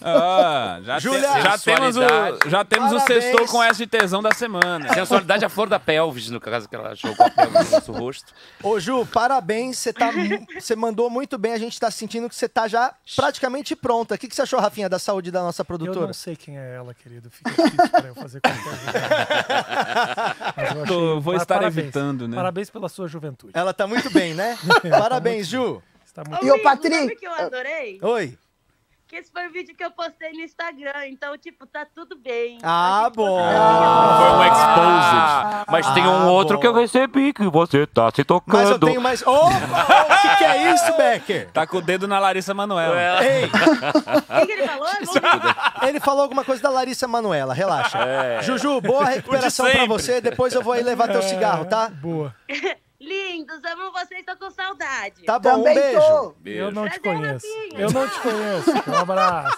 [SPEAKER 2] Ah, já, te-
[SPEAKER 1] Júlia.
[SPEAKER 2] já temos o,
[SPEAKER 3] Sensualidade. é um
[SPEAKER 2] já temos o
[SPEAKER 1] Parabéns.
[SPEAKER 2] sextou com S de tesão da semana.
[SPEAKER 3] Sensualidade à flor da pelvis, no caso que ela jogou a pelvis no nosso rosto.
[SPEAKER 1] Ô, Ju, parabéns. Você tá, mu- você mandou muito bem. A gente tá sentindo que você tá já praticamente pronta. O que, que você achou, Rafinha, da saúde da nossa
[SPEAKER 5] Eu
[SPEAKER 1] produtora?
[SPEAKER 5] não sei quem é ela, querido. Fica difícil pra eu fazer
[SPEAKER 2] <laughs>
[SPEAKER 5] qualquer julgamento. Mas eu achei-
[SPEAKER 2] Tô- vou
[SPEAKER 5] Par-
[SPEAKER 2] estar evitando, né?
[SPEAKER 5] Parabéns pela sua juventude.
[SPEAKER 1] <laughs> Ela tá muito bem, né? parabéns, Ju.
[SPEAKER 5] Está
[SPEAKER 6] Ô,
[SPEAKER 5] muito
[SPEAKER 4] E o
[SPEAKER 6] Vitor,
[SPEAKER 4] Patrick?
[SPEAKER 6] Sabe o que eu adorei?
[SPEAKER 1] Oi.
[SPEAKER 6] Que que esse foi o vídeo que eu postei no Instagram. Então, tipo, tá tudo bem.
[SPEAKER 1] Ah, bom.
[SPEAKER 2] Ah,
[SPEAKER 3] Foi um exposed. Mas tem um
[SPEAKER 1] Ah,
[SPEAKER 3] outro
[SPEAKER 1] bom.
[SPEAKER 3] que eu recebi que você tá se tocando.
[SPEAKER 1] Mas eu tenho mais. Opa! o que, que é isso, Becker?
[SPEAKER 2] Tá com o dedo na Larissa Manoela.
[SPEAKER 1] Ei,
[SPEAKER 6] O que, que ele falou? Eu não vi.
[SPEAKER 1] ele falou alguma coisa da Larissa Manoela, relaxa. Juju, boa recuperação pra
[SPEAKER 2] É. sempre.
[SPEAKER 1] você. Depois eu vou aí levar teu cigarro, tá?
[SPEAKER 5] Boa.
[SPEAKER 6] <laughs> Lindos, amo vocês, tô com saudade.
[SPEAKER 1] Tá bom, um
[SPEAKER 4] Também
[SPEAKER 1] beijo.
[SPEAKER 4] tô.
[SPEAKER 5] Eu não te
[SPEAKER 6] Prazer,
[SPEAKER 5] conheço.
[SPEAKER 6] Rafinha.
[SPEAKER 5] Eu não te conheço.
[SPEAKER 2] <laughs>
[SPEAKER 5] Um abraço.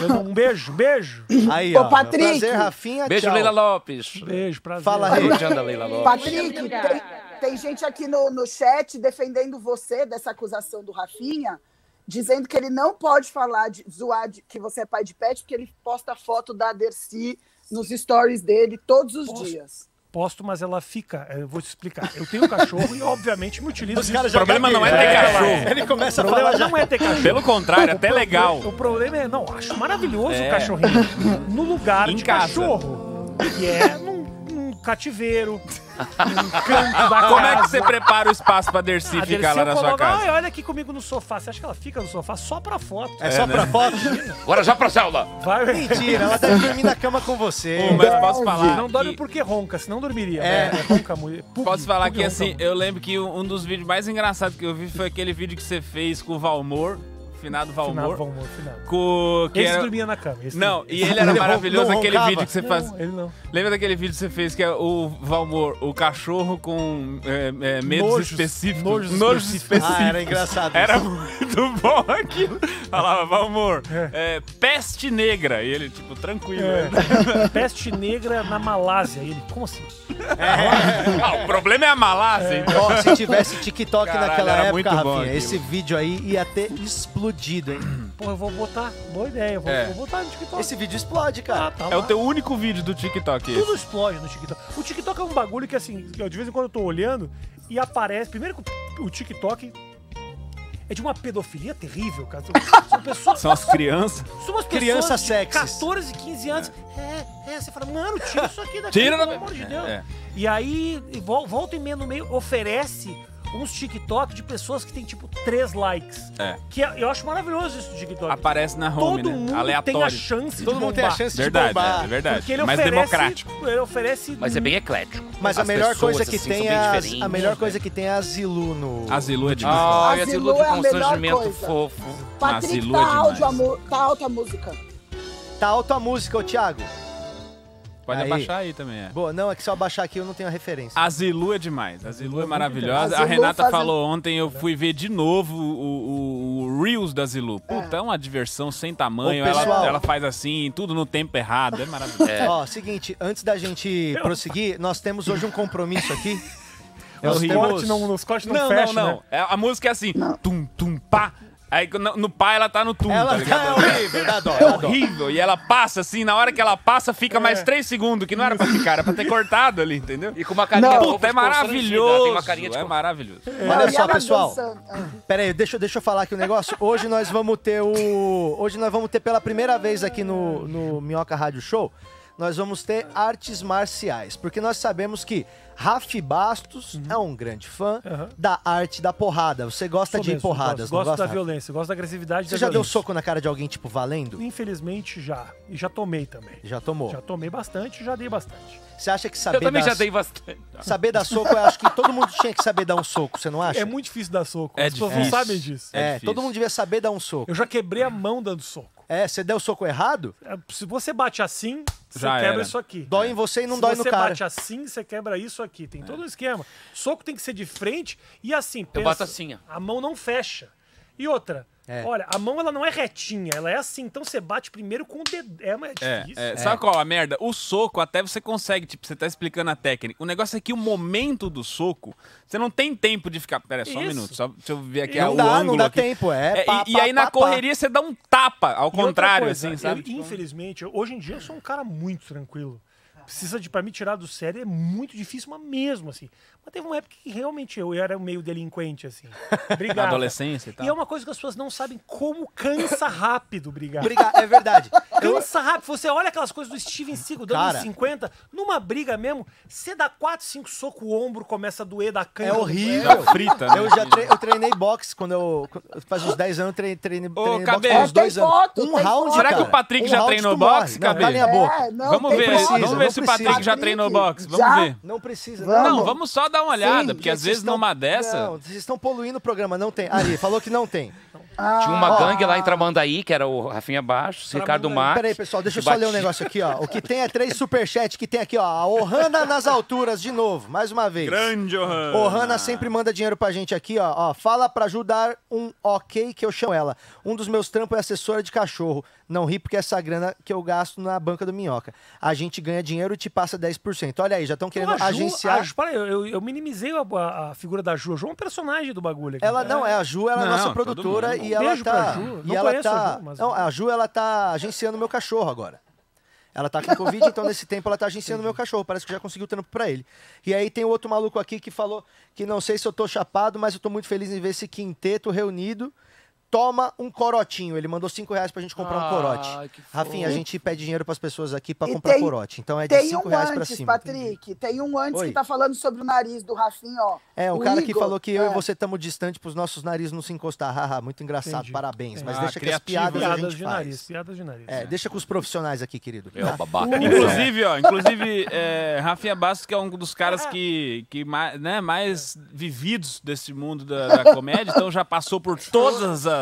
[SPEAKER 5] Eu não- Um beijo, beijo.
[SPEAKER 1] Aí,
[SPEAKER 4] Ô,
[SPEAKER 1] ó.
[SPEAKER 4] Patrick.
[SPEAKER 1] Prazer, Rafinha.
[SPEAKER 3] Beijo,
[SPEAKER 1] tchau.
[SPEAKER 3] Leila Lopes.
[SPEAKER 5] Beijo, prazer.
[SPEAKER 1] Fala, Rei.
[SPEAKER 3] Beijo, anda, Leila Lopes.
[SPEAKER 4] Patrick, tem, tem gente aqui no, no chat defendendo você dessa acusação do Rafinha, dizendo que ele não pode falar de zoar de- que você é pai de pet, porque ele posta foto da Dercy nos stories dele todos os
[SPEAKER 5] Posso?
[SPEAKER 4] dias.
[SPEAKER 5] Posto, mas ela fica. Eu vou te explicar. Eu tenho um cachorro e, obviamente, me utilizo.
[SPEAKER 1] Os
[SPEAKER 5] disso.
[SPEAKER 1] caras já
[SPEAKER 2] O problema não é
[SPEAKER 1] caguei.
[SPEAKER 2] ter cachorro.
[SPEAKER 1] Ele começa
[SPEAKER 5] O
[SPEAKER 1] a falar
[SPEAKER 5] problema
[SPEAKER 1] já.
[SPEAKER 5] não é ter cachorro.
[SPEAKER 2] Pelo contrário, até legal.
[SPEAKER 5] O problema é, não, acho maravilhoso
[SPEAKER 2] É. <laughs>
[SPEAKER 5] o cachorrinho no lugar
[SPEAKER 2] Em
[SPEAKER 5] de
[SPEAKER 2] casa.
[SPEAKER 5] cachorro. Que é num, num cativeiro,
[SPEAKER 2] <laughs>
[SPEAKER 5] num canto da
[SPEAKER 2] Como
[SPEAKER 5] casa.
[SPEAKER 2] é que você prepara o espaço pra Dercy
[SPEAKER 5] A
[SPEAKER 2] ficar
[SPEAKER 5] Dercy
[SPEAKER 2] lá na
[SPEAKER 5] eu
[SPEAKER 2] sua
[SPEAKER 5] coloco,
[SPEAKER 2] casa?
[SPEAKER 5] Ai, olha aqui comigo no sofá. Você acha que ela fica no sofá só pra foto?
[SPEAKER 1] É só pra foto?
[SPEAKER 3] Agora já pra célula.
[SPEAKER 5] Vai,
[SPEAKER 1] Mentira, ela deve dormir na cama com você.
[SPEAKER 2] Pô, mas posso falar.
[SPEAKER 5] Não dorme
[SPEAKER 2] que-
[SPEAKER 5] porque ronca, senão dormiria.
[SPEAKER 1] É.
[SPEAKER 5] Né? Ronca muito. Pug,
[SPEAKER 2] Posso falar
[SPEAKER 5] pug
[SPEAKER 2] que
[SPEAKER 5] ronca
[SPEAKER 2] assim,
[SPEAKER 5] muito.
[SPEAKER 2] eu lembro que um um dos vídeos mais engraçados que eu vi foi aquele vídeo que você fez com o Valmor, finado
[SPEAKER 5] Final,
[SPEAKER 2] Valmor,
[SPEAKER 5] Valmor, final.
[SPEAKER 2] com que
[SPEAKER 5] Esse
[SPEAKER 2] era...
[SPEAKER 5] dormia na cama. esse
[SPEAKER 2] Não,
[SPEAKER 5] dormia.
[SPEAKER 2] e ele era
[SPEAKER 1] Ele ron-
[SPEAKER 2] maravilhoso,
[SPEAKER 1] não
[SPEAKER 2] aquele
[SPEAKER 1] roncava?
[SPEAKER 2] vídeo que você
[SPEAKER 5] Não, é-
[SPEAKER 2] faz.
[SPEAKER 5] ele não.
[SPEAKER 2] Lembra daquele vídeo que você fez que é o Valmor, o cachorro com é, é, medos
[SPEAKER 5] Nojos,
[SPEAKER 2] específicos?
[SPEAKER 5] nojos específicos.
[SPEAKER 2] específicos.
[SPEAKER 1] Ah, era engraçado.
[SPEAKER 2] Era
[SPEAKER 1] isso.
[SPEAKER 2] muito bom aquilo. Falava, Valmor, é, peste negra. E ele, tipo, tranquilo.
[SPEAKER 5] É. <laughs> Peste negra na Malásia. Ele, como assim?
[SPEAKER 2] Ah, o problema é a Malásia, então.
[SPEAKER 1] Ó, se tivesse TikTok
[SPEAKER 2] Caralho,
[SPEAKER 1] naquela
[SPEAKER 2] era
[SPEAKER 1] época,
[SPEAKER 2] muito bom
[SPEAKER 1] Rafinha,
[SPEAKER 2] aquilo.
[SPEAKER 1] esse vídeo aí ia ter explodido, hein?
[SPEAKER 5] Porra, eu vou botar. Boa ideia, eu vou,
[SPEAKER 2] É.
[SPEAKER 5] vou botar no TikTok.
[SPEAKER 1] Esse vídeo explode,
[SPEAKER 5] Ah,
[SPEAKER 1] cara.
[SPEAKER 5] tá
[SPEAKER 2] É o
[SPEAKER 5] lá.
[SPEAKER 2] teu único vídeo do TikTok esse.
[SPEAKER 5] Tudo explode no TikTok. O TikTok é um bagulho que, assim, eu, de vez em quando eu tô olhando e aparece. Primeiro que o o TikTok é de uma pedofilia terrível, cara. São pessoas.
[SPEAKER 2] São as crianças.
[SPEAKER 5] São umas
[SPEAKER 1] Crianças
[SPEAKER 5] pessoas de
[SPEAKER 1] sexys.
[SPEAKER 5] 14, 15 anos. É. é, você fala, mano, tira isso aqui daqui,
[SPEAKER 2] Tira da-
[SPEAKER 5] pelo amor de Deus.
[SPEAKER 2] É.
[SPEAKER 5] E aí, e vol- volta e meia no meio, oferece uns TikTok de pessoas que tem, tipo, 3 likes.
[SPEAKER 2] É.
[SPEAKER 5] Que é- eu acho maravilhoso isso do TikTok.
[SPEAKER 2] Aparece na home,
[SPEAKER 5] Todo
[SPEAKER 2] né?
[SPEAKER 5] mundo
[SPEAKER 2] Aleatório.
[SPEAKER 5] tem a chance
[SPEAKER 1] Todo
[SPEAKER 5] de
[SPEAKER 1] mundo tem a
[SPEAKER 5] bombar.
[SPEAKER 1] chance
[SPEAKER 2] Verdade,
[SPEAKER 1] de
[SPEAKER 2] é, é
[SPEAKER 1] bombar.
[SPEAKER 2] verdade.
[SPEAKER 5] Porque ele
[SPEAKER 2] Mais
[SPEAKER 5] oferece,
[SPEAKER 2] democrático.
[SPEAKER 5] Ele oferece
[SPEAKER 3] Mas é bem eclético.
[SPEAKER 1] Mas a
[SPEAKER 3] As
[SPEAKER 1] melhor
[SPEAKER 3] pessoas,
[SPEAKER 1] coisa que
[SPEAKER 3] assim,
[SPEAKER 1] tem
[SPEAKER 3] são
[SPEAKER 1] é
[SPEAKER 3] bem
[SPEAKER 1] as,
[SPEAKER 3] diferentes,
[SPEAKER 1] a melhor
[SPEAKER 3] né?
[SPEAKER 1] coisa que tem é a Zilu no.
[SPEAKER 2] Asilu é demais.
[SPEAKER 3] Ah,
[SPEAKER 4] Asilu
[SPEAKER 3] e a Zilu de
[SPEAKER 4] é a melhor
[SPEAKER 3] constrangimento
[SPEAKER 4] coisa.
[SPEAKER 3] fofo.
[SPEAKER 4] Patrick,
[SPEAKER 2] Zilu é
[SPEAKER 4] tá, áudio,
[SPEAKER 2] demais.
[SPEAKER 4] amor, tá alta a música.
[SPEAKER 1] Tá alto a música, ô Thiago.
[SPEAKER 2] Pode
[SPEAKER 1] Aí.
[SPEAKER 2] abaixar aí também, é.
[SPEAKER 1] Boa, não, é que se eu abaixar aqui eu não tenho a referência.
[SPEAKER 2] Asilu é demais. Asilu é maravilhosa.
[SPEAKER 4] Asilu
[SPEAKER 2] a Renata
[SPEAKER 4] fazendo-
[SPEAKER 2] falou ontem, eu fui ver de novo o, o- o Reels da Asilu. Puta, é uma diversão sem tamanho.
[SPEAKER 1] Ô, pessoal.
[SPEAKER 2] ela, ela faz assim, tudo no tempo errado. É maravilhoso.
[SPEAKER 1] Ó, seguinte, antes da gente prosseguir, nós temos hoje um compromisso aqui.
[SPEAKER 5] Os
[SPEAKER 1] Nós temos-
[SPEAKER 5] cortes não, os cortes não,
[SPEAKER 2] Não, não,
[SPEAKER 5] fecham,
[SPEAKER 2] não.
[SPEAKER 5] né?
[SPEAKER 2] É- A música é assim, tum, tum, pá. Aí no, no pá ela tá no tum, tá
[SPEAKER 1] Ela
[SPEAKER 2] ligado?
[SPEAKER 1] tá horrível, dá dó,
[SPEAKER 2] É
[SPEAKER 1] dá dó. É.
[SPEAKER 2] horrível. E ela passa assim, na hora que ela passa, fica mais três segundos, que não era pra ficar, era pra ter cortado ali, entendeu?
[SPEAKER 3] E com uma carinha
[SPEAKER 4] Não.
[SPEAKER 3] fofa
[SPEAKER 2] Puta, é
[SPEAKER 3] de constrangida.
[SPEAKER 2] maravilhoso.
[SPEAKER 3] Tem uma carinha de
[SPEAKER 2] É maravilhoso.
[SPEAKER 4] Não,
[SPEAKER 1] Olha
[SPEAKER 4] Tá, e
[SPEAKER 1] só,
[SPEAKER 4] ela
[SPEAKER 1] pessoal.
[SPEAKER 4] dançando.
[SPEAKER 1] Pera aí, deixa, eu- deixa eu falar aqui um negócio. Hoje nós vamos ter o. Hoje nós vamos ter pela primeira vez aqui no, no Minhoca Rádio Show. Nós vamos ter artes marciais. Porque nós sabemos que Raf Bastos é um grande fã
[SPEAKER 5] Uhum.
[SPEAKER 1] da arte da porrada. Você gosta
[SPEAKER 5] Sou
[SPEAKER 1] de
[SPEAKER 5] mesmo,
[SPEAKER 1] porradas,
[SPEAKER 5] gosto,
[SPEAKER 1] não
[SPEAKER 5] gosto
[SPEAKER 1] gosta?
[SPEAKER 5] da
[SPEAKER 1] Rafa?
[SPEAKER 5] violência, gosto da agressividade
[SPEAKER 1] Você
[SPEAKER 5] da
[SPEAKER 1] já deu
[SPEAKER 5] violência.
[SPEAKER 1] soco na cara de alguém, tipo, valendo?
[SPEAKER 5] Infelizmente já. E já tomei também.
[SPEAKER 1] Já tomou.
[SPEAKER 5] Já tomei bastante, já dei bastante.
[SPEAKER 1] Você acha que
[SPEAKER 3] Eu
[SPEAKER 1] saber
[SPEAKER 3] também
[SPEAKER 1] dar,
[SPEAKER 3] já dei bastante.
[SPEAKER 1] saber dar soco, eu acho que todo mundo tinha que saber dar um soco, você não acha?
[SPEAKER 5] É muito difícil dar soco.
[SPEAKER 2] É
[SPEAKER 5] As pessoas não
[SPEAKER 2] difícil.
[SPEAKER 5] sabem disso.
[SPEAKER 1] É,
[SPEAKER 2] difícil.
[SPEAKER 1] todo mundo devia saber dar um soco.
[SPEAKER 5] Eu já quebrei a mão dando soco.
[SPEAKER 1] É, você deu o soco errado,
[SPEAKER 5] É, Se você bate assim, você
[SPEAKER 2] Já
[SPEAKER 5] quebra
[SPEAKER 2] era.
[SPEAKER 5] isso aqui.
[SPEAKER 1] dói em você e não
[SPEAKER 5] Se
[SPEAKER 1] dói
[SPEAKER 5] você
[SPEAKER 1] no cara. É.
[SPEAKER 5] bate assim, você quebra isso aqui. Tem todo um esquema. Soco tem que ser de frente e assim. Pensa,
[SPEAKER 3] bato assim, ó.
[SPEAKER 5] A mão não fecha. E outra.
[SPEAKER 1] É.
[SPEAKER 5] Olha, a mão ela não é retinha, ela é assim. Então você bate primeiro com o dedo. É, mas é
[SPEAKER 2] É,
[SPEAKER 5] difícil.
[SPEAKER 2] é, sabe qual a merda? O soco até você consegue, tipo, você tá explicando a técnica. O negócio é que o momento do soco, você não tem tempo de ficar. Pera, aí, só um
[SPEAKER 5] Isso.
[SPEAKER 2] minuto, só deixa eu ver aqui
[SPEAKER 1] Não
[SPEAKER 2] ah, o
[SPEAKER 1] dá, não
[SPEAKER 2] ângulo.
[SPEAKER 1] dá
[SPEAKER 2] aqui.
[SPEAKER 1] tempo, é,
[SPEAKER 2] e-
[SPEAKER 1] pá,
[SPEAKER 2] e,
[SPEAKER 1] pá,
[SPEAKER 2] aí na
[SPEAKER 1] pá, pá.
[SPEAKER 2] correria você dá um tapa, ao
[SPEAKER 5] E outra
[SPEAKER 2] contrário,
[SPEAKER 5] coisa,
[SPEAKER 2] assim,
[SPEAKER 5] eu,
[SPEAKER 2] sabe? Tipo,
[SPEAKER 5] infelizmente, eu- hoje em dia eu sou um cara muito tranquilo. precisa de pra me tirar do sério é muito difícil, mas mesmo assim. Mas teve uma época que realmente eu era meio
[SPEAKER 2] <laughs>
[SPEAKER 5] delinquente, assim.
[SPEAKER 2] Na
[SPEAKER 5] Brigava.
[SPEAKER 2] adolescência e tal.
[SPEAKER 5] E é uma coisa que as pessoas não sabem como cansa rápido brigar.
[SPEAKER 1] Obrigado, é verdade.
[SPEAKER 5] Cansa rápido. Você olha aquelas coisas do Steven Seagal dando
[SPEAKER 1] Cara.
[SPEAKER 5] uns 50, numa briga mesmo, você dá 4, 5 socos, o ombro começa a doer
[SPEAKER 2] <laughs>
[SPEAKER 5] da canha.
[SPEAKER 1] É
[SPEAKER 5] do-
[SPEAKER 1] horrível.
[SPEAKER 2] frita, né?
[SPEAKER 1] Eu já tre- eu treinei boxe quando eu. quando- Faz uns 10 anos eu treinei, treinei, treinei boxe
[SPEAKER 2] Cabelo.
[SPEAKER 1] por uns
[SPEAKER 4] Tem
[SPEAKER 1] 2 anos.
[SPEAKER 4] foto,
[SPEAKER 1] um
[SPEAKER 4] tem
[SPEAKER 1] round,
[SPEAKER 4] foto.
[SPEAKER 2] Será que
[SPEAKER 1] cara,
[SPEAKER 2] o Patrick
[SPEAKER 1] um
[SPEAKER 2] já
[SPEAKER 1] round
[SPEAKER 2] treinou
[SPEAKER 1] tu morre.
[SPEAKER 2] boxe,
[SPEAKER 1] Não,
[SPEAKER 2] Cabelo?
[SPEAKER 1] calem a boca.
[SPEAKER 4] É, não
[SPEAKER 2] vamos
[SPEAKER 4] tem
[SPEAKER 2] ver,
[SPEAKER 4] precisa,
[SPEAKER 2] vamos ver
[SPEAKER 1] não
[SPEAKER 2] se o
[SPEAKER 1] precisa.
[SPEAKER 2] Patrick já treinou boxe. Vamos
[SPEAKER 4] já?
[SPEAKER 2] ver.
[SPEAKER 1] Não precisa.
[SPEAKER 4] Vamos.
[SPEAKER 2] Não, vamos só dar uma olhada,
[SPEAKER 4] Sim,
[SPEAKER 2] porque às
[SPEAKER 1] Vocês
[SPEAKER 2] vezes
[SPEAKER 1] estão-
[SPEAKER 2] numa dessa.
[SPEAKER 1] Não, vocês estão poluindo o programa, não tem. Ari, falou que não tem. Ah,
[SPEAKER 3] Tinha uma gangue lá em Tramandaí, que era o Rafinha Baixos, Ricardo
[SPEAKER 5] Tramandaí.
[SPEAKER 3] Max.
[SPEAKER 1] Peraí, pessoal, deixa eu só ler um
[SPEAKER 3] Bati-
[SPEAKER 1] negócio aqui, ó. O que tem é três superchats que tem aqui, ó. A Ohana nas alturas, de novo, mais uma vez.
[SPEAKER 2] Grande, Ohana.
[SPEAKER 1] Ohana sempre manda dinheiro pra gente aqui, ó. ó fala pra ajudar um ok que eu chamo ela. Um dos meus trampos é assessora de cachorro. Não ri porque é essa grana que eu gasto na banca do Minhoca. A gente ganha dinheiro e te passa 10%. Olha aí, já estão
[SPEAKER 5] Então,
[SPEAKER 1] querendo
[SPEAKER 5] a Ju-
[SPEAKER 1] agenciar.
[SPEAKER 5] a Ju- para, eu, eu- eu minimizei a, a- a figura da Ju. A Ju é um personagem do bagulho. aqui.
[SPEAKER 1] Ela não, é a Ju, ela é a
[SPEAKER 2] Não,
[SPEAKER 1] nossa
[SPEAKER 2] todo
[SPEAKER 1] produtora
[SPEAKER 2] mundo.
[SPEAKER 1] e ela
[SPEAKER 5] Beijo
[SPEAKER 1] tá.
[SPEAKER 5] pra Ju. Não
[SPEAKER 1] e ela
[SPEAKER 5] conheço a
[SPEAKER 1] tá.
[SPEAKER 5] Ju, mas-
[SPEAKER 1] Não, a Ju ela tá agenciando meu cachorro agora. Ela tá com Covid, então nesse tempo ela tá agenciando meu cachorro. Parece que já conseguiu trampo pra ele. E aí tem outro maluco aqui que falou que não sei se eu tô chapado, mas eu tô muito feliz em ver esse quinteto reunido. Toma um corotinho. Ele mandou cinco reais pra gente comprar um
[SPEAKER 3] Ah,
[SPEAKER 1] corote.
[SPEAKER 3] que fofo.
[SPEAKER 1] Rafinha, a gente pede dinheiro pras pessoas aqui pra
[SPEAKER 4] E
[SPEAKER 1] comprar
[SPEAKER 4] tem-
[SPEAKER 1] corote. Então é de
[SPEAKER 4] Tem
[SPEAKER 1] cinco
[SPEAKER 4] um
[SPEAKER 1] reais pra
[SPEAKER 4] antes,
[SPEAKER 1] cima.
[SPEAKER 4] Patrick. Tem um antes
[SPEAKER 1] Oi.
[SPEAKER 4] que tá falando sobre o nariz do Rafinha, ó.
[SPEAKER 1] É, um
[SPEAKER 4] O
[SPEAKER 1] cara que
[SPEAKER 4] Igor,
[SPEAKER 1] falou que eu
[SPEAKER 4] é.
[SPEAKER 1] e você estamos distante pros nossos narizes não se encostar. Haha, muito engraçado,
[SPEAKER 5] Entendi.
[SPEAKER 4] É.
[SPEAKER 1] parabéns. Mas
[SPEAKER 2] Ah,
[SPEAKER 1] deixa que as
[SPEAKER 2] criativo,
[SPEAKER 1] piadas, a
[SPEAKER 5] É. Piadas
[SPEAKER 1] gente
[SPEAKER 5] de
[SPEAKER 1] faz.
[SPEAKER 5] nariz. Piadas de nariz.
[SPEAKER 1] É, deixa com os profissionais aqui, querido. Tá?
[SPEAKER 3] É, o babaca.
[SPEAKER 1] <laughs>
[SPEAKER 2] Inclusive, ó, inclusive, é, Rafinha Bastos, que é um dos caras que, que mais, né, mais vividos desse mundo da, da comédia, então já passou por todas as,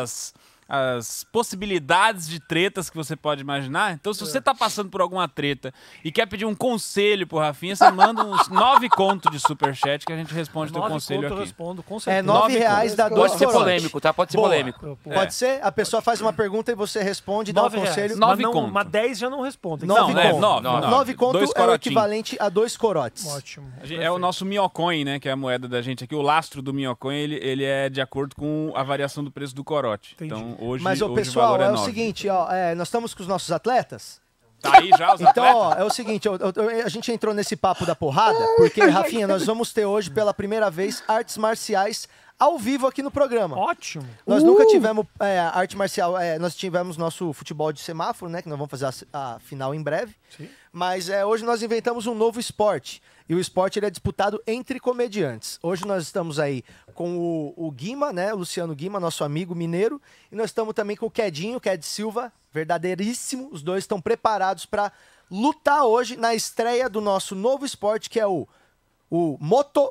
[SPEAKER 2] as possibilidades de tretas que você pode imaginar. Então, se você tá passando por alguma treta e quer pedir um conselho pro Rafinha, você manda uns nove contos de superchat que a gente responde teu
[SPEAKER 5] Nove
[SPEAKER 2] conselho
[SPEAKER 5] conto eu
[SPEAKER 2] aqui.
[SPEAKER 5] respondo, com certeza.
[SPEAKER 1] É nove
[SPEAKER 2] Nove
[SPEAKER 1] reais dá dois
[SPEAKER 3] Pode ser
[SPEAKER 1] corote.
[SPEAKER 3] polêmico, tá? Pode ser
[SPEAKER 1] Boa.
[SPEAKER 3] polêmico.
[SPEAKER 5] Eu- pô,
[SPEAKER 1] Pode ser? A pessoa faz uma pergunta e você responde, dá um
[SPEAKER 5] nove reais.
[SPEAKER 1] conselho.
[SPEAKER 2] É. Nove
[SPEAKER 5] Mas não-
[SPEAKER 2] conto.
[SPEAKER 5] Mas 10 já não responde.
[SPEAKER 2] Não,
[SPEAKER 1] Nove
[SPEAKER 2] né?
[SPEAKER 1] conto.
[SPEAKER 2] Nove,
[SPEAKER 1] Nove
[SPEAKER 2] nove.
[SPEAKER 1] conto
[SPEAKER 2] Dois
[SPEAKER 1] é o
[SPEAKER 2] corotinho.
[SPEAKER 1] equivalente a dois corotes.
[SPEAKER 5] Ótimo.
[SPEAKER 2] A gente- É o nosso minhocoin, né? Que é a moeda da gente aqui. O lastro do minhocoin, ele, ele é de acordo com a variação do preço do corote.
[SPEAKER 5] Entendi.
[SPEAKER 2] Então, hoje,
[SPEAKER 1] Mas,
[SPEAKER 2] hoje
[SPEAKER 1] ô,
[SPEAKER 2] o
[SPEAKER 1] pessoal,
[SPEAKER 2] valor é,
[SPEAKER 1] é o
[SPEAKER 2] nove.
[SPEAKER 1] seguinte, ó, é, nós estamos com os nossos atletas.
[SPEAKER 2] Tá aí já os
[SPEAKER 1] Então,
[SPEAKER 2] atletas?
[SPEAKER 1] ó, é o seguinte, eu- eu- eu- a gente entrou nesse papo da porrada, porque, Rafinha, nós vamos ter hoje, pela primeira vez, artes marciais ao vivo aqui no programa.
[SPEAKER 5] Ótimo.
[SPEAKER 1] Nós nunca tivemos é, arte marcial, é, nós tivemos nosso futebol de semáforo, né? Que nós vamos fazer a se- a, final em breve. Mas é, hoje nós inventamos um novo esporte. E o esporte ele é disputado entre comediantes. Hoje nós estamos aí com o, o Guima, né? Luciano Guima, nosso amigo mineiro. E nós estamos também com o Quedinho, Qued Silva, verdadeiríssimo. Os dois estão preparados para lutar hoje na estreia do nosso novo esporte, que é o, o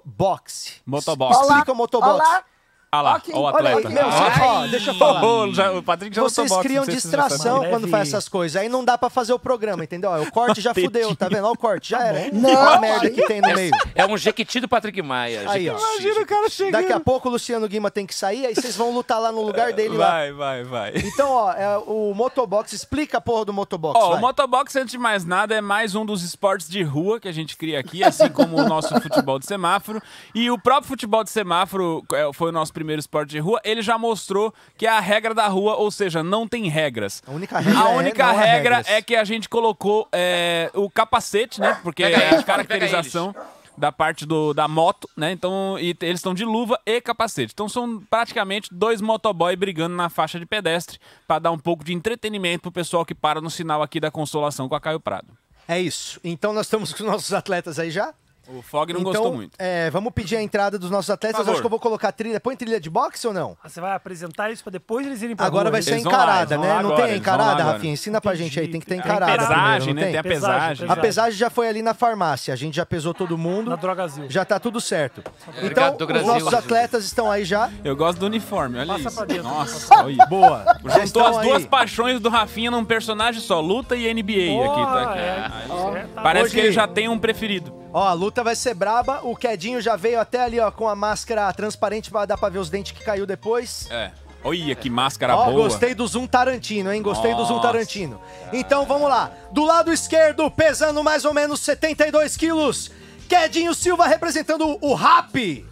[SPEAKER 1] motoboxe.
[SPEAKER 2] Motoboxe.
[SPEAKER 1] Explica o motoboxe.
[SPEAKER 4] Olá,
[SPEAKER 2] Ah lá,
[SPEAKER 4] Ok.
[SPEAKER 2] ó o
[SPEAKER 4] Olha aí,
[SPEAKER 2] atleta.
[SPEAKER 1] meu,
[SPEAKER 2] Ah, <laughs>
[SPEAKER 1] ó, deixa eu falar.
[SPEAKER 2] Ô, ô, já- o Patrick já
[SPEAKER 1] Vocês
[SPEAKER 2] botou boxe,
[SPEAKER 1] criam
[SPEAKER 2] não sei se vocês já
[SPEAKER 1] distração
[SPEAKER 5] sabem.
[SPEAKER 1] quando
[SPEAKER 5] Breve.
[SPEAKER 1] faz essas coisas. Aí não dá pra fazer o programa, entendeu? Ó, O corte já fudeu, tá vendo? Ó, o corte, já era.
[SPEAKER 4] Não,
[SPEAKER 1] Olha a
[SPEAKER 4] aí-
[SPEAKER 1] merda que tem no meio.
[SPEAKER 3] É um jequiti do Patrick Maia.
[SPEAKER 1] Aí, ó.
[SPEAKER 2] Imagina o cara chegando.
[SPEAKER 1] Daqui a pouco o Luciano Guima tem que sair, aí vocês vão lutar lá no lugar dele lá.
[SPEAKER 2] É, Vai, vai, vai.
[SPEAKER 1] Então, ó, é, o motobox, explica a porra do motobox.
[SPEAKER 2] Ó,
[SPEAKER 1] vai.
[SPEAKER 2] o motobox, antes de mais nada, é mais um dos esportes de rua que a gente cria aqui, assim como
[SPEAKER 1] <laughs>
[SPEAKER 2] o nosso futebol de semáforo. E o próprio futebol de semáforo é, foi o nosso primeiro esporte de rua. Ele já mostrou que é a regra da rua, ou seja, não tem regras.
[SPEAKER 1] A única regra
[SPEAKER 2] A
[SPEAKER 1] é
[SPEAKER 2] única
[SPEAKER 1] não há
[SPEAKER 2] regra
[SPEAKER 1] regras.
[SPEAKER 2] é que a gente colocou é, o capacete, né? Porque
[SPEAKER 3] Pega
[SPEAKER 2] é
[SPEAKER 3] eles,
[SPEAKER 2] a caracterização da parte do, da moto, né? Então, e t- eles estão de luva e capacete. Então são praticamente dois motoboy brigando na faixa de pedestre para dar um pouco de entretenimento pro pessoal que para no sinal aqui da Consolação com a Caio Prado.
[SPEAKER 1] É isso. Então nós estamos com os nossos atletas aí já.
[SPEAKER 2] O Fog não
[SPEAKER 1] então,
[SPEAKER 2] gostou muito.
[SPEAKER 1] é, vamos pedir a entrada dos nossos atletas.
[SPEAKER 2] favor.
[SPEAKER 1] Acho que eu vou colocar trilha. Põe trilha de boxe ou não?
[SPEAKER 5] Ah, Você vai apresentar isso pra depois eles irem pra
[SPEAKER 1] Agora
[SPEAKER 5] rua,
[SPEAKER 1] vai
[SPEAKER 5] né?
[SPEAKER 1] ser
[SPEAKER 2] Eles vão lá,
[SPEAKER 1] encarada,
[SPEAKER 2] eles vão
[SPEAKER 1] né?
[SPEAKER 2] lá
[SPEAKER 1] não
[SPEAKER 2] agora,
[SPEAKER 1] tem
[SPEAKER 2] eles vão lá
[SPEAKER 1] encarada,
[SPEAKER 2] agora.
[SPEAKER 1] Rafinha? Ensina pra gente aí, tem que ter
[SPEAKER 5] Tem
[SPEAKER 1] encarada.
[SPEAKER 2] pesagem,
[SPEAKER 1] primeiro, é não
[SPEAKER 2] né? Tem a pesagem.
[SPEAKER 1] A pesagem já foi ali na farmácia. A gente já pesou todo mundo.
[SPEAKER 5] Na Drogazil.
[SPEAKER 1] Já tá tudo certo.
[SPEAKER 3] Obrigado,
[SPEAKER 1] então, os
[SPEAKER 3] Brasil.
[SPEAKER 1] nossos atletas estão aí já.
[SPEAKER 2] Eu gosto do uniforme, olha
[SPEAKER 5] Passa pra
[SPEAKER 2] isso.
[SPEAKER 5] dentro.
[SPEAKER 2] Nossa, olha.
[SPEAKER 1] Boa. <laughs> Já
[SPEAKER 2] Juntou
[SPEAKER 1] estão
[SPEAKER 2] as duas
[SPEAKER 1] aí.
[SPEAKER 2] paixões do Rafinha num personagem só, luta e NBA aqui. Tá
[SPEAKER 5] Porra, é, é, tá
[SPEAKER 2] Parece
[SPEAKER 1] Hoje-
[SPEAKER 2] que ele já tem um preferido.
[SPEAKER 1] Ó, a luta vai ser braba. O Quedinho já veio até ali, ó, com a máscara transparente pra dar pra ver os dentes que caiu depois.
[SPEAKER 2] É. Olha que máscara
[SPEAKER 1] Ó,
[SPEAKER 2] boa.
[SPEAKER 1] gostei do Zoom Tarantino, hein? Gostei do Zoom
[SPEAKER 2] Nossa.
[SPEAKER 1] Tarantino. Então vamos lá. Do lado esquerdo, pesando mais ou menos 72 quilos, Quedinho Silva representando o
[SPEAKER 2] <laughs>
[SPEAKER 1] Rap.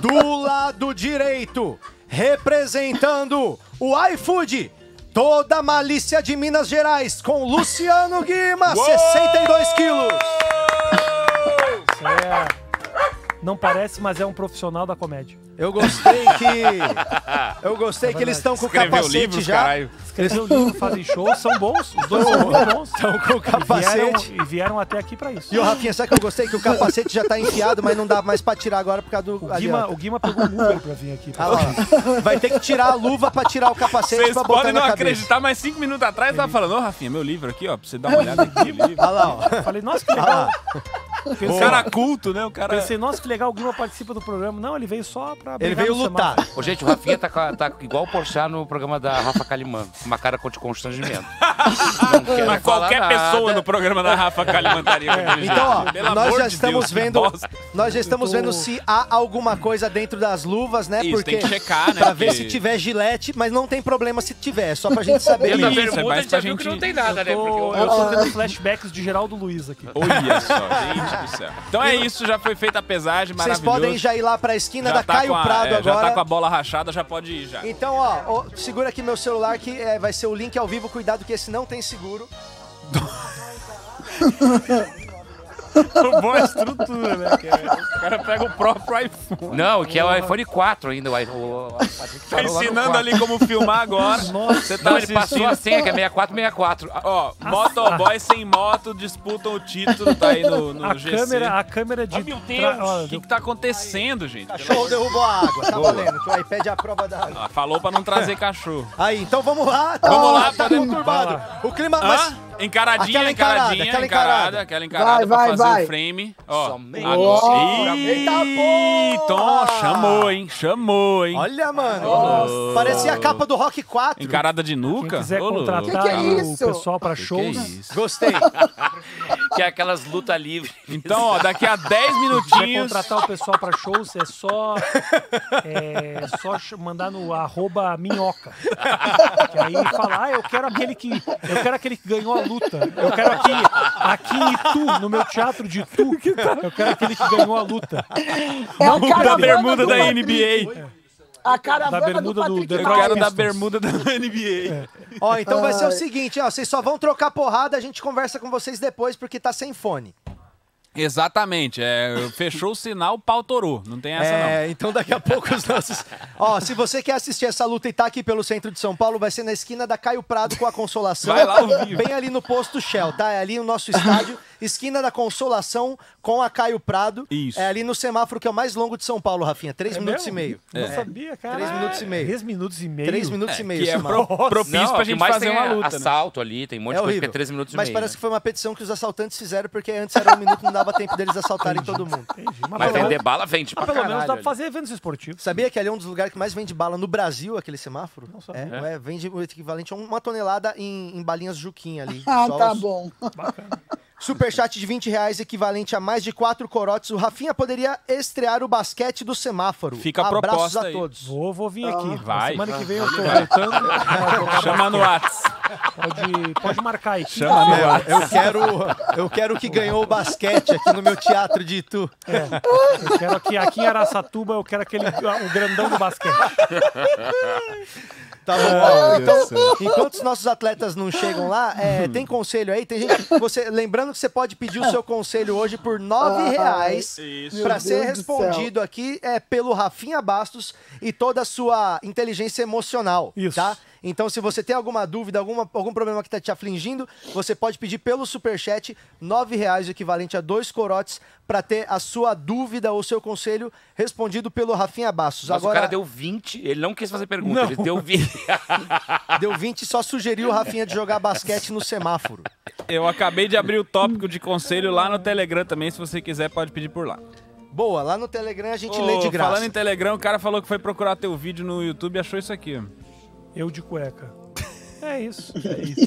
[SPEAKER 1] Do lado direito, representando o iFood, Toda a malícia de Minas Gerais com Luciano Guima, 62 quilos.
[SPEAKER 5] Isso é... Não parece, mas é um profissional da comédia.
[SPEAKER 1] Eu gostei
[SPEAKER 2] <laughs>
[SPEAKER 1] que. Eu gostei que eles estão com o
[SPEAKER 3] Escreveu
[SPEAKER 1] capacete
[SPEAKER 3] livros,
[SPEAKER 1] já.
[SPEAKER 3] caralho.
[SPEAKER 5] Escreveu livro, fazem show, são bons. Os dois são muito bons.
[SPEAKER 1] Estão com o
[SPEAKER 5] Vieram,
[SPEAKER 1] capacete.
[SPEAKER 5] e vieram até aqui pra isso.
[SPEAKER 1] E o Rafinha, sabe que eu gostei? Que o capacete já tá enfiado, mas não dá mais pra tirar agora por causa do.
[SPEAKER 5] O Guima,
[SPEAKER 1] adianta.
[SPEAKER 5] o Guima pegou um Uber pra vir aqui.
[SPEAKER 1] Ah lá. Vai ter que tirar a luva pra tirar o capacete
[SPEAKER 2] Vocês
[SPEAKER 1] pra botar
[SPEAKER 2] podem
[SPEAKER 1] na
[SPEAKER 2] não
[SPEAKER 1] cabeça.
[SPEAKER 2] acreditar, mas cinco minutos atrás tava falando, ô Rafinha, meu livro aqui, ó, pra você dar uma olhada aqui, o livro.
[SPEAKER 1] Ah lá, ó.
[SPEAKER 5] Eu Falei, nossa, que
[SPEAKER 1] Ah
[SPEAKER 5] legal.
[SPEAKER 1] lá.
[SPEAKER 2] O um cara culto, né? O cara. <laughs>
[SPEAKER 5] Pensei, nossa, que legal, o Guima participa do programa. Não, ele veio só pra
[SPEAKER 1] Ele
[SPEAKER 5] brigar
[SPEAKER 1] veio
[SPEAKER 5] no
[SPEAKER 1] lutar.
[SPEAKER 5] semáforo.
[SPEAKER 3] Ô, gente, o Rafinha tá, com a- tá igual o Porchat no programa da Rafa Kalimann. com Uma cara de constrangimento. Não quero
[SPEAKER 2] Mas
[SPEAKER 3] falar
[SPEAKER 2] qualquer
[SPEAKER 3] nada.
[SPEAKER 2] pessoa no programa da Rafa Calimantaria.
[SPEAKER 1] Então, ó, nós já estamos vendo, nós já estamos
[SPEAKER 5] Eu tô-
[SPEAKER 1] vendo se há alguma coisa dentro das luvas, né?
[SPEAKER 2] Isso,
[SPEAKER 1] Porque
[SPEAKER 2] tem que checar, né?
[SPEAKER 1] Pra ver se
[SPEAKER 2] porque-
[SPEAKER 1] tiver gilete, mas não tem problema se tiver, é só pra gente saber. mesmo.
[SPEAKER 3] Dentro da
[SPEAKER 2] Isso, é
[SPEAKER 3] bermuda, a
[SPEAKER 2] mais
[SPEAKER 3] gente
[SPEAKER 2] pra
[SPEAKER 3] já viu que
[SPEAKER 2] gente-
[SPEAKER 3] não tem nada, né?
[SPEAKER 5] Eu tô,
[SPEAKER 3] Porque
[SPEAKER 5] eu tô tendo flashbacks de Geraldo Luiz aqui.
[SPEAKER 2] Olha só, gente do céu. Então é isso, já foi feita a pesagem,
[SPEAKER 1] Vocês
[SPEAKER 2] maravilhoso.
[SPEAKER 1] podem já ir lá pra esquina
[SPEAKER 2] Já
[SPEAKER 1] da
[SPEAKER 2] tá
[SPEAKER 1] Caio
[SPEAKER 2] com a-
[SPEAKER 1] Prado
[SPEAKER 2] é, Já
[SPEAKER 1] agora.
[SPEAKER 2] tá com a bola rachada, já pode ir já.
[SPEAKER 1] Então, ó, ó, segura aqui meu celular que é, vai ser o link ao vivo. Cuidado que esse não tem seguro.
[SPEAKER 5] Então, <laughs> Boa estrutura, né?
[SPEAKER 2] O cara pega o próprio iPhone.
[SPEAKER 3] o- Não, que é o iPhone 4 ainda. O, i- o, o Patrick
[SPEAKER 2] Tá
[SPEAKER 3] parou lá no
[SPEAKER 2] ensinando
[SPEAKER 3] 4.
[SPEAKER 2] ali como filmar agora. Você tá
[SPEAKER 3] Não, ele passou a
[SPEAKER 2] assistindo.
[SPEAKER 3] senha, que é 6464. Ah,
[SPEAKER 2] Ó, motoboy sem moto disputam o título, tá aí no, no
[SPEAKER 5] A
[SPEAKER 2] GC.
[SPEAKER 5] câmera, a câmera de.
[SPEAKER 3] Ah, meu Deus,
[SPEAKER 5] tra- ó,
[SPEAKER 2] O que, que tá acontecendo, gente?
[SPEAKER 1] Cachorro derrubou a água, tá valendo. Que o iPad é a prova da água.
[SPEAKER 2] Ah, falou pra não
[SPEAKER 1] É.
[SPEAKER 2] trazer cachorro.
[SPEAKER 1] Aí, então vamos lá. Tá,
[SPEAKER 2] Vamos lá,
[SPEAKER 1] tá
[SPEAKER 2] podemos-
[SPEAKER 1] conturbado. O clima... é
[SPEAKER 2] Hã?
[SPEAKER 1] Mas,
[SPEAKER 2] encaradinha,
[SPEAKER 1] aquela encarada,
[SPEAKER 2] encaradinha,
[SPEAKER 1] aquela
[SPEAKER 2] encarada,
[SPEAKER 1] encarada.
[SPEAKER 2] aquela encarada
[SPEAKER 4] Vai,
[SPEAKER 2] pra
[SPEAKER 4] vai,
[SPEAKER 2] fazer
[SPEAKER 4] vai.
[SPEAKER 2] o frame. Ó,
[SPEAKER 3] Somente
[SPEAKER 2] agora-
[SPEAKER 3] pra-
[SPEAKER 2] Ih,
[SPEAKER 1] Eita porra!
[SPEAKER 2] Tom, chamou, hein? Chamou, hein?
[SPEAKER 1] olha, mano. Parecia a capa do Rock 4.
[SPEAKER 2] Encarada de nuca?
[SPEAKER 5] Quem quiser
[SPEAKER 2] Ô, louco.
[SPEAKER 5] contratar
[SPEAKER 4] Que que é
[SPEAKER 5] aí o
[SPEAKER 4] isso?
[SPEAKER 5] pessoal pra
[SPEAKER 2] Que
[SPEAKER 5] shows. né?
[SPEAKER 2] isso?
[SPEAKER 1] Gostei.
[SPEAKER 3] Que é aquelas lutas livres.
[SPEAKER 2] Então, ó, daqui a 10
[SPEAKER 5] Se quiser
[SPEAKER 2] minutinhos.
[SPEAKER 5] contratar o pessoal pra shows, é só, é só ch- mandar no arroba minhoca. Que aí fala, ah, eu quero aquele que. Eu quero aquele que ganhou a luta. Eu quero aqui, aqui em Itu, no meu teatro de Itu. Eu quero aquele que ganhou a luta.
[SPEAKER 4] É a
[SPEAKER 2] Da <laughs>
[SPEAKER 4] caravana
[SPEAKER 2] bermuda
[SPEAKER 4] do
[SPEAKER 2] da
[SPEAKER 4] Patrick-
[SPEAKER 2] NBA.
[SPEAKER 4] A
[SPEAKER 5] Da
[SPEAKER 4] caravana
[SPEAKER 5] bermuda do
[SPEAKER 4] do Patrick
[SPEAKER 2] Eu
[SPEAKER 5] Detroit
[SPEAKER 4] Maia.
[SPEAKER 2] quero da
[SPEAKER 5] Pistons.
[SPEAKER 2] bermuda da
[SPEAKER 5] <laughs> É.
[SPEAKER 2] NBA.
[SPEAKER 1] Ó, então vai ser o seguinte, ó. Vocês só vão trocar porrada, a gente conversa com vocês depois, porque tá sem fone.
[SPEAKER 2] Exatamente. É, fechou o sinal, pau torou. Não tem essa,
[SPEAKER 1] É, então daqui a pouco os nossos... Ó, se você quer assistir essa luta e tá aqui pelo centro de São Paulo, vai ser na esquina da Caio Prado com a Consolação.
[SPEAKER 2] Vai lá ao vivo.
[SPEAKER 1] Bem ali no posto Shell, tá? É ali o nosso estádio, esquina da Consolação com a Caio Prado.
[SPEAKER 2] Isso.
[SPEAKER 1] É ali no semáforo que é o mais longo de São Paulo, Rafinha. Três
[SPEAKER 5] É
[SPEAKER 1] minutos
[SPEAKER 5] mesmo?
[SPEAKER 1] e meio.
[SPEAKER 5] Não sabia, cara.
[SPEAKER 1] Três minutos e meio.
[SPEAKER 5] Três minutos e meio.
[SPEAKER 1] Três minutos e
[SPEAKER 2] não.
[SPEAKER 1] meio,
[SPEAKER 2] Que é
[SPEAKER 1] Samara.
[SPEAKER 2] pro, propício
[SPEAKER 3] Não,
[SPEAKER 2] pra
[SPEAKER 3] o que
[SPEAKER 2] gente
[SPEAKER 3] mais
[SPEAKER 2] fazer
[SPEAKER 3] tem
[SPEAKER 2] uma
[SPEAKER 3] é
[SPEAKER 2] luta. né?
[SPEAKER 3] assalto ali, tem um monte
[SPEAKER 1] É
[SPEAKER 3] de coisa que
[SPEAKER 1] horrível.
[SPEAKER 3] é 3 minutos
[SPEAKER 1] Mas
[SPEAKER 3] e meio.
[SPEAKER 1] parece
[SPEAKER 3] né?
[SPEAKER 1] que foi uma petição que os assaltantes fizeram, porque antes era um minuto, não dava tempo deles assaltarem todo mundo.
[SPEAKER 5] Entendi. Mas,
[SPEAKER 3] Mas
[SPEAKER 5] pelo,
[SPEAKER 3] vender bala vende pra
[SPEAKER 5] mas pelo menos dá pra
[SPEAKER 3] caralho. né?
[SPEAKER 5] fazer eventos esportivos.
[SPEAKER 1] Sabia que ali é um dos lugares que mais vende bala no Brasil, aquele semáforo?
[SPEAKER 5] Não sabia.
[SPEAKER 1] é, é, vende o equivalente a uma tonelada em, em balinhas Juquinha ali.
[SPEAKER 4] <laughs> Ah,
[SPEAKER 1] Só
[SPEAKER 4] tá
[SPEAKER 1] os- <laughs>
[SPEAKER 4] bom.
[SPEAKER 1] Superchat de 20 reais, equivalente a mais de quatro corotes. O Rafinha poderia estrear o basquete do semáforo.
[SPEAKER 2] Fica a
[SPEAKER 1] Abraços
[SPEAKER 2] proposta
[SPEAKER 1] a
[SPEAKER 2] aí.
[SPEAKER 1] todos.
[SPEAKER 5] Vou, vou vir aqui.
[SPEAKER 1] Ah,
[SPEAKER 2] Vai.
[SPEAKER 5] Semana que vem eu tô voltando.
[SPEAKER 2] <laughs> Chama no Whats.
[SPEAKER 5] Pode, pode marcar aí.
[SPEAKER 2] Chama no Whats.
[SPEAKER 1] Eu quero, eu quero o que ganhou o basquete aqui no meu teatro de Itu.
[SPEAKER 5] Eu quero aqui, aqui em Araçatuba, eu quero aquele o grandão do basquete.
[SPEAKER 1] Tá bom.
[SPEAKER 2] É.
[SPEAKER 1] ó. Então, enquanto os nossos atletas não chegam lá,
[SPEAKER 3] Hum.
[SPEAKER 1] é, tem conselho aí? Tem gente. que Você, lembrando que você pode pedir o seu conselho hoje por nove reais
[SPEAKER 2] Isso.
[SPEAKER 1] para
[SPEAKER 4] Ah, é Meu
[SPEAKER 1] ser
[SPEAKER 4] Deus do céu.
[SPEAKER 1] respondido aqui é, pelo Rafinha Bastos e toda a sua inteligência emocional.
[SPEAKER 5] Isso.
[SPEAKER 1] Tá? Então, se você tem alguma dúvida, alguma, algum problema que está te afligindo, você pode pedir pelo Superchat R$ 9 reais, o equivalente a dois corotes, para ter a sua dúvida ou seu conselho respondido pelo Rafinha Bastos.
[SPEAKER 3] Mas o
[SPEAKER 1] Agora,
[SPEAKER 3] cara deu 20, ele não quis fazer pergunta, ele deu 20.
[SPEAKER 1] Deu 20 e só sugeriu o Rafinha de jogar basquete no semáforo.
[SPEAKER 2] Eu acabei de abrir o tópico de conselho lá no Telegram também. Se você quiser, pode pedir por lá.
[SPEAKER 1] Boa, lá no Telegram a gente
[SPEAKER 2] Ô,
[SPEAKER 1] lê de graça.
[SPEAKER 2] Falando em Telegram, o cara falou que foi procurar teu vídeo no YouTube e achou isso aqui. ó.
[SPEAKER 5] Eu de cueca. É isso. É isso.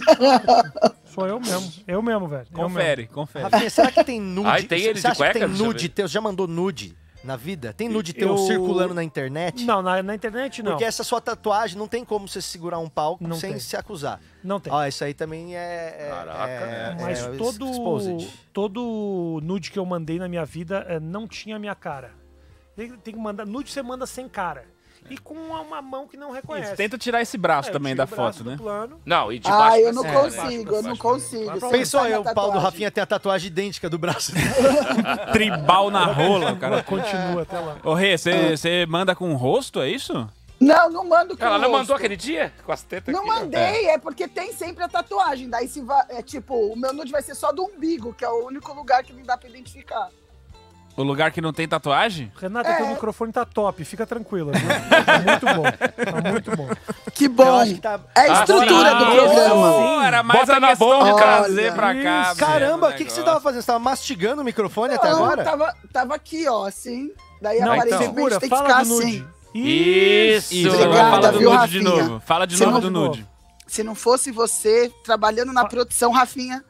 [SPEAKER 5] Sou eu mesmo. Eu mesmo, velho. Eu mesmo.
[SPEAKER 2] Confere, confere.
[SPEAKER 1] Rafinha, será que tem nude?
[SPEAKER 3] Ai, tem ele
[SPEAKER 1] Você
[SPEAKER 3] de
[SPEAKER 1] acha que
[SPEAKER 3] cueca?
[SPEAKER 1] tem
[SPEAKER 3] Deixa eu
[SPEAKER 1] nude
[SPEAKER 3] ver.
[SPEAKER 1] teu? Você já mandou nude na vida? Tem nude teu
[SPEAKER 5] Eu-
[SPEAKER 1] circulando na internet?
[SPEAKER 5] Não, na, na internet não.
[SPEAKER 1] Porque
[SPEAKER 2] é
[SPEAKER 1] essa sua tatuagem não tem como você segurar um pau
[SPEAKER 5] Não
[SPEAKER 1] sem
[SPEAKER 5] tem.
[SPEAKER 1] se acusar.
[SPEAKER 5] Não tem. né?
[SPEAKER 1] Ó, isso aí também é. é-
[SPEAKER 3] Caraca.
[SPEAKER 1] é-
[SPEAKER 2] assim,
[SPEAKER 5] Mas
[SPEAKER 1] é
[SPEAKER 5] todo,
[SPEAKER 1] exposed.
[SPEAKER 5] todo nude que eu mandei na minha vida eh, não tinha a minha cara. Tem, tem que mandar, nude você manda sem cara. e com uma, uma mão que não reconhece.
[SPEAKER 2] Isso, tenta tirar esse braço
[SPEAKER 5] É, eu
[SPEAKER 2] também
[SPEAKER 5] tiro
[SPEAKER 2] da
[SPEAKER 5] o braço
[SPEAKER 2] foto,
[SPEAKER 5] do
[SPEAKER 2] né?
[SPEAKER 5] Plano,
[SPEAKER 3] Não, e de
[SPEAKER 4] <laughs>
[SPEAKER 3] baixo
[SPEAKER 4] Ah, eu
[SPEAKER 3] pra
[SPEAKER 4] não
[SPEAKER 3] cima, né? De
[SPEAKER 4] consigo,
[SPEAKER 3] baixo
[SPEAKER 4] eu não
[SPEAKER 3] pra cima.
[SPEAKER 4] consigo.
[SPEAKER 5] Pra
[SPEAKER 1] Pensou
[SPEAKER 4] Sai
[SPEAKER 1] eu,
[SPEAKER 4] na
[SPEAKER 1] o pau do
[SPEAKER 4] tatuagem.
[SPEAKER 1] Rafinha tem a tatuagem idêntica do
[SPEAKER 4] <laughs>
[SPEAKER 1] braço.
[SPEAKER 2] <laughs> Tribal na rola, o cara.
[SPEAKER 5] <laughs> continua até lá.
[SPEAKER 2] Ô, Rê, você manda com o rosto, é isso?
[SPEAKER 4] Não, não mando com
[SPEAKER 3] Ela não
[SPEAKER 4] rosto.
[SPEAKER 3] mandou aquele dia? Com as tetas
[SPEAKER 4] Não
[SPEAKER 3] aqui, né? ó.
[SPEAKER 4] mandei, é. porque tem sempre a tatuagem. Daí se va- é tipo, o meu nude vai ser só do umbigo, que é o único lugar que me dá pra identificar.
[SPEAKER 2] O lugar que não tem tatuagem?
[SPEAKER 5] Renata,
[SPEAKER 4] É.
[SPEAKER 5] teu microfone tá top, fica tranquila. viu? Tá muito bom, tá muito bom.
[SPEAKER 4] Que bom.
[SPEAKER 1] acho que tá-
[SPEAKER 4] É
[SPEAKER 3] Ah,
[SPEAKER 4] a estrutura
[SPEAKER 3] sim.
[SPEAKER 4] do
[SPEAKER 3] Isso.
[SPEAKER 4] programa.
[SPEAKER 2] Isso, Era mais
[SPEAKER 3] Bota
[SPEAKER 2] a
[SPEAKER 3] na
[SPEAKER 2] questão
[SPEAKER 3] boca.
[SPEAKER 2] de trazer
[SPEAKER 4] Olha.
[SPEAKER 2] pra cá.
[SPEAKER 5] Isso.
[SPEAKER 1] Caramba, o
[SPEAKER 3] o
[SPEAKER 2] né,
[SPEAKER 1] que, que você tava fazendo? Você tava mastigando o microfone até
[SPEAKER 4] Então,
[SPEAKER 1] tá agora?
[SPEAKER 4] Tava, tava aqui, ó, assim. Daí
[SPEAKER 5] Não,
[SPEAKER 3] então.
[SPEAKER 4] aparentemente
[SPEAKER 5] segura,
[SPEAKER 4] tem que
[SPEAKER 5] fala
[SPEAKER 4] ficar
[SPEAKER 5] do nude.
[SPEAKER 4] assim.
[SPEAKER 5] tá
[SPEAKER 3] Isso!
[SPEAKER 2] Isso,
[SPEAKER 4] Obrigada,
[SPEAKER 2] fala do
[SPEAKER 4] viu,
[SPEAKER 2] nude de
[SPEAKER 4] Rafinha?
[SPEAKER 2] novo. Fala de
[SPEAKER 4] Você
[SPEAKER 2] novo do
[SPEAKER 5] não-
[SPEAKER 2] nude.
[SPEAKER 4] Se não fosse você trabalhando na
[SPEAKER 5] Fa-
[SPEAKER 4] produção, Rafinha,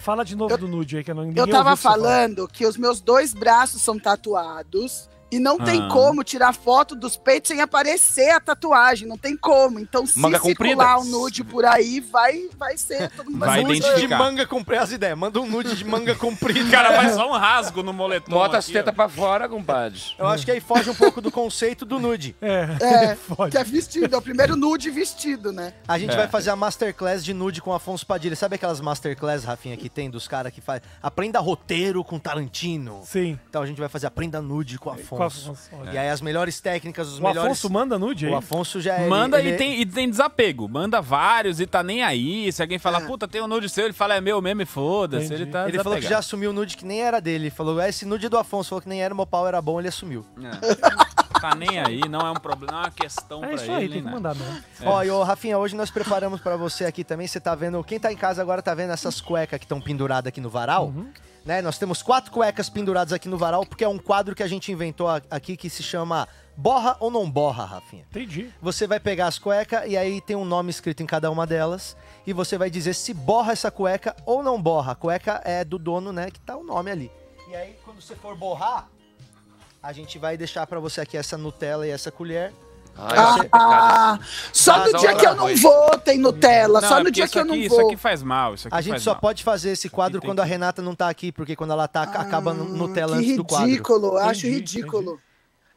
[SPEAKER 5] Fala de novo
[SPEAKER 4] Eu-
[SPEAKER 5] do nude aí, que eu não ninguém
[SPEAKER 4] eu tava
[SPEAKER 5] ouviu você falar.
[SPEAKER 4] falando que os meus dois braços são tatuados. E não tem
[SPEAKER 2] Ah.
[SPEAKER 4] como tirar foto dos peitos sem aparecer a tatuagem, não tem como. Então, se
[SPEAKER 3] Manga
[SPEAKER 4] circular
[SPEAKER 3] comprida.
[SPEAKER 4] o nude por aí, vai, vai
[SPEAKER 2] <laughs>
[SPEAKER 4] ser um- todo mundo
[SPEAKER 2] Vai
[SPEAKER 4] Mas
[SPEAKER 2] identificar.
[SPEAKER 1] de manga comprida. As ideias. Manda um nude de manga comprida.
[SPEAKER 2] Cara, faz só um rasgo no moletom.
[SPEAKER 3] Bota as
[SPEAKER 2] aqui,
[SPEAKER 3] tetas
[SPEAKER 2] ó.
[SPEAKER 3] pra fora, compadre.
[SPEAKER 1] Eu acho que aí foge um pouco do conceito do nude.
[SPEAKER 5] É, <laughs>
[SPEAKER 4] É,
[SPEAKER 5] foda.
[SPEAKER 4] que é vestido, é o primeiro nude vestido, né?
[SPEAKER 1] A gente
[SPEAKER 2] É.
[SPEAKER 1] vai fazer a masterclass de nude com Afonso Padilha. Sabe aquelas masterclass, Rafinha, que tem dos caras que faz aprenda roteiro com Tarantino?
[SPEAKER 5] Sim.
[SPEAKER 1] Então a gente vai fazer aprenda nude com Afonso.
[SPEAKER 5] Com Afonso, olha.
[SPEAKER 1] E aí as melhores técnicas, os
[SPEAKER 5] O
[SPEAKER 1] melhores.
[SPEAKER 5] Afonso manda nude aí?
[SPEAKER 1] O Afonso já é.
[SPEAKER 2] Manda
[SPEAKER 1] ele-
[SPEAKER 2] e, tem, e tem desapego. Manda vários e tá nem aí. Se alguém falar, puta, tem um nude seu, ele fala, é meu mesmo e foda-se.
[SPEAKER 5] Entendi.
[SPEAKER 2] Ele tá
[SPEAKER 1] Ele falou que já
[SPEAKER 2] desapegado.
[SPEAKER 1] assumiu o nude que nem era dele. Ele falou, "É, esse nude é do Afonso. Falou que nem era, meu pau era bom, ele assumiu.
[SPEAKER 2] É. <laughs> Tá nem aí, não é um problema, não é uma questão
[SPEAKER 5] É
[SPEAKER 2] pra
[SPEAKER 5] isso
[SPEAKER 2] ele.
[SPEAKER 5] aí, tem que
[SPEAKER 2] né?
[SPEAKER 5] mandar mesmo.
[SPEAKER 1] Ó, e ô, Rafinha, hoje nós preparamos pra você aqui também. Você tá vendo, quem tá em casa agora tá vendo essas cuecas que estão penduradas aqui no varal? Né? Nós temos quatro cuecas penduradas aqui no varal, porque é um quadro que a gente inventou a- aqui que se chama Borra ou Não Borra, Rafinha.
[SPEAKER 5] Entendi.
[SPEAKER 1] Você vai pegar as cuecas e aí tem um nome escrito em cada uma delas. E você vai dizer se borra essa cueca ou não borra. A cueca é do dono, né? Que tá o nome ali. E aí, quando você for borrar, a gente vai deixar pra você aqui essa Nutella e essa colher.
[SPEAKER 3] Ai,
[SPEAKER 4] Ah,
[SPEAKER 3] isso é pecado.
[SPEAKER 4] só
[SPEAKER 3] Mas
[SPEAKER 4] no dia
[SPEAKER 3] olha
[SPEAKER 4] que eu
[SPEAKER 3] lá,
[SPEAKER 4] não
[SPEAKER 3] pois.
[SPEAKER 4] vou tem Nutella,
[SPEAKER 2] um Não,
[SPEAKER 4] só
[SPEAKER 2] é
[SPEAKER 4] no
[SPEAKER 2] porque
[SPEAKER 4] dia
[SPEAKER 2] isso
[SPEAKER 4] que eu
[SPEAKER 2] aqui-
[SPEAKER 4] não
[SPEAKER 2] isso
[SPEAKER 4] vou.
[SPEAKER 2] aqui faz mal, isso aqui
[SPEAKER 1] A gente
[SPEAKER 2] faz
[SPEAKER 1] só
[SPEAKER 2] mal.
[SPEAKER 1] pode fazer esse quadro
[SPEAKER 2] tem
[SPEAKER 1] quando a Renata não tá aqui, porque quando ela tá, acaba no no tela
[SPEAKER 4] Ah, que
[SPEAKER 1] antes do quadro.
[SPEAKER 4] ridículo, acho
[SPEAKER 5] Entendi,
[SPEAKER 4] ridículo.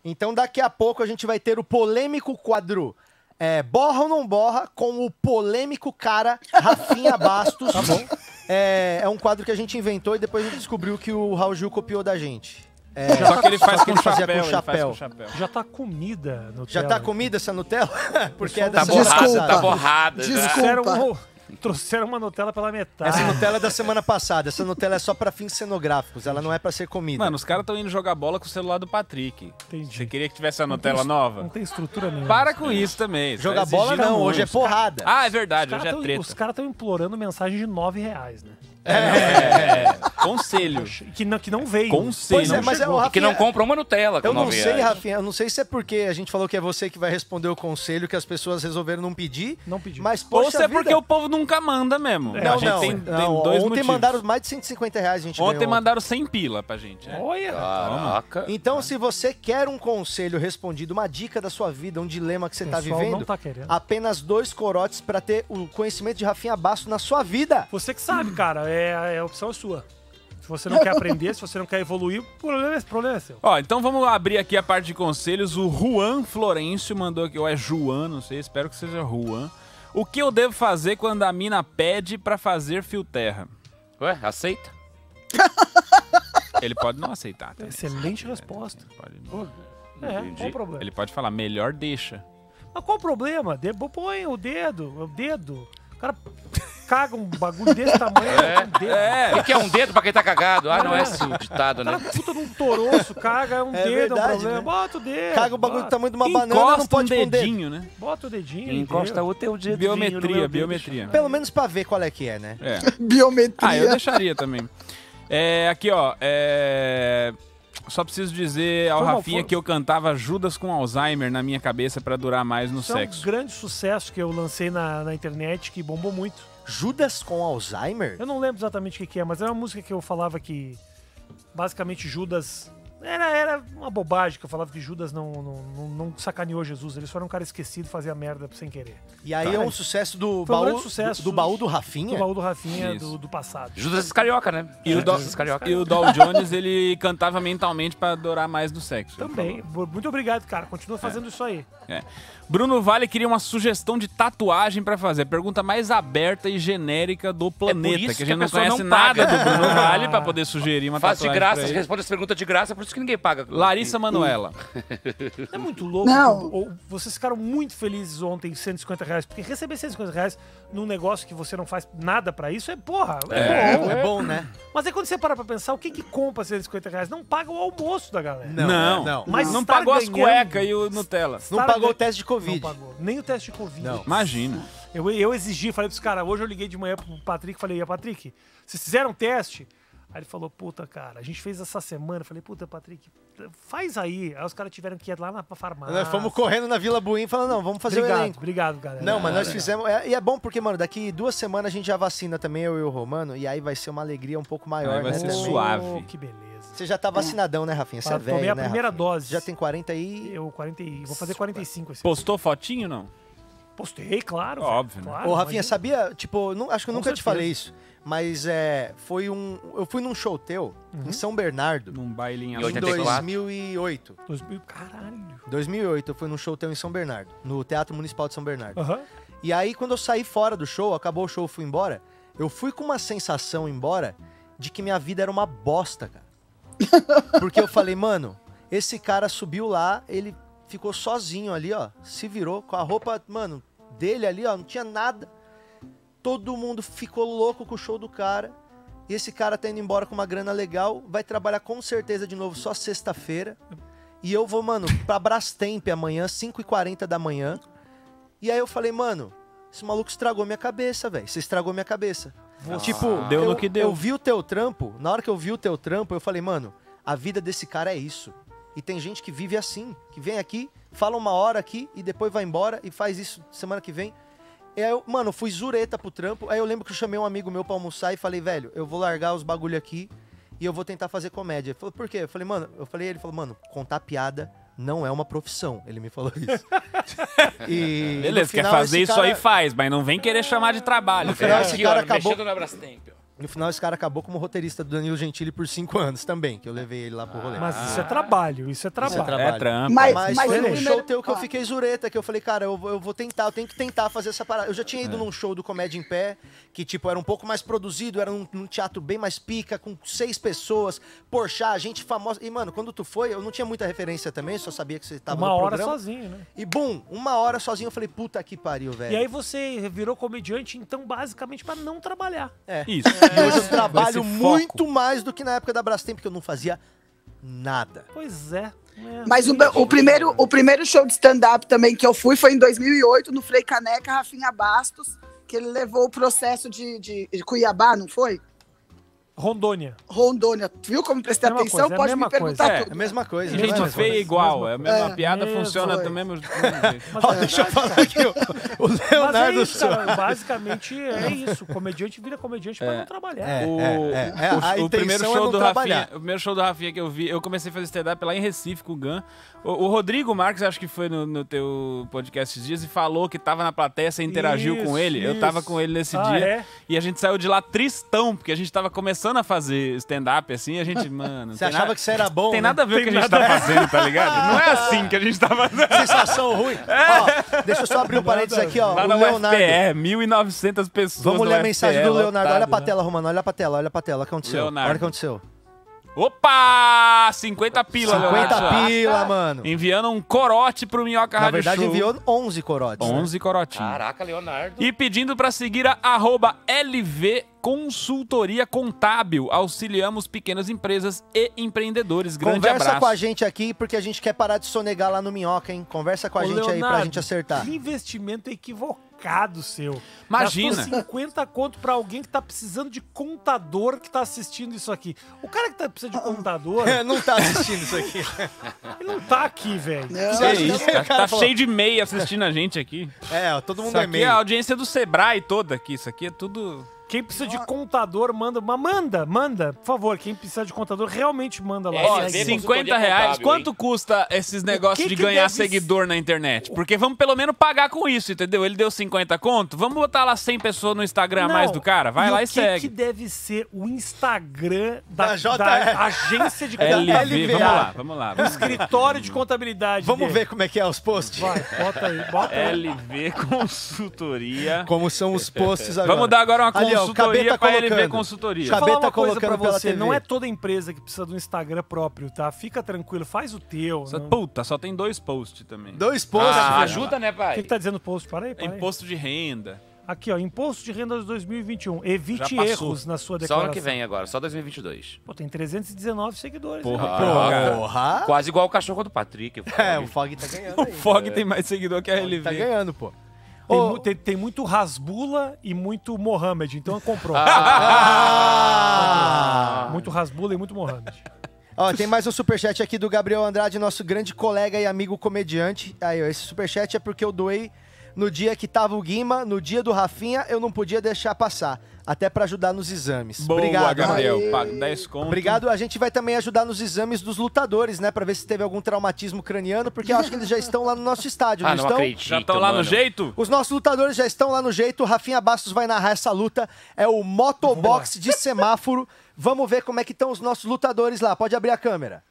[SPEAKER 1] Então daqui a pouco a gente vai ter o polêmico quadro. É, borra ou não borra com o polêmico cara Rafinha Bastos. tá bom? É, é um quadro que a gente inventou e depois a gente descobriu que o Raul Gil copiou da gente. É,
[SPEAKER 2] Só que ele faz
[SPEAKER 1] só que
[SPEAKER 2] com
[SPEAKER 1] ele fazia
[SPEAKER 2] chapéu,
[SPEAKER 1] com
[SPEAKER 2] ele faz
[SPEAKER 1] chapéu.
[SPEAKER 2] com chapéu.
[SPEAKER 5] Já tá comida no
[SPEAKER 1] Já tá comida essa Nutella? <laughs> Porque é da
[SPEAKER 3] Tá
[SPEAKER 1] semana
[SPEAKER 3] borrada,
[SPEAKER 4] Desculpa.
[SPEAKER 3] tá
[SPEAKER 1] passada.
[SPEAKER 3] borrada. já.
[SPEAKER 4] Desculpa.
[SPEAKER 5] Trouxeram, um- trouxeram uma Nutella pela metade.
[SPEAKER 1] Essa Nutella é da semana passada. Essa Nutella é só pra fins cenográficos, ela não é pra ser comida.
[SPEAKER 2] Mano, os caras estão indo jogar bola com o celular do Patrick.
[SPEAKER 5] Entendi.
[SPEAKER 2] Você queria que tivesse a
[SPEAKER 5] Não tem
[SPEAKER 2] Nutella
[SPEAKER 5] es- Não
[SPEAKER 2] nova?
[SPEAKER 5] tem estrutura nenhuma.
[SPEAKER 2] Para com isso também. isso
[SPEAKER 1] Jogar
[SPEAKER 2] tá
[SPEAKER 1] bola
[SPEAKER 2] exigindo
[SPEAKER 1] não,
[SPEAKER 2] muito.
[SPEAKER 1] hoje é porrada.
[SPEAKER 2] Ah, é
[SPEAKER 5] Os
[SPEAKER 2] verdade,
[SPEAKER 5] caras
[SPEAKER 2] hoje é
[SPEAKER 5] tão- Os
[SPEAKER 2] treta.
[SPEAKER 5] caras estão implorando mensagem de 9 reais, né?
[SPEAKER 2] É, Conselho.
[SPEAKER 5] Que não, que não veio.
[SPEAKER 2] Conselho.
[SPEAKER 1] Pois é,
[SPEAKER 5] não
[SPEAKER 1] mas é
[SPEAKER 5] chegou.
[SPEAKER 1] o
[SPEAKER 3] E que não
[SPEAKER 1] Rafinha-
[SPEAKER 3] compra uma Nutella com
[SPEAKER 1] Eu não
[SPEAKER 3] nove
[SPEAKER 1] sei,
[SPEAKER 3] reais.
[SPEAKER 1] Rafinha, eu não sei se é porque a gente falou que é você que vai responder o conselho que as pessoas resolveram não pedir.
[SPEAKER 5] Não pedir.
[SPEAKER 1] Mas,
[SPEAKER 2] Ou
[SPEAKER 1] poxa
[SPEAKER 2] se é
[SPEAKER 1] vida-
[SPEAKER 2] porque o povo nunca manda mesmo.
[SPEAKER 1] Não,
[SPEAKER 2] a gente
[SPEAKER 1] não,
[SPEAKER 2] tem,
[SPEAKER 1] não,
[SPEAKER 2] tem
[SPEAKER 1] Ontem
[SPEAKER 2] dois motivos.
[SPEAKER 1] mandaram né, mais de 150 reais, a gente
[SPEAKER 2] Ontem
[SPEAKER 1] ganhou.
[SPEAKER 2] mandaram 100 pila pra gente. né?
[SPEAKER 5] Olha,
[SPEAKER 1] Ah,
[SPEAKER 3] Caraca.
[SPEAKER 1] Então, se você quer um conselho respondido, uma dica da sua vida, um dilema que você tá
[SPEAKER 5] Pessoal,
[SPEAKER 1] vivendo,
[SPEAKER 5] não tá querendo.
[SPEAKER 1] apenas dois corotes pra ter o conhecimento de Rafinha Basso na sua vida.
[SPEAKER 5] você que sabe, cara, é, é a opção é sua. Se você não quer
[SPEAKER 1] <laughs>
[SPEAKER 5] aprender, se você não quer evoluir, o problema é, o problema é seu.
[SPEAKER 2] Ó, então vamos abrir aqui a parte de conselhos. O Juan Florencio mandou aqui, ou é Juan, não sei, espero que seja Juan. O que eu devo fazer quando a mina pede pra fazer fio terra?
[SPEAKER 3] Ué, aceita?
[SPEAKER 2] Ele pode não aceitar. também.
[SPEAKER 5] Excelente resposta.
[SPEAKER 2] Ele pode-
[SPEAKER 5] É, qual
[SPEAKER 3] Entendi.
[SPEAKER 5] o problema?
[SPEAKER 2] Ele pode falar, melhor deixa.
[SPEAKER 5] Mas qual o problema? De... Põe o dedo, o dedo. O cara caga um bagulho desse tamanho com o dedo.
[SPEAKER 2] Ah,
[SPEAKER 3] O que que é um dedo pra quem tá cagado? Ah, não é
[SPEAKER 5] É.
[SPEAKER 3] esse o ditado,
[SPEAKER 5] O
[SPEAKER 3] né?
[SPEAKER 5] cara puta num toroço, caga é um
[SPEAKER 1] É
[SPEAKER 5] dedo, é um
[SPEAKER 1] verdade,
[SPEAKER 5] problema.
[SPEAKER 1] né?
[SPEAKER 5] Bota o dedo.
[SPEAKER 1] Caga o bagulho do
[SPEAKER 5] bota.
[SPEAKER 1] tamanho de uma banana, não
[SPEAKER 2] Encosta um
[SPEAKER 1] pode pôr um dedo.
[SPEAKER 2] dedinho, né?
[SPEAKER 5] Bota o dedinho.
[SPEAKER 3] Encosta
[SPEAKER 5] entendeu?
[SPEAKER 3] o teu dedo.
[SPEAKER 5] no meu
[SPEAKER 2] Biometria,
[SPEAKER 5] dedo,
[SPEAKER 2] biometria.
[SPEAKER 1] Pelo menos pra ver qual é que é, né?
[SPEAKER 2] É.
[SPEAKER 4] Biometria.
[SPEAKER 2] Ah, eu deixaria também. É, aqui, ó. é, Só preciso dizer ao
[SPEAKER 5] Foi mal,
[SPEAKER 2] Rafinha
[SPEAKER 5] foi-
[SPEAKER 2] que eu cantava Judas com Alzheimer na minha cabeça pra durar mais no
[SPEAKER 5] Isso é um
[SPEAKER 2] sexo.
[SPEAKER 5] grande sucesso que eu lancei na, na internet, que bombou muito.
[SPEAKER 1] Judas com Alzheimer?
[SPEAKER 5] é Eu não lembro exatamente o que, que é, mas era uma música que eu falava que basicamente Judas Era, era uma bobagem que eu falava que Judas não, não, não, não sacaneou Jesus. Eles foram um cara esquecido fazia merda sem querer.
[SPEAKER 1] E aí é um sucesso do
[SPEAKER 5] Foi um
[SPEAKER 1] baú,
[SPEAKER 5] grande sucesso.
[SPEAKER 1] do baú do Rafinha.
[SPEAKER 5] Do baú do Rafinha
[SPEAKER 2] Isso.
[SPEAKER 5] do, do passado.
[SPEAKER 3] Judas Iscarioca, né?
[SPEAKER 2] E o, Dol-
[SPEAKER 3] Judas Iscarioca.
[SPEAKER 2] e o Dow Jones, ele cantava mentalmente pra adorar mais do sexo. ele
[SPEAKER 5] Também. Bo- Muito obrigado, cara. Continua fazendo isso aí.
[SPEAKER 2] É. Bruno Vale queria uma sugestão de tatuagem pra fazer. Pergunta mais aberta e genérica do planeta.
[SPEAKER 3] isso
[SPEAKER 2] que a
[SPEAKER 3] que
[SPEAKER 2] gente
[SPEAKER 3] a
[SPEAKER 2] não
[SPEAKER 3] pessoa
[SPEAKER 2] conhece
[SPEAKER 3] não
[SPEAKER 2] nada
[SPEAKER 3] paga.
[SPEAKER 2] do Bruno Vale pra poder sugerir uma
[SPEAKER 3] Faz de
[SPEAKER 2] tatuagem.
[SPEAKER 3] graça, Hum,
[SPEAKER 2] pra ele.
[SPEAKER 3] responde as perguntas de graça, é por isso que ninguém paga.
[SPEAKER 2] Larissa Manuela.
[SPEAKER 5] É muito louco.
[SPEAKER 4] Não.
[SPEAKER 5] Ou- ou- Vocês ficaram muito felizes ontem, 150 reais. Porque receber 150 reais num negócio que você não faz nada pra isso é porra. É, bom.
[SPEAKER 1] É bom, né?
[SPEAKER 5] Mas aí quando você para pra pensar, o que que compra 150 reais? Não paga o almoço da galera.
[SPEAKER 2] Não.
[SPEAKER 1] Não,
[SPEAKER 5] Mas
[SPEAKER 2] não
[SPEAKER 5] estar
[SPEAKER 2] pagou as
[SPEAKER 5] ganhando-
[SPEAKER 2] cuecas e o Nutella.
[SPEAKER 1] Não
[SPEAKER 5] Estar
[SPEAKER 1] pagou
[SPEAKER 5] gan-
[SPEAKER 1] o teste de Covid.
[SPEAKER 5] Não pagou. Nem o teste de Covid.
[SPEAKER 1] Não.
[SPEAKER 2] Imagina.
[SPEAKER 5] Eu, eu exigi, falei pros caras, hoje eu liguei de manhã pro Patrick e falei, e Patrick, vocês fizeram um teste? Aí ele falou, puta, cara, a gente fez essa semana. Eu falei, puta, Patrick, faz aí. Aí os caras tiveram que ir lá na farmácia.
[SPEAKER 1] Nós fomos correndo na Vila Buim falando, não, vamos fazer
[SPEAKER 5] obrigado,
[SPEAKER 1] o elenco.
[SPEAKER 5] Obrigado, galera.
[SPEAKER 1] Não, mas nós fizemos. é- e é bom porque, mano, daqui duas semanas a gente já vacina também, eu e o Romano, e aí vai ser uma alegria um pouco maior,
[SPEAKER 2] Aí vai
[SPEAKER 1] né?
[SPEAKER 2] ser
[SPEAKER 1] também.
[SPEAKER 2] suave.
[SPEAKER 5] Oh, que beleza.
[SPEAKER 1] Você já tá vacinadão, né, Rafinha? Você
[SPEAKER 5] Ah,
[SPEAKER 1] é
[SPEAKER 5] tomei
[SPEAKER 1] velho,
[SPEAKER 5] a
[SPEAKER 1] né,
[SPEAKER 5] primeira
[SPEAKER 1] Rafinha?
[SPEAKER 5] dose.
[SPEAKER 1] Já tem 40 e...
[SPEAKER 5] Eu 40 e- vou fazer 45 esse
[SPEAKER 2] Postou fotinho, não?
[SPEAKER 5] Postei, claro.
[SPEAKER 2] Óbvio,
[SPEAKER 5] velho,
[SPEAKER 2] né?
[SPEAKER 5] Claro,
[SPEAKER 1] Ô, Rafinha,
[SPEAKER 5] imagina.
[SPEAKER 1] sabia? Tipo, não- acho que eu
[SPEAKER 5] Com
[SPEAKER 1] nunca te
[SPEAKER 5] certeza.
[SPEAKER 1] falei isso, mas é, foi um... Eu fui num show teu,
[SPEAKER 5] Uhum.
[SPEAKER 1] em São Bernardo,
[SPEAKER 2] Num bailinho
[SPEAKER 3] E
[SPEAKER 1] em
[SPEAKER 2] azul.
[SPEAKER 3] 84.
[SPEAKER 1] 2008.
[SPEAKER 5] 2000, caralho.
[SPEAKER 1] 2008 eu fui num show teu em São Bernardo, no Teatro Municipal de São Bernardo.
[SPEAKER 5] Aham.
[SPEAKER 1] E aí, quando eu saí fora do show, acabou o show, eu fui embora. Eu fui com uma sensação embora de que minha vida era uma bosta, cara. Porque eu falei, mano, esse cara subiu lá, ele ficou sozinho ali, ó. Se virou com a roupa, mano, dele ali, ó. Não tinha nada. Todo mundo ficou louco com o show do cara. E esse cara tá indo embora com uma grana legal. Vai trabalhar com certeza de novo só sexta-feira. E eu vou, mano, pra Brastemp amanhã, 5h40 da manhã. E aí eu falei, mano, esse maluco estragou minha cabeça, velho. Você estragou minha cabeça. tipo,
[SPEAKER 2] deu
[SPEAKER 1] eu,
[SPEAKER 2] no que deu.
[SPEAKER 1] Eu vi o teu trampo, na hora que eu vi o teu trampo, eu falei, mano, a vida desse cara é isso. E tem gente que vive assim, que vem aqui, fala uma hora aqui e depois vai embora e faz isso semana que vem. E aí eu, mano, fui zureta pro trampo. Aí eu lembro que eu chamei um amigo meu pra almoçar e falei, velho, eu vou largar os bagulho aqui e eu vou tentar fazer comédia. Ele falou, por quê? Eu falei, mano, eu falei, ele falou, mano, contar piada não é uma profissão. Ele me falou
[SPEAKER 2] <laughs>
[SPEAKER 1] isso. E no
[SPEAKER 2] Beleza, quer
[SPEAKER 1] final,
[SPEAKER 2] fazer
[SPEAKER 1] esse
[SPEAKER 2] isso
[SPEAKER 1] cara-
[SPEAKER 2] aí, faz, mas não vem querer chamar de trabalho.
[SPEAKER 1] final,
[SPEAKER 2] velho.
[SPEAKER 1] esse cara acabou-
[SPEAKER 3] É, mexendo na Brastemp. ó.
[SPEAKER 1] No final, esse cara acabou como roteirista do Danilo Gentili por cinco anos também, que eu levei ele lá pro rolê. Ah,
[SPEAKER 5] Mas
[SPEAKER 2] Ah.
[SPEAKER 5] isso é trabalho, isso é trabalho.
[SPEAKER 2] É trampo.
[SPEAKER 4] Mas,
[SPEAKER 1] Mas,
[SPEAKER 4] mas
[SPEAKER 1] foi
[SPEAKER 4] o
[SPEAKER 1] num
[SPEAKER 4] primeiro-
[SPEAKER 1] show teu que eu
[SPEAKER 4] Ah.
[SPEAKER 1] fiquei zureta, que eu falei, cara, eu, vou- eu vou tentar, eu tenho que tentar fazer essa parada. Eu já tinha ido num show do Comédia em Pé, que, tipo, era um pouco mais produzido, era um, um teatro bem mais pica, com seis pessoas, porchá, gente famosa. E, mano, quando tu foi, eu não tinha muita referência também, só sabia que você tava
[SPEAKER 5] Uma
[SPEAKER 1] no
[SPEAKER 5] hora
[SPEAKER 1] programa.
[SPEAKER 5] sozinho, né?
[SPEAKER 1] E, bum, uma hora sozinho, eu falei, puta que pariu, velho.
[SPEAKER 5] E aí você virou comediante, então, basicamente, pra não trabalhar.
[SPEAKER 2] Isso.
[SPEAKER 1] E
[SPEAKER 5] <laughs>
[SPEAKER 1] hoje eu
[SPEAKER 2] Esse
[SPEAKER 1] é um trabalho
[SPEAKER 2] foco.
[SPEAKER 1] muito mais do que na época da Brastemp, que eu não fazia nada.
[SPEAKER 5] Pois é. É.
[SPEAKER 4] Mas o, o primeiro, o primeiro show de stand-up também que eu fui foi em 2008, no Frei Caneca, Rafinha Bastos, que ele levou o processo de, de, de Cuiabá, não foi?
[SPEAKER 5] Rondônia.
[SPEAKER 4] Rondônia. Viu como prestei
[SPEAKER 5] Mesma
[SPEAKER 4] atenção?
[SPEAKER 5] coisa, é a
[SPEAKER 4] Pode
[SPEAKER 5] mesma
[SPEAKER 4] me
[SPEAKER 5] coisa.
[SPEAKER 4] perguntar
[SPEAKER 2] É,
[SPEAKER 1] É
[SPEAKER 4] tudo.
[SPEAKER 1] a mesma coisa,
[SPEAKER 2] Gente
[SPEAKER 1] não é?
[SPEAKER 2] feia é igual, é a mesma
[SPEAKER 4] É.
[SPEAKER 2] piada,
[SPEAKER 5] É,
[SPEAKER 2] funciona
[SPEAKER 5] foi.
[SPEAKER 2] do mesmo
[SPEAKER 5] <laughs>
[SPEAKER 2] do mesmo jeito.
[SPEAKER 5] Mas, é
[SPEAKER 1] Ó, deixa eu falar aqui, o, o
[SPEAKER 5] mas é
[SPEAKER 1] Leonardo
[SPEAKER 5] isso,
[SPEAKER 1] Souza.
[SPEAKER 5] cara, basicamente é isso. Comediante vira comediante pra não trabalhar.
[SPEAKER 1] É,
[SPEAKER 2] O,
[SPEAKER 1] é, é. É,
[SPEAKER 2] o-
[SPEAKER 1] a
[SPEAKER 2] o
[SPEAKER 1] intenção
[SPEAKER 2] primeiro
[SPEAKER 1] é
[SPEAKER 2] show
[SPEAKER 1] não
[SPEAKER 2] do
[SPEAKER 1] trabalhar.
[SPEAKER 2] Rafinha, o primeiro show do Rafinha que eu vi, eu comecei a fazer stand-up lá em Recife com o Gun. O, o Rodrigo Marques, acho que foi no, no teu podcast esses dias, e falou que tava na plateia, você interagiu
[SPEAKER 5] Isso,
[SPEAKER 2] com ele. Eu tava
[SPEAKER 5] isso.
[SPEAKER 2] com ele nesse
[SPEAKER 5] Ah,
[SPEAKER 2] dia.
[SPEAKER 5] é?
[SPEAKER 2] E a gente saiu de lá tristão, porque a gente tava começando a fazer stand-up assim, e a
[SPEAKER 5] <laughs>
[SPEAKER 2] gente, mano.
[SPEAKER 1] Você
[SPEAKER 2] tem
[SPEAKER 1] achava
[SPEAKER 2] nada-
[SPEAKER 1] que isso era bom,
[SPEAKER 2] Tem
[SPEAKER 1] né?
[SPEAKER 2] nada a ver
[SPEAKER 5] Tem
[SPEAKER 2] com o que a gente
[SPEAKER 5] nada
[SPEAKER 2] tá
[SPEAKER 5] a ver.
[SPEAKER 2] fazendo, tá ligado? Não é assim que a gente tá fazendo.
[SPEAKER 1] Sensação ruim. Ó, deixa eu só abrir um parênteses aqui, ó.
[SPEAKER 2] Lá
[SPEAKER 1] O
[SPEAKER 2] na
[SPEAKER 1] Leonardo.
[SPEAKER 2] UFPE, 1.900 pessoas.
[SPEAKER 1] Vamos
[SPEAKER 2] no
[SPEAKER 1] ler a mensagem do
[SPEAKER 2] UFPE,
[SPEAKER 1] Leonardo. Olha
[SPEAKER 2] lotado,
[SPEAKER 1] pra
[SPEAKER 2] né?
[SPEAKER 1] tela, Romano. Olha pra tela, olha pra tela. Olha o que aconteceu.
[SPEAKER 2] Leonardo.
[SPEAKER 1] Olha o que aconteceu.
[SPEAKER 2] Opa! 50 pila,
[SPEAKER 1] 50
[SPEAKER 2] Leonardo.
[SPEAKER 1] pila, mano.
[SPEAKER 2] Enviando um corote pro Minhoca
[SPEAKER 1] Na
[SPEAKER 2] Rádio
[SPEAKER 1] verdade,
[SPEAKER 2] Show.
[SPEAKER 1] enviou 11 corotes. né?
[SPEAKER 2] 11 corotinhos.
[SPEAKER 3] Caraca, Leonardo.
[SPEAKER 2] E pedindo pra seguir a arroba LV Consultoria Contábil. Auxiliamos pequenas empresas e empreendedores. Grande
[SPEAKER 1] Conversa
[SPEAKER 2] abraço.
[SPEAKER 1] com a gente aqui, porque a gente quer parar de sonegar lá no Minhoca, hein? Conversa com a
[SPEAKER 5] Ô,
[SPEAKER 1] gente aí pra
[SPEAKER 5] Leonardo,
[SPEAKER 1] gente
[SPEAKER 5] <laughs>
[SPEAKER 1] acertar.
[SPEAKER 5] Que investimento equivocado seu.
[SPEAKER 2] Imagina.
[SPEAKER 5] Gastou 50 conto pra alguém que tá precisando de contador que tá assistindo isso aqui. O cara que tá precisando de
[SPEAKER 1] <laughs>
[SPEAKER 5] contador,
[SPEAKER 1] É, não tá assistindo isso <laughs> aqui.
[SPEAKER 5] ele não tá aqui, velho.
[SPEAKER 1] Você acha que
[SPEAKER 2] Isso,
[SPEAKER 1] o
[SPEAKER 2] tá,
[SPEAKER 1] né? <laughs> cara
[SPEAKER 2] tá
[SPEAKER 1] falou-
[SPEAKER 2] cheio de meia assistindo a gente aqui.
[SPEAKER 1] É, ó, todo
[SPEAKER 2] Isso
[SPEAKER 1] mundo é
[SPEAKER 2] aqui é
[SPEAKER 1] meio.
[SPEAKER 2] a audiência do Sebrae toda aqui. Isso aqui é tudo
[SPEAKER 5] Quem precisa de contador, manda. Mas manda, manda. Por favor, quem precisa de contador, realmente manda lá.
[SPEAKER 3] Ó,
[SPEAKER 2] Ó,
[SPEAKER 5] Segue.
[SPEAKER 3] LV
[SPEAKER 5] Sim.
[SPEAKER 2] 50 reais.
[SPEAKER 3] contábil,
[SPEAKER 2] Quanto
[SPEAKER 3] hein?
[SPEAKER 2] custa esses negócios
[SPEAKER 5] que
[SPEAKER 2] de
[SPEAKER 5] que
[SPEAKER 2] ganhar
[SPEAKER 5] deve ser?
[SPEAKER 2] seguidor na internet? Porque vamos pelo menos pagar com isso, entendeu? Ele deu 50 conto, vamos botar lá 100 pessoas no Instagram a
[SPEAKER 5] Não,
[SPEAKER 2] mais do cara. Vai
[SPEAKER 5] e
[SPEAKER 2] lá
[SPEAKER 5] o
[SPEAKER 2] e
[SPEAKER 5] que
[SPEAKER 2] segue.
[SPEAKER 5] que deve ser o Instagram da,
[SPEAKER 1] Da JR.
[SPEAKER 5] da agência
[SPEAKER 2] <laughs>
[SPEAKER 5] de contabilidade?
[SPEAKER 2] LV,
[SPEAKER 1] LVA.
[SPEAKER 2] vamos lá, vamos lá.
[SPEAKER 5] O
[SPEAKER 2] Vamos lá.
[SPEAKER 5] escritório de contabilidade.
[SPEAKER 1] Vamos
[SPEAKER 5] dele.
[SPEAKER 1] ver como é que é os posts?
[SPEAKER 5] Vai, bota aí, bota aí.
[SPEAKER 2] LV Consultoria.
[SPEAKER 1] Como são os posts agora.
[SPEAKER 2] Vamos dar agora uma
[SPEAKER 1] Ali, ó, o
[SPEAKER 2] consultoria
[SPEAKER 1] Cabeta
[SPEAKER 2] pra LV
[SPEAKER 1] colocando.
[SPEAKER 2] Consultoria.
[SPEAKER 5] Deixa eu falar
[SPEAKER 1] Cabeta
[SPEAKER 5] uma coisa pra
[SPEAKER 1] colocando pela
[SPEAKER 5] você,
[SPEAKER 1] TV.
[SPEAKER 5] não é toda empresa que precisa do Instagram próprio, tá? Fica tranquilo, faz o teu.
[SPEAKER 2] Só- tá
[SPEAKER 5] não-
[SPEAKER 2] Puta, só tem dois posts também.
[SPEAKER 1] Dois posts.
[SPEAKER 3] Ah,
[SPEAKER 1] velho.
[SPEAKER 3] ajuda, né,
[SPEAKER 5] O que,
[SPEAKER 3] pai?
[SPEAKER 5] que tá dizendo o post? Para aí,
[SPEAKER 2] É
[SPEAKER 5] para aí.
[SPEAKER 2] Imposto de renda.
[SPEAKER 5] Aqui, ó, imposto de renda de 2021. Evite
[SPEAKER 2] Já passou.
[SPEAKER 5] erros na sua
[SPEAKER 3] Só
[SPEAKER 5] declaração.
[SPEAKER 3] ano que vem agora, só 2022.
[SPEAKER 5] Pô, tem 319 seguidores.
[SPEAKER 2] Porra,
[SPEAKER 5] né?
[SPEAKER 2] porra.
[SPEAKER 1] Porra.
[SPEAKER 3] Quase igual o cachorro do Patrick. eu falo.
[SPEAKER 1] Ah. É, o Fog tá ganhando.
[SPEAKER 2] O
[SPEAKER 1] aí.
[SPEAKER 2] Fog tem mais seguidor que a LV.
[SPEAKER 1] Tá ganhando, pô.
[SPEAKER 5] Tem,
[SPEAKER 1] Ô,
[SPEAKER 5] mu- tem- tem muito Rasbula e muito Mohamed, então comprou.
[SPEAKER 1] Ah!
[SPEAKER 5] Muito Rasbula e muito Mohamed.
[SPEAKER 1] Ó, tem mais um superchat aqui do Gabriel Andrade, nosso grande colega e amigo comediante. Aí, ó, esse superchat é porque eu doei no dia que tava o Guima, no dia do Rafinha, eu não podia deixar passar. Até pra ajudar nos exames.
[SPEAKER 2] Boa,
[SPEAKER 1] Obrigado,
[SPEAKER 2] Gabriel.
[SPEAKER 1] Rafinha.
[SPEAKER 2] Paga 10 conto.
[SPEAKER 1] Obrigado. A gente vai também ajudar nos exames dos lutadores, né? Pra ver se teve algum traumatismo craniano, porque eu acho que eles já estão lá no nosso estádio,
[SPEAKER 3] Ah,
[SPEAKER 1] não
[SPEAKER 3] não
[SPEAKER 1] estão?
[SPEAKER 3] acredito.
[SPEAKER 2] Já estão lá
[SPEAKER 3] mano.
[SPEAKER 2] no jeito?
[SPEAKER 1] Os nossos lutadores já estão lá no jeito. O Rafinha Bastos vai narrar essa luta. É o motobox de semáforo. Vamos ver como é que estão os nossos lutadores lá. Pode abrir a câmera.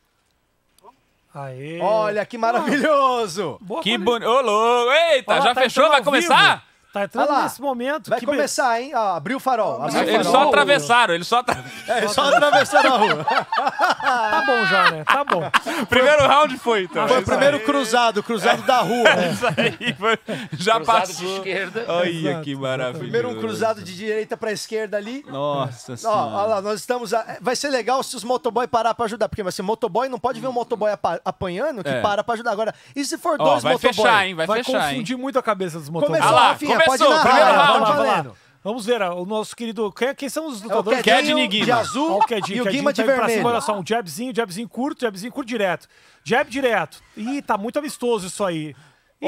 [SPEAKER 5] Aê.
[SPEAKER 1] Olha que maravilhoso!
[SPEAKER 5] Boa
[SPEAKER 2] Que
[SPEAKER 5] quali-
[SPEAKER 2] bonito. Ô, louco. Eita,
[SPEAKER 5] Olha lá,
[SPEAKER 2] já
[SPEAKER 5] tá
[SPEAKER 2] fechou?
[SPEAKER 5] entrando
[SPEAKER 2] Vai
[SPEAKER 5] ao vivo.
[SPEAKER 2] começar?
[SPEAKER 5] Tá entrando
[SPEAKER 1] Olha lá.
[SPEAKER 5] nesse momento.
[SPEAKER 1] Vai
[SPEAKER 5] que be-
[SPEAKER 1] começar, hein? Ó, abriu o farol. abriu o
[SPEAKER 2] Eles
[SPEAKER 1] farol.
[SPEAKER 2] só atravessaram, eles só atravessaram.
[SPEAKER 1] É, só atravessaram a rua.
[SPEAKER 5] Tá bom já, né? Tá bom.
[SPEAKER 2] Primeiro round foi, então.
[SPEAKER 1] Foi o primeiro cruzado, cruzado da rua.
[SPEAKER 2] Isso <laughs> aí foi. Já
[SPEAKER 3] Cruzado de
[SPEAKER 2] passou. <laughs>
[SPEAKER 3] esquerda.
[SPEAKER 2] Olha que maravilha.
[SPEAKER 1] Primeiro um cruzado de direita pra esquerda ali.
[SPEAKER 2] Nossa
[SPEAKER 1] Ó, ó
[SPEAKER 2] senhora.
[SPEAKER 1] lá, nós estamos. a- Vai ser legal se os motoboy parar pra ajudar. Porque assim, motoboy não pode ver um motoboy apa- apanhando que
[SPEAKER 2] É.
[SPEAKER 1] para pra ajudar. Agora, e se for
[SPEAKER 2] Ó,
[SPEAKER 1] dois
[SPEAKER 2] vai
[SPEAKER 1] motoboy?
[SPEAKER 2] fechar, hein? Vai,
[SPEAKER 5] Vai
[SPEAKER 2] fechar, hein?
[SPEAKER 5] confundir muito a cabeça dos motores.
[SPEAKER 1] Começou,
[SPEAKER 2] Ah lá,
[SPEAKER 1] Rafinha,
[SPEAKER 2] começou,
[SPEAKER 1] pode narrar.
[SPEAKER 2] primeiro
[SPEAKER 1] vai,
[SPEAKER 2] round,
[SPEAKER 1] vai
[SPEAKER 5] vamos, lá, vamos
[SPEAKER 1] valendo.
[SPEAKER 5] lá. Vamos ver ah, o nosso querido. Quem, quem são os
[SPEAKER 1] É o
[SPEAKER 5] lutadores?
[SPEAKER 2] Kedinho
[SPEAKER 1] Kedinho de
[SPEAKER 2] Guima.
[SPEAKER 1] azul
[SPEAKER 5] Ó, o Kedinho,
[SPEAKER 1] e o
[SPEAKER 5] Kedinho
[SPEAKER 1] Guima de
[SPEAKER 5] tá indo pra cima,
[SPEAKER 1] vermelho.
[SPEAKER 5] Olha só, um jabzinho, jabzinho curto, jabzinho curto direto. Jab direto. Ih, tá muito amistoso isso aí. Ih,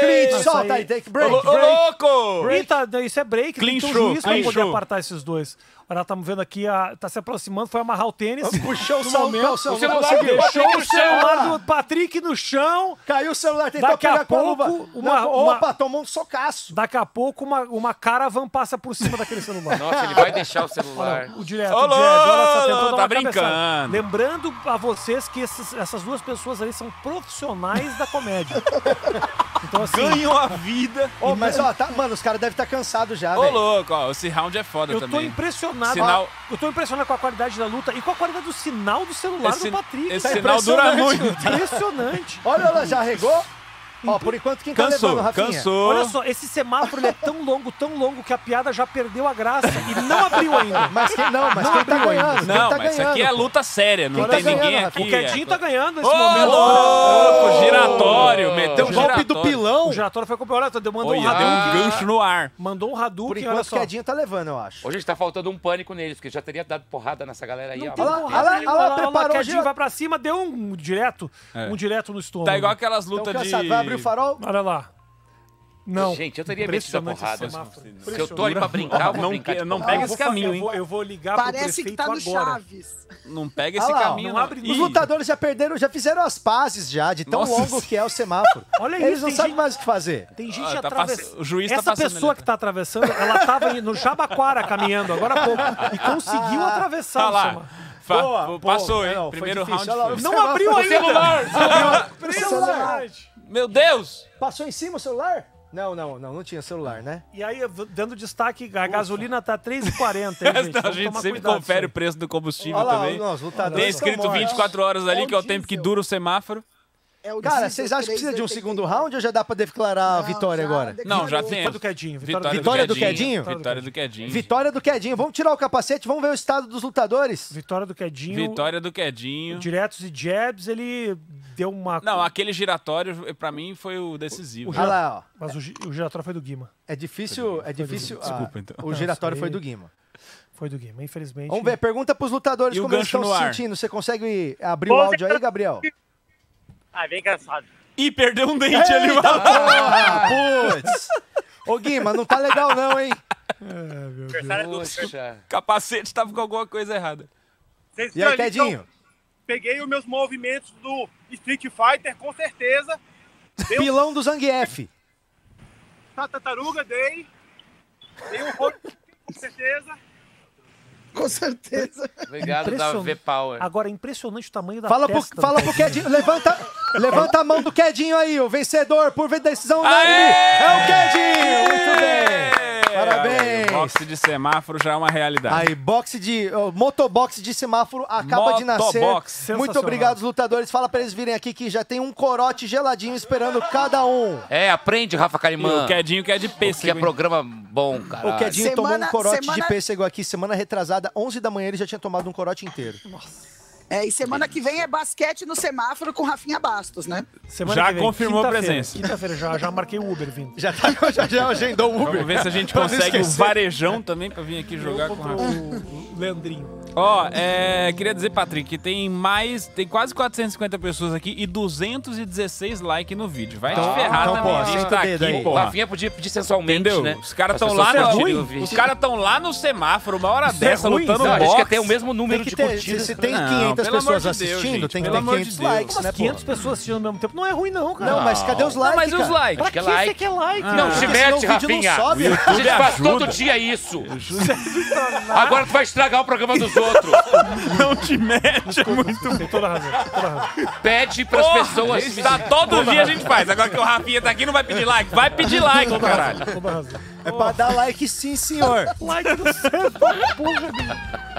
[SPEAKER 1] Clint,
[SPEAKER 5] Nossa,
[SPEAKER 1] solta
[SPEAKER 5] aí.
[SPEAKER 1] aí, take
[SPEAKER 2] Ô,
[SPEAKER 1] break.
[SPEAKER 2] lou- ô, louco!
[SPEAKER 5] Ih, tá, isso é break,
[SPEAKER 2] Clean
[SPEAKER 5] tem que ter um
[SPEAKER 2] show,
[SPEAKER 5] juiz pra
[SPEAKER 2] clean
[SPEAKER 5] poder
[SPEAKER 2] show.
[SPEAKER 5] apartar esses dois. Olha, ela tá vendo aqui, a, tá se aproximando, foi amarrar o tênis.
[SPEAKER 1] Puxou o
[SPEAKER 5] No
[SPEAKER 1] salmão,
[SPEAKER 5] momento,
[SPEAKER 1] o salmão
[SPEAKER 5] você
[SPEAKER 1] conseguiu.
[SPEAKER 5] Deixou o
[SPEAKER 3] Patrick no chão.
[SPEAKER 5] celular do Patrick no chão.
[SPEAKER 1] Caiu o celular, tentou
[SPEAKER 5] Daqui a
[SPEAKER 1] pegar com a
[SPEAKER 5] pouco,
[SPEAKER 1] luva.
[SPEAKER 5] uma-
[SPEAKER 1] Não,
[SPEAKER 5] uma-
[SPEAKER 1] Opa, tomou um socaço.
[SPEAKER 5] Daqui a pouco, uma, uma caravan passa por cima daquele celular.
[SPEAKER 3] Nossa, ele vai deixar o
[SPEAKER 5] Olha,
[SPEAKER 3] celular.
[SPEAKER 5] Então, o direto,
[SPEAKER 2] Ô,
[SPEAKER 5] o direto. Olha, só,
[SPEAKER 2] Lolo,
[SPEAKER 5] tentou dar
[SPEAKER 2] tá
[SPEAKER 5] uma cabeçada.
[SPEAKER 2] brincando.
[SPEAKER 5] Lembrando a vocês que esses- essas duas pessoas ali são profissionais da
[SPEAKER 2] <laughs>
[SPEAKER 5] comédia. Então, assim,
[SPEAKER 2] Ganhou a vida.
[SPEAKER 1] Ih, mas, ó, tá, mano, os caras devem estar cansados já,
[SPEAKER 2] Ô,
[SPEAKER 1] velho.
[SPEAKER 2] louco, ó, esse round é foda
[SPEAKER 5] eu tô
[SPEAKER 2] também.
[SPEAKER 5] impressionado.
[SPEAKER 2] Sinal-
[SPEAKER 5] Eu tô impressionado com a qualidade da luta e com a qualidade do sinal do celular
[SPEAKER 2] Esse-
[SPEAKER 5] do Patrick.
[SPEAKER 1] Tá
[SPEAKER 2] esse
[SPEAKER 5] cara.
[SPEAKER 2] sinal dura
[SPEAKER 5] Impressionante.
[SPEAKER 2] muito.
[SPEAKER 5] Impressionante.
[SPEAKER 1] Olha lá, já regou. Ó, por enquanto, quem tá
[SPEAKER 2] Cansou,
[SPEAKER 1] levando, Rafinha?
[SPEAKER 2] cansou.
[SPEAKER 5] Olha só, esse semáforo ele é tão longo, tão longo que a piada já perdeu a graça e não abriu ainda.
[SPEAKER 1] Mas quem, não, mas quem tá ganhando?
[SPEAKER 2] Não,
[SPEAKER 1] quem tá
[SPEAKER 2] mas isso aqui é
[SPEAKER 1] ganhando?
[SPEAKER 2] luta séria, não
[SPEAKER 1] Quem
[SPEAKER 2] tem
[SPEAKER 1] tá
[SPEAKER 2] ninguém
[SPEAKER 1] ganhando,
[SPEAKER 2] aqui. é
[SPEAKER 5] O Quedinho tá ganhando nesse
[SPEAKER 2] Ô,
[SPEAKER 5] momento.
[SPEAKER 2] louco, giratório, meteu um
[SPEAKER 1] O golpe do
[SPEAKER 2] giratório.
[SPEAKER 1] pilão.
[SPEAKER 5] O giratório foi comprar. Olha, deu- mandou um
[SPEAKER 2] Olha, deu um
[SPEAKER 5] Hadouken.
[SPEAKER 2] gancho no ar.
[SPEAKER 5] Mandou um
[SPEAKER 1] Por
[SPEAKER 5] Hadouken, olha
[SPEAKER 1] enquanto, o
[SPEAKER 5] só.
[SPEAKER 1] Quedinho tá levando, eu acho.
[SPEAKER 3] Hoje tá faltando um pânico neles, porque já teria dado porrada nessa galera aí. ó.
[SPEAKER 5] Tem
[SPEAKER 1] lá,
[SPEAKER 5] um
[SPEAKER 1] olha lá,
[SPEAKER 5] Hadouken,
[SPEAKER 1] olha lá, preparou,
[SPEAKER 5] Quedinho
[SPEAKER 1] gira-
[SPEAKER 5] vai pra cima, deu um direto,
[SPEAKER 2] É.
[SPEAKER 5] um direto no estômago.
[SPEAKER 2] Tá igual aquelas
[SPEAKER 1] Tão
[SPEAKER 2] lutas
[SPEAKER 1] cansado.
[SPEAKER 2] de...
[SPEAKER 1] Vai abrir o farol.
[SPEAKER 5] Olha lá. Não.
[SPEAKER 3] Gente, eu teria metido a
[SPEAKER 5] Impressionante
[SPEAKER 3] porrada.
[SPEAKER 5] esse semáforo.
[SPEAKER 3] Se eu tô ali pra brincar, eu vou
[SPEAKER 2] Não
[SPEAKER 3] brincar.
[SPEAKER 2] que-
[SPEAKER 3] de
[SPEAKER 2] não
[SPEAKER 3] porrada.
[SPEAKER 2] pega
[SPEAKER 5] Eu
[SPEAKER 2] esse
[SPEAKER 5] vou fa-
[SPEAKER 2] caminho,
[SPEAKER 5] eu vou-
[SPEAKER 2] hein?
[SPEAKER 5] Eu vou ligar
[SPEAKER 4] Parece
[SPEAKER 5] pro
[SPEAKER 4] que tá no
[SPEAKER 5] prefeito agora.
[SPEAKER 4] Chaves.
[SPEAKER 2] Não pega
[SPEAKER 1] Olha
[SPEAKER 2] esse
[SPEAKER 1] lá, ó,
[SPEAKER 2] caminho,
[SPEAKER 5] não abre-
[SPEAKER 1] Os
[SPEAKER 2] Ih,
[SPEAKER 1] lutadores já perderam, já fizeram as pazes já, de tão
[SPEAKER 2] Nossa
[SPEAKER 1] longo
[SPEAKER 2] senhora.
[SPEAKER 1] que é o
[SPEAKER 2] <laughs>
[SPEAKER 1] semáforo.
[SPEAKER 5] Olha
[SPEAKER 1] Eles
[SPEAKER 5] isso,
[SPEAKER 1] não
[SPEAKER 5] tem
[SPEAKER 1] sabem
[SPEAKER 5] gente-
[SPEAKER 1] mais o que fazer.
[SPEAKER 5] Tem gente
[SPEAKER 2] Ah, tá
[SPEAKER 5] atravessando.
[SPEAKER 2] pass- o juiz tá
[SPEAKER 5] Essa
[SPEAKER 2] passando
[SPEAKER 5] pessoa
[SPEAKER 2] ali,
[SPEAKER 5] que tá atravessando, ela tava no Jabaquara caminhando agora há pouco e conseguiu atravessar
[SPEAKER 2] Tá
[SPEAKER 5] o
[SPEAKER 2] lá.
[SPEAKER 5] semáforo.
[SPEAKER 2] Fa-
[SPEAKER 1] Boa,
[SPEAKER 2] pô,
[SPEAKER 1] boa.
[SPEAKER 2] passou, hein?
[SPEAKER 1] Não, foi
[SPEAKER 2] Primeiro
[SPEAKER 1] difícil,
[SPEAKER 2] round
[SPEAKER 1] olha lá.
[SPEAKER 2] É, foi.
[SPEAKER 5] Não abriu ainda.
[SPEAKER 1] celular.
[SPEAKER 5] Impressionante.
[SPEAKER 2] Meu Deus!
[SPEAKER 1] Passou em cima o celular? Não, não, não, não tinha celular, né?
[SPEAKER 5] E aí, eu vou dando destaque, a gasolina tá 3,40, hein, gente?
[SPEAKER 2] a
[SPEAKER 5] Vamos
[SPEAKER 2] gente
[SPEAKER 5] tomar
[SPEAKER 2] sempre
[SPEAKER 5] cuidado
[SPEAKER 2] confere o
[SPEAKER 5] disso
[SPEAKER 2] preço do combustível
[SPEAKER 1] Olha lá,
[SPEAKER 2] também.
[SPEAKER 1] ó, os lutadores.
[SPEAKER 2] Tem
[SPEAKER 1] estão
[SPEAKER 2] escrito
[SPEAKER 1] mortos.
[SPEAKER 2] 24 horas ali,
[SPEAKER 4] É o
[SPEAKER 2] que é o tempo que
[SPEAKER 4] diesel.
[SPEAKER 2] dura o semáforo.
[SPEAKER 4] É o
[SPEAKER 1] Cara,
[SPEAKER 4] diesel
[SPEAKER 1] vocês acham que precisa de um
[SPEAKER 4] 3,89.
[SPEAKER 1] segundo round ou já dá pra declarar a
[SPEAKER 4] Não,
[SPEAKER 1] vitória
[SPEAKER 4] já
[SPEAKER 1] agora?
[SPEAKER 4] declarou.
[SPEAKER 2] Não, já tem.
[SPEAKER 5] Vitória do Quedinho, vitória do
[SPEAKER 1] Vitória do Quedinho?
[SPEAKER 2] Vitória do Quedinho.
[SPEAKER 1] Vitória do Quedinho. Vamos tirar o capacete, vamos ver o estado dos
[SPEAKER 5] aí.
[SPEAKER 1] lutadores?
[SPEAKER 5] Vitória do Quedinho.
[SPEAKER 2] Vitória do Quedinho.
[SPEAKER 5] Diretos e jabs, ele deu uma...
[SPEAKER 2] Não, aquele giratório, pra mim, foi o decisivo.
[SPEAKER 1] Olha lá, ó.
[SPEAKER 5] Mas o, gi- o giratório foi do Guima.
[SPEAKER 1] É difícil, é difícil.
[SPEAKER 2] Desculpa,
[SPEAKER 1] ah,
[SPEAKER 2] então.
[SPEAKER 1] O giratório
[SPEAKER 5] Nossa,
[SPEAKER 1] foi
[SPEAKER 5] aí-
[SPEAKER 1] do Guima.
[SPEAKER 5] Foi do Guima, infelizmente.
[SPEAKER 1] Vamos ver, pergunta pros lutadores
[SPEAKER 2] E o
[SPEAKER 1] como eles
[SPEAKER 2] gancho
[SPEAKER 1] estão
[SPEAKER 2] no
[SPEAKER 1] se
[SPEAKER 2] ar.
[SPEAKER 1] sentindo. Você consegue abrir o
[SPEAKER 8] Bom,
[SPEAKER 1] áudio aí, Gabriel?
[SPEAKER 8] Ah, bem engraçado.
[SPEAKER 2] Ih, perdeu um dente ali.
[SPEAKER 1] Eita porra, putz. Ô Guima, não tá legal não, hein?
[SPEAKER 8] Aniversário é do
[SPEAKER 3] Poxa.
[SPEAKER 2] Capacete tava com alguma coisa errada.
[SPEAKER 8] Vocês
[SPEAKER 1] E aí,
[SPEAKER 8] então,
[SPEAKER 1] Tedinho?
[SPEAKER 8] Peguei os meus movimentos do Street Fighter, com certeza. Deu
[SPEAKER 1] Pilão do Zangief.
[SPEAKER 8] na tartaruga, dei. Dei um rosto, com certeza.
[SPEAKER 4] Com certeza.
[SPEAKER 3] Obrigado da
[SPEAKER 5] Impressionante.
[SPEAKER 3] V-Power.
[SPEAKER 5] Agora, é impressionante o tamanho da
[SPEAKER 1] Fala pro,
[SPEAKER 5] testa.
[SPEAKER 1] fala pro Quedinho. Levanta, levanta a mão do Quedinho aí, o vencedor por decisão unânime. É o Quedinho! Muito bem!
[SPEAKER 2] Olha aí, O
[SPEAKER 1] Parabéns!
[SPEAKER 2] boxe de semáforo já é uma realidade.
[SPEAKER 1] Aí, boxe de. ó, motobox de semáforo acaba de nascer.
[SPEAKER 2] Motobox,
[SPEAKER 1] Muito
[SPEAKER 5] sensacional.
[SPEAKER 1] obrigado, os lutadores. Fala pra eles virem aqui que já tem um corote geladinho esperando cada um.
[SPEAKER 3] É, aprende, Rafa
[SPEAKER 2] E
[SPEAKER 3] Kalimann.
[SPEAKER 2] o Quedinho que é de
[SPEAKER 3] Que é
[SPEAKER 2] pêssego. hein?
[SPEAKER 3] programa bom, cara.
[SPEAKER 1] O Quedinho
[SPEAKER 4] Semana-
[SPEAKER 1] tomou um corote
[SPEAKER 4] semana-
[SPEAKER 1] de pêssego aqui semana retrasada, 11 da manhã, ele já tinha tomado um corote inteiro.
[SPEAKER 4] É, e semana que vem é basquete no semáforo com Rafinha Bastos, né?
[SPEAKER 5] Semana
[SPEAKER 2] Já
[SPEAKER 5] que vem,
[SPEAKER 2] confirmou a
[SPEAKER 5] quinta-feira.
[SPEAKER 2] presença.
[SPEAKER 5] Quinta-feira já, já marquei o Uber vindo.
[SPEAKER 1] Já, tá, já, já agendou o Uber.
[SPEAKER 2] Vamos ver se a gente
[SPEAKER 1] Pra não
[SPEAKER 2] consegue um
[SPEAKER 1] esquecer.
[SPEAKER 2] varejão também pra vir aqui jogar com o Rafa.
[SPEAKER 5] o, o Leandrinho.
[SPEAKER 2] Ó, é, queria dizer, Patrick, que tem mais. Tem quase 450 pessoas aqui e 216 likes no vídeo. Vai te ferrar
[SPEAKER 1] então,
[SPEAKER 2] também.
[SPEAKER 1] pô,
[SPEAKER 2] a gente
[SPEAKER 1] senta
[SPEAKER 2] tá
[SPEAKER 1] o dedo
[SPEAKER 2] aqui,
[SPEAKER 1] aí.
[SPEAKER 3] O
[SPEAKER 2] porra.
[SPEAKER 3] Rafinha podia pedir sensualmente,
[SPEAKER 2] Entendeu?
[SPEAKER 3] né?
[SPEAKER 2] Os caras
[SPEAKER 3] As
[SPEAKER 2] tão
[SPEAKER 3] pessoas
[SPEAKER 2] lá,
[SPEAKER 3] se
[SPEAKER 2] no,
[SPEAKER 3] tirem o
[SPEAKER 2] os
[SPEAKER 3] vídeo.
[SPEAKER 2] caras tão lá no semáforo, uma hora
[SPEAKER 5] é
[SPEAKER 2] dessa,
[SPEAKER 5] ruim?
[SPEAKER 2] lutando
[SPEAKER 3] Não, a gente
[SPEAKER 2] boxe.
[SPEAKER 3] quer ter o mesmo
[SPEAKER 1] Tem
[SPEAKER 3] número
[SPEAKER 1] que
[SPEAKER 3] de
[SPEAKER 1] ter, se,
[SPEAKER 3] curtidas.
[SPEAKER 1] se tem
[SPEAKER 2] Não,
[SPEAKER 1] 500
[SPEAKER 2] pelo amor
[SPEAKER 1] pessoas
[SPEAKER 2] de Deus,
[SPEAKER 1] assistindo,
[SPEAKER 2] gente,
[SPEAKER 1] tem que
[SPEAKER 2] pelo
[SPEAKER 1] ter
[SPEAKER 2] amor de
[SPEAKER 1] 500
[SPEAKER 2] Deus.
[SPEAKER 1] likes,
[SPEAKER 5] Umas
[SPEAKER 1] né,
[SPEAKER 5] 500
[SPEAKER 1] pô?
[SPEAKER 5] pessoas assistindo ao mesmo tempo. Não é ruim, não, cara.
[SPEAKER 1] Não, mas cadê os likes,
[SPEAKER 2] Não, mas e os
[SPEAKER 1] cara?
[SPEAKER 2] likes?
[SPEAKER 5] Pra
[SPEAKER 3] que
[SPEAKER 5] que,
[SPEAKER 3] é
[SPEAKER 5] você
[SPEAKER 3] like?
[SPEAKER 5] quer like?
[SPEAKER 3] Não,
[SPEAKER 1] porque senão o
[SPEAKER 3] chivete,
[SPEAKER 1] vídeo não
[SPEAKER 2] um
[SPEAKER 3] Rafinha.
[SPEAKER 1] sobe.
[SPEAKER 3] A gente faz
[SPEAKER 2] ajuda. é
[SPEAKER 3] todo dia isso. Agora tu vai estragar o programa dos outros.
[SPEAKER 2] Não te mete.
[SPEAKER 5] muito Tem toda a razão. tem Toda a razão.
[SPEAKER 3] Pede pras
[SPEAKER 2] Porra,
[SPEAKER 3] pessoas.
[SPEAKER 2] isso tá todo dia a gente faz. Agora que o Rafinha tá aqui, não vai pedir like. Vai pedir like, ô caralho.
[SPEAKER 5] Toda a razão.
[SPEAKER 1] É pra dar like sim, senhor.
[SPEAKER 5] Like do céu, porra, bicho.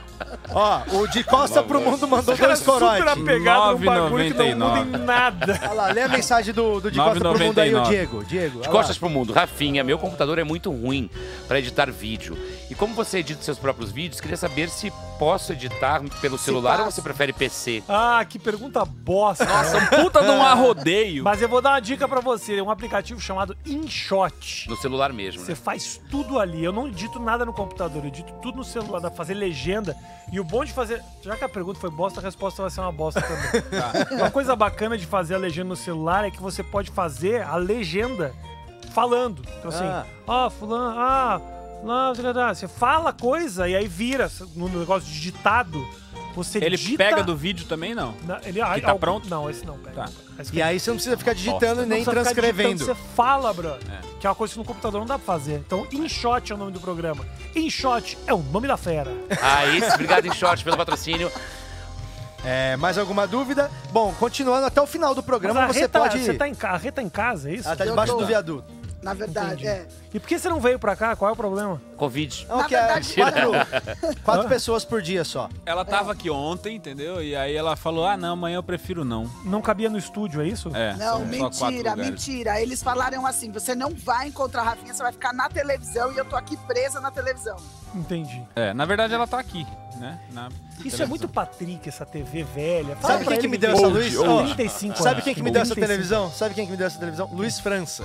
[SPEAKER 1] Ó, o de costa pro mundo mandou
[SPEAKER 5] Cara,
[SPEAKER 1] dois
[SPEAKER 5] super
[SPEAKER 1] corotes.
[SPEAKER 5] apegado num bagulho que não
[SPEAKER 2] 9,99.
[SPEAKER 5] muda em nada.
[SPEAKER 1] Olha lá, lê a mensagem do, do de costa pro mundo aí, o
[SPEAKER 2] 9,99.
[SPEAKER 1] Diego. Diego, olha lá.
[SPEAKER 3] Costas pro mundo. Rafinha, meu computador é muito ruim para editar vídeo. E como você edita seus próprios vídeos, queria saber se posso editar pelo celular ou
[SPEAKER 4] passa.
[SPEAKER 3] você prefere PC?
[SPEAKER 5] Ah, que pergunta bosta. né?
[SPEAKER 2] Puta de um arrodeio.
[SPEAKER 5] Mas eu vou dar uma dica pra você. Um aplicativo chamado InShot.
[SPEAKER 3] No celular mesmo,
[SPEAKER 5] Você
[SPEAKER 3] né?
[SPEAKER 5] faz tudo ali. Eu não edito nada no computador, eu edito tudo no celular, dá pra fazer legenda. E o bom de fazer. Já que a pergunta foi bosta, a resposta vai ser uma bosta também.
[SPEAKER 2] Tá.
[SPEAKER 5] Uma coisa bacana de fazer a legenda no celular é que você pode fazer a legenda falando. Então assim,
[SPEAKER 1] Ah.
[SPEAKER 5] ó, fulano, ah, lá, lá, lá. você fala a coisa e aí vira no negócio digitado. Você
[SPEAKER 2] Ele
[SPEAKER 5] digita-
[SPEAKER 2] pega do vídeo também, não.
[SPEAKER 5] Na- ele, ah,
[SPEAKER 2] tá
[SPEAKER 5] algum-
[SPEAKER 2] pronto?
[SPEAKER 5] Não, esse não pega.
[SPEAKER 2] Tá.
[SPEAKER 5] Esse
[SPEAKER 1] E
[SPEAKER 5] pega.
[SPEAKER 1] aí você não precisa ficar digitando e
[SPEAKER 5] Não
[SPEAKER 1] nem
[SPEAKER 5] precisa ficar
[SPEAKER 1] transcrevendo.
[SPEAKER 5] digitando, Você fala, bro. Que é uma coisa que no computador não dá pra fazer. Então, InShot é o nome do programa. InShot é o nome da fera.
[SPEAKER 3] Aí, obrigado em short pelo patrocínio.
[SPEAKER 1] É, mais alguma dúvida? Bom, continuando até o final do
[SPEAKER 5] Mas
[SPEAKER 1] programa,
[SPEAKER 5] a
[SPEAKER 1] você
[SPEAKER 5] Rê tá-
[SPEAKER 1] pode.
[SPEAKER 5] Você tá em, ca- a Rê tá em casa, é isso?
[SPEAKER 1] Ela tá
[SPEAKER 4] Eu
[SPEAKER 1] debaixo
[SPEAKER 4] tô.
[SPEAKER 1] do viaduto.
[SPEAKER 4] Na verdade,
[SPEAKER 5] Entendi.
[SPEAKER 4] é.
[SPEAKER 5] E por que você não veio pra cá? Qual é o problema?
[SPEAKER 3] Covid.
[SPEAKER 1] Não,
[SPEAKER 4] Na
[SPEAKER 1] que é
[SPEAKER 5] <laughs>
[SPEAKER 4] verdade-
[SPEAKER 1] quatro, quatro pessoas por dia só.
[SPEAKER 2] Ela
[SPEAKER 4] É.
[SPEAKER 2] tava aqui ontem, entendeu? E aí ela falou: ah, não, amanhã eu prefiro não.
[SPEAKER 5] Não cabia no estúdio, é isso?
[SPEAKER 2] É,
[SPEAKER 4] Não,
[SPEAKER 2] são só quatro
[SPEAKER 4] mentira,
[SPEAKER 2] lugares.
[SPEAKER 4] mentira. Eles falaram assim: você não vai encontrar a Rafinha, você vai ficar na televisão e eu tô aqui presa na televisão.
[SPEAKER 5] Entendi.
[SPEAKER 2] É, na verdade ela tá aqui, né? Na
[SPEAKER 5] Isso é
[SPEAKER 2] televisão.
[SPEAKER 5] muito Patrick, essa TV velha. Fala
[SPEAKER 1] Sabe
[SPEAKER 5] Ah,
[SPEAKER 1] quem
[SPEAKER 5] pra
[SPEAKER 1] que
[SPEAKER 5] ele
[SPEAKER 1] me deu essa
[SPEAKER 5] tem
[SPEAKER 1] luz? Ó,
[SPEAKER 5] 35
[SPEAKER 1] Sabe
[SPEAKER 5] anos.
[SPEAKER 1] quem que me deu essa
[SPEAKER 5] 35.
[SPEAKER 1] televisão? Sabe quem que me deu essa televisão? Luiz França.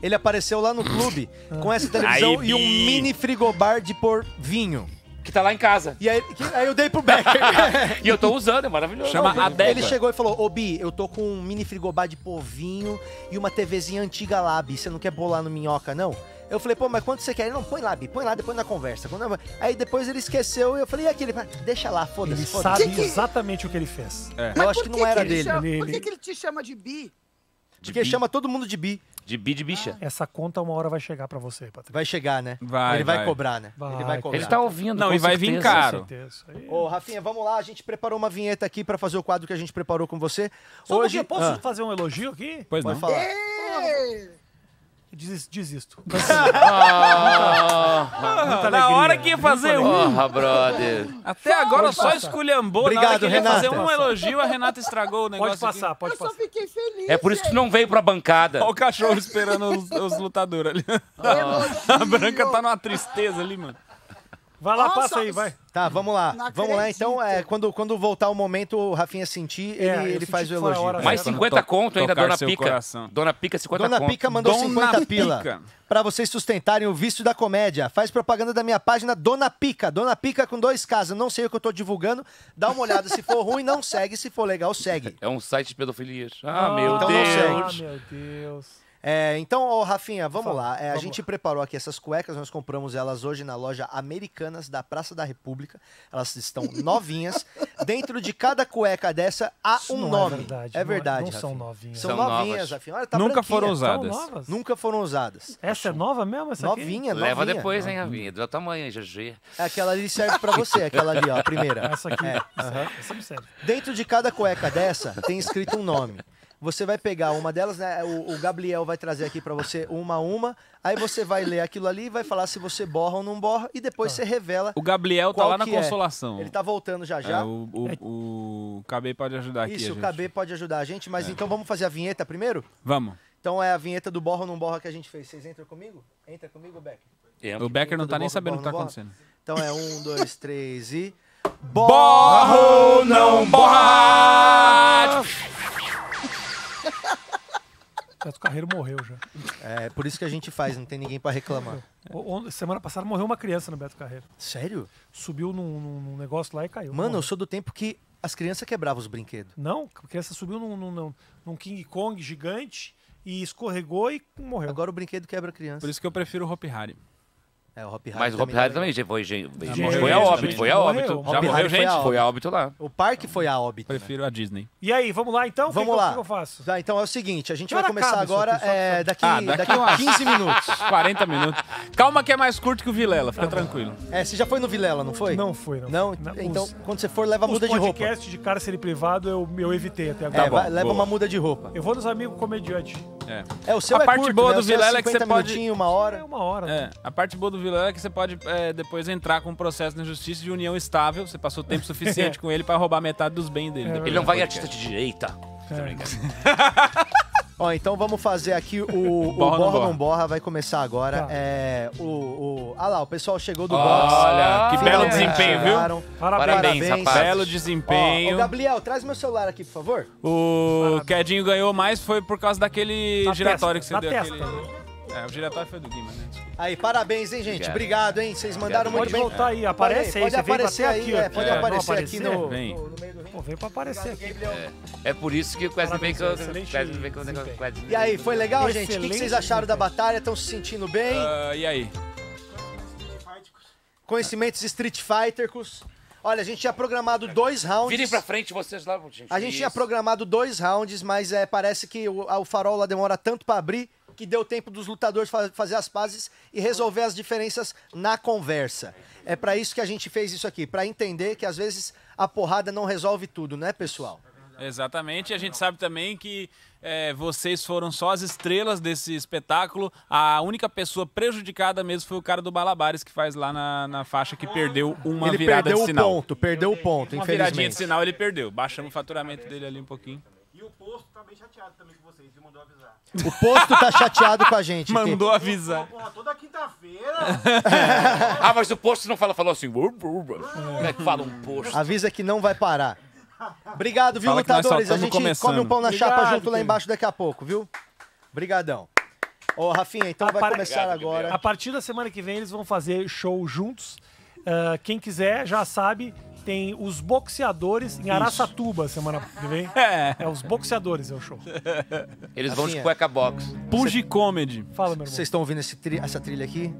[SPEAKER 1] Ele apareceu lá no clube com essa televisão
[SPEAKER 2] Aí,
[SPEAKER 1] e um
[SPEAKER 2] Bi.
[SPEAKER 1] mini frigobar de pôr vinho.
[SPEAKER 3] Que tá lá em casa.
[SPEAKER 1] E aí, que- aí eu dei pro Becker.
[SPEAKER 3] E eu tô usando, é maravilhoso.
[SPEAKER 2] Chama
[SPEAKER 3] Não,
[SPEAKER 2] Adeba.
[SPEAKER 1] Ele chegou e falou: Ô Bi, eu tô com um mini frigobar de povinho e uma TVzinha antiga lá, Bi. Você não quer bolar no minhoca, não? Eu falei, pô, mas quanto você quer? Ele, não, põe lá, Bi, põe lá depois na conversa. Quando eu- Aí depois ele esqueceu e eu falei, e aqui? Ele, "Ah, deixa lá, foda-se,
[SPEAKER 5] Ele
[SPEAKER 1] foda-se. é?
[SPEAKER 5] sabe
[SPEAKER 4] Que que-
[SPEAKER 5] exatamente o que ele fez.
[SPEAKER 4] Mas
[SPEAKER 1] Eu acho
[SPEAKER 4] por
[SPEAKER 1] que não era
[SPEAKER 4] ele
[SPEAKER 1] dele.
[SPEAKER 4] chama-
[SPEAKER 5] Ele-
[SPEAKER 4] por que,
[SPEAKER 5] ele-
[SPEAKER 4] que ele te chama de bi?
[SPEAKER 3] De
[SPEAKER 1] Porque
[SPEAKER 3] bi,
[SPEAKER 1] chama todo mundo de Bi.
[SPEAKER 3] de bi de bicha.
[SPEAKER 5] Essa conta uma hora vai chegar pra você, Patrick.
[SPEAKER 1] Vai chegar, né?
[SPEAKER 2] Vai,
[SPEAKER 1] ele vai,
[SPEAKER 2] vai.
[SPEAKER 1] cobrar, né?
[SPEAKER 5] Vai,
[SPEAKER 1] ele vai
[SPEAKER 5] cara.
[SPEAKER 1] cobrar.
[SPEAKER 3] Ele tá ouvindo,
[SPEAKER 2] Não,
[SPEAKER 3] com
[SPEAKER 2] e vai vir
[SPEAKER 3] certeza.
[SPEAKER 2] caro.
[SPEAKER 5] Com certeza. Aí-
[SPEAKER 1] Ô, Rafinha, vamos lá. A gente preparou uma vinheta aqui pra fazer o quadro que a gente preparou com você.
[SPEAKER 5] Só um
[SPEAKER 1] Hoje.
[SPEAKER 5] pouquinho, posso
[SPEAKER 1] Ah,
[SPEAKER 5] fazer um elogio aqui?
[SPEAKER 2] Pois
[SPEAKER 1] pode
[SPEAKER 2] não.
[SPEAKER 1] falar.
[SPEAKER 4] Ê,
[SPEAKER 5] Desis- Desisto.
[SPEAKER 3] Ah,
[SPEAKER 2] Na
[SPEAKER 5] alegria,
[SPEAKER 2] hora que ia fazer um.
[SPEAKER 3] Porra, Ah, brother.
[SPEAKER 2] Até agora
[SPEAKER 5] Pode
[SPEAKER 2] só
[SPEAKER 5] passar.
[SPEAKER 2] esculhambou. na hora
[SPEAKER 1] Obrigado,
[SPEAKER 2] que ele ia fazer
[SPEAKER 1] Renata.
[SPEAKER 2] um elogio, a Renata estragou o negócio.
[SPEAKER 5] Pode passar,
[SPEAKER 2] aqui.
[SPEAKER 5] pode
[SPEAKER 4] Eu só
[SPEAKER 5] passar.
[SPEAKER 4] fiquei feliz.
[SPEAKER 3] É por isso que tu não veio pra bancada.
[SPEAKER 2] Olha o cachorro esperando os, os lutadores ali. <laughs>
[SPEAKER 1] <laughs>
[SPEAKER 2] A Branca tá numa tristeza ali, mano.
[SPEAKER 5] Vai lá,
[SPEAKER 4] Nossa,
[SPEAKER 5] passa aí,
[SPEAKER 4] os-
[SPEAKER 5] vai.
[SPEAKER 1] Tá, vamos lá.
[SPEAKER 4] Não
[SPEAKER 1] Vamos lá, então.
[SPEAKER 4] acredito.
[SPEAKER 1] é, quando, quando voltar o momento, o Rafinha sentir,
[SPEAKER 5] É, eu
[SPEAKER 1] ele, ele
[SPEAKER 5] senti
[SPEAKER 1] faz o
[SPEAKER 5] que foi a
[SPEAKER 1] elogio.
[SPEAKER 5] hora
[SPEAKER 3] Mais
[SPEAKER 5] Quando
[SPEAKER 3] 50 conto ainda,
[SPEAKER 2] tocar
[SPEAKER 3] Dona
[SPEAKER 2] seu
[SPEAKER 3] Pica.
[SPEAKER 2] coração.
[SPEAKER 3] Dona Pica, 50
[SPEAKER 1] Dona
[SPEAKER 3] conto.
[SPEAKER 1] Pica mandou
[SPEAKER 2] Dona
[SPEAKER 1] 50
[SPEAKER 2] Pica.
[SPEAKER 1] pila pra vocês sustentarem o vício da comédia. Faz propaganda da minha página Dona Pica. Dona Pica com dois casos. Não sei o que eu tô divulgando. Dá uma olhada. Se for ruim, não segue. Se for legal, segue.
[SPEAKER 3] É um site de pedofilias. Ah,
[SPEAKER 5] Ah,
[SPEAKER 3] meu
[SPEAKER 1] então não
[SPEAKER 3] Deus.
[SPEAKER 1] sei.
[SPEAKER 5] meu Deus.
[SPEAKER 1] É, então, ô, Rafinha, vamos
[SPEAKER 5] Fala,
[SPEAKER 1] lá. É, a
[SPEAKER 5] vamos
[SPEAKER 1] gente preparou aqui essas cuecas, nós compramos elas hoje na loja Americanas da Praça da República. Elas
[SPEAKER 5] <laughs>
[SPEAKER 1] estão novinhas. Dentro de cada cueca dessa há
[SPEAKER 5] Isso
[SPEAKER 1] um
[SPEAKER 5] não é
[SPEAKER 1] nome.
[SPEAKER 5] verdade,
[SPEAKER 1] É
[SPEAKER 5] não é-
[SPEAKER 1] verdade.
[SPEAKER 5] não são
[SPEAKER 1] Rafinha.
[SPEAKER 5] novinhas.
[SPEAKER 1] São,
[SPEAKER 3] São
[SPEAKER 1] novinhas,
[SPEAKER 3] novas.
[SPEAKER 1] Rafinha. Olha, tá
[SPEAKER 2] Nunca
[SPEAKER 1] branquinha.
[SPEAKER 2] foram usadas.
[SPEAKER 5] São novas?
[SPEAKER 1] Nunca foram usadas.
[SPEAKER 5] Essa é nova mesmo? Essa aqui?
[SPEAKER 1] Novinha,
[SPEAKER 3] Leva
[SPEAKER 1] é novinha. É,
[SPEAKER 3] depois, hein, Ravinha? Do tamanho, GG.
[SPEAKER 1] Aquela ali serve pra você, aquela ali, ó, a primeira.
[SPEAKER 5] Essa aqui.
[SPEAKER 1] É, aham.
[SPEAKER 5] Essa me serve.
[SPEAKER 1] Dentro de cada cueca dessa tem escrito um nome. Você vai pegar uma delas, né? O, o Gabriel vai trazer aqui pra você uma a uma. Aí você vai ler aquilo ali e vai falar se você borra ou não borra. E depois você revela.
[SPEAKER 2] O Gabriel tá
[SPEAKER 1] qual
[SPEAKER 2] lá na
[SPEAKER 1] que é.
[SPEAKER 2] consolação.
[SPEAKER 1] Ele tá voltando já já.
[SPEAKER 2] É, o, o, o KB pode ajudar aqui.
[SPEAKER 1] Isso, o
[SPEAKER 2] gente. É.
[SPEAKER 1] KB pode ajudar a gente, mas então vamos fazer a vinheta primeiro?
[SPEAKER 2] Vamos.
[SPEAKER 1] Então é a vinheta do borra ou não borra que a gente fez. Vocês entram comigo? Entra comigo, Beck. um
[SPEAKER 3] Entra.
[SPEAKER 2] O Becker não tá nem
[SPEAKER 1] Borra,
[SPEAKER 2] sabendo o que tá
[SPEAKER 1] borra,
[SPEAKER 2] acontecendo.
[SPEAKER 1] Então é um, dois, três e. Borra!
[SPEAKER 2] ou não borra!
[SPEAKER 5] Beto Carreiro morreu já.
[SPEAKER 1] É por isso que a gente faz, não tem ninguém pra reclamar.
[SPEAKER 5] O- on- Semana passada morreu uma criança no Beto Carreiro.
[SPEAKER 1] Sério?
[SPEAKER 5] Subiu num, num- num negócio lá e caiu.
[SPEAKER 1] Mano, eu
[SPEAKER 5] morreu.
[SPEAKER 1] sou do tempo que as crianças quebravam os brinquedos.
[SPEAKER 5] Não, a criança subiu num, num- num- num King Kong gigante e escorregou e morreu.
[SPEAKER 1] Agora o brinquedo quebra a criança.
[SPEAKER 2] Por isso que eu prefiro o Hopi Hari.
[SPEAKER 1] É, o Hop Hari.
[SPEAKER 3] Mas o Hop Harry também já foi, gente,
[SPEAKER 5] morreu.
[SPEAKER 3] foi a óbito,
[SPEAKER 5] Gente,
[SPEAKER 3] foi a óbito.
[SPEAKER 5] morreu.
[SPEAKER 3] Já
[SPEAKER 1] Hop
[SPEAKER 3] morreu,
[SPEAKER 1] Hari foi a
[SPEAKER 3] gente?
[SPEAKER 1] óbito.
[SPEAKER 3] Foi a óbito lá.
[SPEAKER 1] O parque foi a óbito. né?
[SPEAKER 2] Prefiro a Disney.
[SPEAKER 5] E aí, vamos lá então? O que
[SPEAKER 1] Vamos
[SPEAKER 5] que eu-
[SPEAKER 1] lá.
[SPEAKER 5] O que eu faço?
[SPEAKER 1] Tá, então é o seguinte, a gente
[SPEAKER 5] Que
[SPEAKER 1] vai
[SPEAKER 5] hora
[SPEAKER 1] começar
[SPEAKER 5] acaba isso
[SPEAKER 1] agora
[SPEAKER 5] aqui? Só-
[SPEAKER 1] é,
[SPEAKER 5] só-
[SPEAKER 1] daqui,
[SPEAKER 2] Ah,
[SPEAKER 1] daqui,
[SPEAKER 2] daqui
[SPEAKER 1] a
[SPEAKER 2] umas-
[SPEAKER 1] 15 minutos.
[SPEAKER 2] 40 minutos. Calma que é mais curto que o Vilela, fica tranquilo.
[SPEAKER 1] É, você já foi no Vilela, não foi?
[SPEAKER 5] Não fui, não.
[SPEAKER 1] Não?
[SPEAKER 5] Não,
[SPEAKER 1] Então,
[SPEAKER 5] os-
[SPEAKER 1] quando você for, leva
[SPEAKER 5] Os
[SPEAKER 1] muda de roupa.
[SPEAKER 5] podcasts de cárcere privado eu, eu evitei até
[SPEAKER 1] É,
[SPEAKER 2] Tá
[SPEAKER 5] agora.
[SPEAKER 1] vai- leva uma muda de roupa.
[SPEAKER 5] Eu vou nos amigos comediantes.
[SPEAKER 2] É.
[SPEAKER 1] É, o seu
[SPEAKER 2] A
[SPEAKER 1] é
[SPEAKER 2] parte
[SPEAKER 1] curto,
[SPEAKER 2] boa
[SPEAKER 1] né?
[SPEAKER 2] do
[SPEAKER 1] O seu
[SPEAKER 2] Vilela é que
[SPEAKER 1] 50
[SPEAKER 2] você pode-
[SPEAKER 1] minutinhos, uma
[SPEAKER 5] É
[SPEAKER 1] hora.
[SPEAKER 5] uma hora.
[SPEAKER 2] É, a parte boa do vilão é que você pode é, depois entrar com um processo na justiça de união estável. Você passou tempo suficiente com ele pra roubar metade dos bens dele.
[SPEAKER 3] Ele não vai artista de direita.
[SPEAKER 1] Ó, então vamos fazer aqui o, o
[SPEAKER 2] <laughs> Borra
[SPEAKER 1] Borra
[SPEAKER 2] ou não
[SPEAKER 1] não Borra, vai começar agora.
[SPEAKER 5] Tá.
[SPEAKER 1] É, o, o... Ah lá, o pessoal chegou do box.
[SPEAKER 3] Olha,
[SPEAKER 2] que
[SPEAKER 1] Ah,
[SPEAKER 2] belo desempenho, viu?
[SPEAKER 1] Chegaram.
[SPEAKER 5] Parabéns.
[SPEAKER 3] Parabéns,
[SPEAKER 1] Parabéns.
[SPEAKER 3] rapaz.
[SPEAKER 2] Belo
[SPEAKER 1] Ó, ô,
[SPEAKER 2] desempenho.
[SPEAKER 1] Gabriel, traz meu celular aqui, por favor.
[SPEAKER 2] O Quedinho ganhou mais foi por causa daquele
[SPEAKER 5] Na
[SPEAKER 2] giratório
[SPEAKER 5] testa,
[SPEAKER 2] que você
[SPEAKER 5] na
[SPEAKER 2] deu. Aquele... É, o giratório foi do Guima, né?
[SPEAKER 1] Aí, parabéns, hein, gente?
[SPEAKER 3] Obrigado.
[SPEAKER 1] Obrigado, hein? Vocês mandaram muito
[SPEAKER 3] Obrigado.
[SPEAKER 5] Pode
[SPEAKER 1] bem.
[SPEAKER 5] voltar aí, aparece aí,
[SPEAKER 1] pode
[SPEAKER 5] você vem
[SPEAKER 1] aparecer
[SPEAKER 5] bater
[SPEAKER 1] aí, é,
[SPEAKER 5] aqui, ó.
[SPEAKER 1] pode
[SPEAKER 5] É, não
[SPEAKER 1] aparecer aqui
[SPEAKER 5] aparecer?
[SPEAKER 1] no,
[SPEAKER 2] Vem.
[SPEAKER 1] no- no meio do ringue.
[SPEAKER 5] Pô, veio pra aparecer aqui.
[SPEAKER 3] É por isso que o Quase vem
[SPEAKER 5] Parabéns,
[SPEAKER 3] com o
[SPEAKER 5] excelente
[SPEAKER 3] Quase vem com o
[SPEAKER 5] desempenho.
[SPEAKER 3] Quase
[SPEAKER 1] E aí, foi legal, gente? O que que,
[SPEAKER 5] Excelente
[SPEAKER 1] vocês acharam da batalha? Estão se sentindo bem?
[SPEAKER 2] Ah, e aí?
[SPEAKER 1] Conhecimentos Street Fightercos. Olha, a gente tinha programado dois rounds.
[SPEAKER 3] Virem pra frente vocês lá, gente.
[SPEAKER 1] A gente tinha
[SPEAKER 3] Isso.
[SPEAKER 1] programado dois rounds, mas é, parece que o, a- o farol lá demora tanto pra abrir que deu tempo dos lutadores fa- fazer as pazes e resolver as diferenças na conversa. É pra isso que a gente fez isso aqui, pra entender que às vezes a porrada não resolve tudo, né, pessoal?
[SPEAKER 2] Exatamente, e a gente sabe também que é, vocês foram só as estrelas desse espetáculo. A única pessoa prejudicada mesmo foi o cara do Balabares, que faz lá na, na faixa que perdeu uma
[SPEAKER 1] Ele
[SPEAKER 2] virada
[SPEAKER 1] perdeu
[SPEAKER 2] de
[SPEAKER 1] o
[SPEAKER 2] sinal.
[SPEAKER 1] ponto, perdeu o ponto,
[SPEAKER 2] Uma viradinha de
[SPEAKER 1] infelizmente.
[SPEAKER 2] sinal ele perdeu. Baixamos o faturamento dele ali um pouquinho.
[SPEAKER 8] E o posto tá bem chateado também com vocês e mandou avisar.
[SPEAKER 1] O posto tá chateado com a gente. <laughs>
[SPEAKER 2] Mandou avisar.
[SPEAKER 8] Porra, Tá, toda quinta-feira.
[SPEAKER 3] Ah, mas o posto não fala, falou assim. "Ur, ur, ur". Como é que fala um
[SPEAKER 1] que
[SPEAKER 3] posto?
[SPEAKER 1] avisa que não vai parar. Obrigado, viu,
[SPEAKER 2] Fala que nós só
[SPEAKER 1] lutadores? A
[SPEAKER 2] tamo
[SPEAKER 1] gente
[SPEAKER 2] começando.
[SPEAKER 1] come um pão na chapa
[SPEAKER 5] Obrigado,
[SPEAKER 1] junto lá
[SPEAKER 5] querido.
[SPEAKER 1] embaixo daqui a pouco, viu? Obrigadão. Ô, Rafinha, então
[SPEAKER 5] Ah,
[SPEAKER 1] vai
[SPEAKER 5] para-
[SPEAKER 1] começar
[SPEAKER 3] Obrigado,
[SPEAKER 1] agora.
[SPEAKER 5] A partir da semana que vem eles vão fazer show juntos. Ah, quem quiser já sabe, tem os boxeadores em Araçatuba semana que vem.
[SPEAKER 2] É.
[SPEAKER 5] É os boxeadores é o show.
[SPEAKER 3] Eles vão de
[SPEAKER 1] Rafinha.
[SPEAKER 3] cueca box.
[SPEAKER 2] Puge Comedy.
[SPEAKER 5] Fala, meu irmão.
[SPEAKER 1] Vocês estão ouvindo esse tri- essa trilha aqui?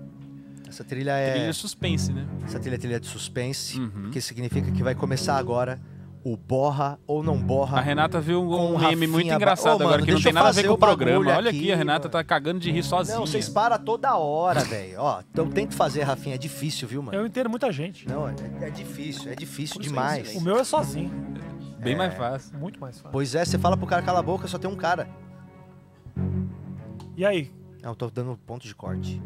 [SPEAKER 1] Essa trilha é.
[SPEAKER 2] Trilha Uhum. suspense, né?
[SPEAKER 1] Essa trilha é trilha de suspense, que significa que vai começar agora o borra ou não borra.
[SPEAKER 2] A Renata viu um,
[SPEAKER 1] Ah. Com
[SPEAKER 2] um
[SPEAKER 1] Rafinha
[SPEAKER 2] meme muito
[SPEAKER 1] Ba-
[SPEAKER 2] engraçado
[SPEAKER 1] Ô, mano,
[SPEAKER 2] agora, que não
[SPEAKER 1] deixa
[SPEAKER 2] tem
[SPEAKER 1] eu
[SPEAKER 2] nada a ver
[SPEAKER 1] fazer
[SPEAKER 2] com
[SPEAKER 1] o
[SPEAKER 2] o programa.
[SPEAKER 1] bagulho
[SPEAKER 2] Olha aqui,
[SPEAKER 1] aqui,
[SPEAKER 2] a Renata
[SPEAKER 1] mano.
[SPEAKER 2] tá cagando de rir sozinha.
[SPEAKER 1] Não, vocês param toda hora, velho. Ó, então tento fazer, Rafinha. É difícil, viu, mano?
[SPEAKER 5] Eu entendo muita gente.
[SPEAKER 1] Não, é, é difícil, é difícil demais.
[SPEAKER 5] O meu é sozinho,
[SPEAKER 2] Bem
[SPEAKER 1] É.
[SPEAKER 2] mais fácil.
[SPEAKER 5] muito mais fácil.
[SPEAKER 1] Pois é, você fala pro cara cala a boca, só tem um cara.
[SPEAKER 5] E aí?
[SPEAKER 1] Não, eu tô dando ponto de corte.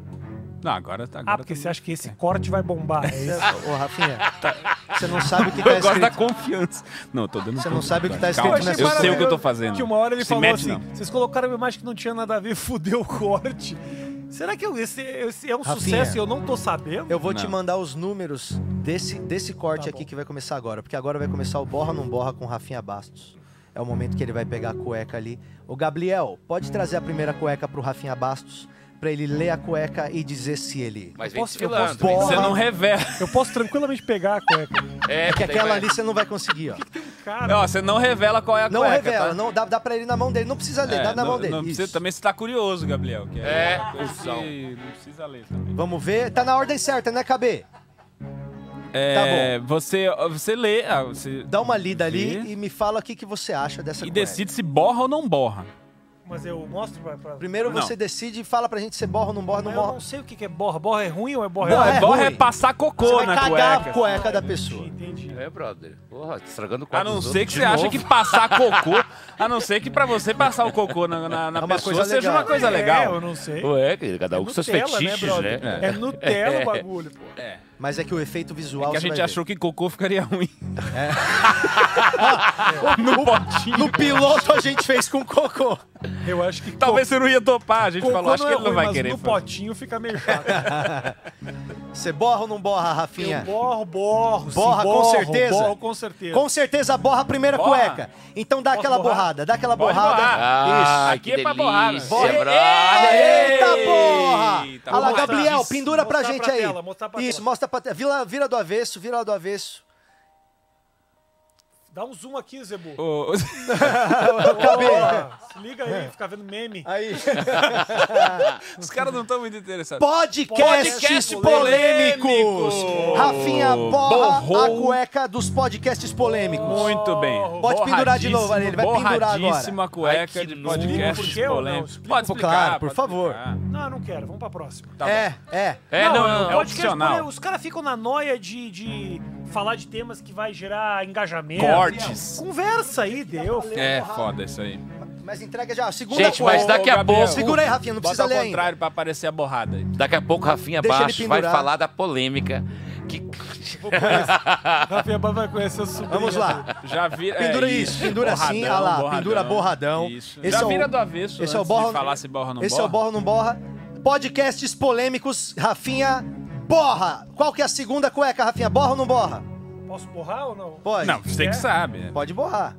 [SPEAKER 2] Não, agora tá. Agora
[SPEAKER 5] Ah, porque você acha que esse corte vai bombar? É isso?
[SPEAKER 1] Ô,
[SPEAKER 2] <laughs>
[SPEAKER 1] Rafinha, você não sabe o que tá
[SPEAKER 2] Eu gosto da
[SPEAKER 1] escrito.
[SPEAKER 2] confiança. Não, eu tô dando
[SPEAKER 1] Você
[SPEAKER 2] ponto
[SPEAKER 1] não sabe o que
[SPEAKER 2] de
[SPEAKER 1] tá
[SPEAKER 2] corte. Calma,
[SPEAKER 1] escrito nessa
[SPEAKER 2] Eu sei o
[SPEAKER 1] frase.
[SPEAKER 2] que eu tô fazendo.
[SPEAKER 5] Que uma hora ele
[SPEAKER 2] Se
[SPEAKER 5] falou
[SPEAKER 2] mete,
[SPEAKER 5] assim:
[SPEAKER 2] não.
[SPEAKER 5] vocês colocaram uma imagem que não tinha nada a ver, <laughs> fudeu o corte. Será que eu- esse, esse é um
[SPEAKER 1] Rafinha.
[SPEAKER 5] sucesso e eu não tô sabendo?
[SPEAKER 1] Eu vou te
[SPEAKER 2] Não.
[SPEAKER 1] mandar os números desse, desse corte
[SPEAKER 5] Tá
[SPEAKER 1] aqui
[SPEAKER 5] bom.
[SPEAKER 1] que vai começar agora, porque agora vai começar o borra não borra com Rafinha Bastos. É o momento que ele vai pegar a cueca ali. O Gabriel, pode trazer a primeira cueca pro Rafinha Bastos pra ele ler a cueca e dizer se ele.
[SPEAKER 3] Mas vem
[SPEAKER 5] posso- eu posso-
[SPEAKER 3] desfilando. vem
[SPEAKER 5] Porra.
[SPEAKER 2] Você
[SPEAKER 3] desfilando.
[SPEAKER 2] não revela.
[SPEAKER 5] Eu posso tranquilamente pegar a cueca.
[SPEAKER 3] É,
[SPEAKER 1] Que
[SPEAKER 3] daí
[SPEAKER 1] aquela
[SPEAKER 3] vai-
[SPEAKER 2] <laughs>
[SPEAKER 1] ali você não vai conseguir, ó.
[SPEAKER 5] Cara,
[SPEAKER 2] Não, você não revela qual é a
[SPEAKER 1] Não
[SPEAKER 2] cueca,
[SPEAKER 1] revela,
[SPEAKER 2] tá?
[SPEAKER 1] não, dá, dá pra ele na mão dele. Não precisa ler,
[SPEAKER 2] É,
[SPEAKER 1] dá na
[SPEAKER 2] não-
[SPEAKER 1] mão dele.
[SPEAKER 2] não precisa-
[SPEAKER 1] isso.
[SPEAKER 2] também você tá curioso, Gabriel. Que
[SPEAKER 3] É,
[SPEAKER 2] uma coisa que
[SPEAKER 3] cuzão.
[SPEAKER 2] Não precisa ler também.
[SPEAKER 1] Vamos ver. Tá na ordem certa, né, KB?
[SPEAKER 2] É, você, você lê, ah, você
[SPEAKER 1] Tá Dá uma lida ali
[SPEAKER 2] Vê.
[SPEAKER 1] e me fala o que, que você acha dessa
[SPEAKER 2] e
[SPEAKER 1] cueca.
[SPEAKER 2] decide se borra ou não borra.
[SPEAKER 5] mas eu mostro pra. pra...
[SPEAKER 1] Primeiro
[SPEAKER 2] Não.
[SPEAKER 1] você decide e fala pra gente se borra ou não borra,
[SPEAKER 5] Mas
[SPEAKER 1] não
[SPEAKER 5] eu não
[SPEAKER 1] borra.
[SPEAKER 5] sei o que, que é borra. Borra é ruim ou é borra?
[SPEAKER 1] Borra
[SPEAKER 2] Borra,
[SPEAKER 1] é
[SPEAKER 2] é, borra é
[SPEAKER 1] ruim.
[SPEAKER 2] passar
[SPEAKER 1] Você
[SPEAKER 2] cocô
[SPEAKER 1] vai
[SPEAKER 2] na
[SPEAKER 1] cagar
[SPEAKER 2] cueca.
[SPEAKER 1] a cueca da pessoa.
[SPEAKER 5] Entendi.
[SPEAKER 3] É, brother. Porra, estragando o
[SPEAKER 2] A
[SPEAKER 3] quadro
[SPEAKER 2] não
[SPEAKER 3] dos
[SPEAKER 2] ser que
[SPEAKER 3] outros
[SPEAKER 2] você
[SPEAKER 3] de
[SPEAKER 2] acha
[SPEAKER 3] novo.
[SPEAKER 1] <laughs>
[SPEAKER 2] que passar cocô, a não ser que pra você passar o cocô na, na, na
[SPEAKER 1] É uma
[SPEAKER 2] pessoa
[SPEAKER 1] coisa
[SPEAKER 2] seja
[SPEAKER 1] legal.
[SPEAKER 2] uma coisa
[SPEAKER 5] É, eu
[SPEAKER 2] legal. é
[SPEAKER 5] não sei. É
[SPEAKER 3] Ué, querido, cada um com seus
[SPEAKER 5] Nutella,
[SPEAKER 3] fetiches, né?
[SPEAKER 5] brother? É
[SPEAKER 2] <laughs>
[SPEAKER 5] Nutella o bagulho, pô.
[SPEAKER 1] Mas é que o efeito visual.
[SPEAKER 2] Que a
[SPEAKER 1] você
[SPEAKER 2] gente
[SPEAKER 1] vai ver.
[SPEAKER 2] achou que cocô ficaria <laughs> ruim.
[SPEAKER 1] no potinho. No piloto a gente fez com cocô.
[SPEAKER 5] Eu acho que
[SPEAKER 2] Talvez você não ia topar, a gente
[SPEAKER 5] Cocô
[SPEAKER 2] falou, acho
[SPEAKER 5] não
[SPEAKER 2] que
[SPEAKER 5] é
[SPEAKER 2] ele não
[SPEAKER 5] ruim,
[SPEAKER 2] vai
[SPEAKER 5] mas
[SPEAKER 2] querer.
[SPEAKER 5] No potinho fica meio chato.
[SPEAKER 2] <laughs>
[SPEAKER 1] Você borra ou não borra,
[SPEAKER 5] Eu
[SPEAKER 1] Rafinha?
[SPEAKER 5] borro, borro. sim,
[SPEAKER 1] Borra, com
[SPEAKER 5] borro,
[SPEAKER 1] certeza.
[SPEAKER 5] Borro, com certeza.
[SPEAKER 1] Com certeza borra a primeira
[SPEAKER 2] Borra.
[SPEAKER 1] cueca. Então dá
[SPEAKER 5] Posso
[SPEAKER 1] aquela
[SPEAKER 5] borrar?
[SPEAKER 1] borrada, dá aquela
[SPEAKER 2] Pode
[SPEAKER 1] borrada.
[SPEAKER 2] borrar.
[SPEAKER 3] Ah,
[SPEAKER 1] Isso.
[SPEAKER 3] Aqui
[SPEAKER 2] Aqui é
[SPEAKER 3] é
[SPEAKER 2] pra
[SPEAKER 3] pra
[SPEAKER 2] borrar, né?
[SPEAKER 1] Bora. Eita porra! Olha lá, Gabriel, pendura pra
[SPEAKER 5] Mostrar
[SPEAKER 1] gente
[SPEAKER 5] pra
[SPEAKER 1] aí.
[SPEAKER 5] tela, mostrar pra
[SPEAKER 1] Isso,
[SPEAKER 5] tela.
[SPEAKER 1] mostra pra tela. Vira, vira do avesso, vira do avesso.
[SPEAKER 5] Dá um zoom aqui, Zebu.
[SPEAKER 2] Ô,
[SPEAKER 5] Porra, se liga aí, fica vendo meme.
[SPEAKER 1] Aí.
[SPEAKER 2] Os caras não estão muito interessados.
[SPEAKER 1] Podcasts
[SPEAKER 2] Podcasts
[SPEAKER 1] polêmicos.
[SPEAKER 2] polêmicos.
[SPEAKER 1] Rafinha borra
[SPEAKER 2] Borrou.
[SPEAKER 1] a cueca dos podcasts polêmicos.
[SPEAKER 2] Muito bem.
[SPEAKER 1] Pode pendurar de novo,
[SPEAKER 2] Borradíssimo,
[SPEAKER 1] ele vai pendurar
[SPEAKER 2] borradíssimo a cueca
[SPEAKER 3] Ai, que
[SPEAKER 2] de
[SPEAKER 3] nojo.
[SPEAKER 5] Por
[SPEAKER 2] podcast
[SPEAKER 5] quê ou não?
[SPEAKER 2] polêmico.
[SPEAKER 5] Explica,
[SPEAKER 2] Pode
[SPEAKER 1] por
[SPEAKER 2] explicar,
[SPEAKER 1] claro, por
[SPEAKER 2] pode
[SPEAKER 1] favor.
[SPEAKER 2] explicar.
[SPEAKER 5] Não, não quero. Vamos pra próxima.
[SPEAKER 2] Tá
[SPEAKER 1] é, é.
[SPEAKER 3] É, não, não,
[SPEAKER 2] é
[SPEAKER 3] não.
[SPEAKER 5] podcast,
[SPEAKER 2] opcional.
[SPEAKER 5] porém, Os caras ficam na noia de, de falar de temas que vai gerar engajamento.
[SPEAKER 2] Cortes.
[SPEAKER 5] Conversa aí, deu.
[SPEAKER 2] É, foda isso aí.
[SPEAKER 1] Mas entrega já. Segunda
[SPEAKER 3] Gente, mas
[SPEAKER 1] cueca.
[SPEAKER 2] dá-
[SPEAKER 3] daqui a
[SPEAKER 2] Gabriel.
[SPEAKER 3] pouco...
[SPEAKER 1] Segura aí, Rafinha, não precisa
[SPEAKER 2] Bota ao
[SPEAKER 1] ler ainda.
[SPEAKER 2] contrário pra aparecer a borrada aí.
[SPEAKER 3] Daqui a pouco, Rafinha
[SPEAKER 1] Deixa ele
[SPEAKER 3] Baixo vai
[SPEAKER 1] pendurar.
[SPEAKER 3] falar da polêmica que...
[SPEAKER 1] <laughs>
[SPEAKER 5] É <laughs> Rafinha Bá vai conhecer o sobrinho.
[SPEAKER 1] Vamos lá.
[SPEAKER 2] Já vira.
[SPEAKER 1] Pendura
[SPEAKER 2] é,
[SPEAKER 1] isso, pendura assim, olha lá, pendura borradão.
[SPEAKER 2] Isso.
[SPEAKER 1] Esse
[SPEAKER 2] Já
[SPEAKER 1] é o-
[SPEAKER 2] vira do avesso.
[SPEAKER 1] Esse é o
[SPEAKER 2] antes
[SPEAKER 1] borra.
[SPEAKER 2] De falar se borra ou não
[SPEAKER 1] Esse
[SPEAKER 2] borra.
[SPEAKER 1] é o borra ou não borra. Podcasts polêmicos, Rafinha borra. Qual que é a segunda cueca, Rafinha? Borra ou não borra?
[SPEAKER 5] Posso borrar ou não?
[SPEAKER 1] Pode.
[SPEAKER 2] Não, você que
[SPEAKER 5] É?
[SPEAKER 2] sabe.
[SPEAKER 1] Pode borrar.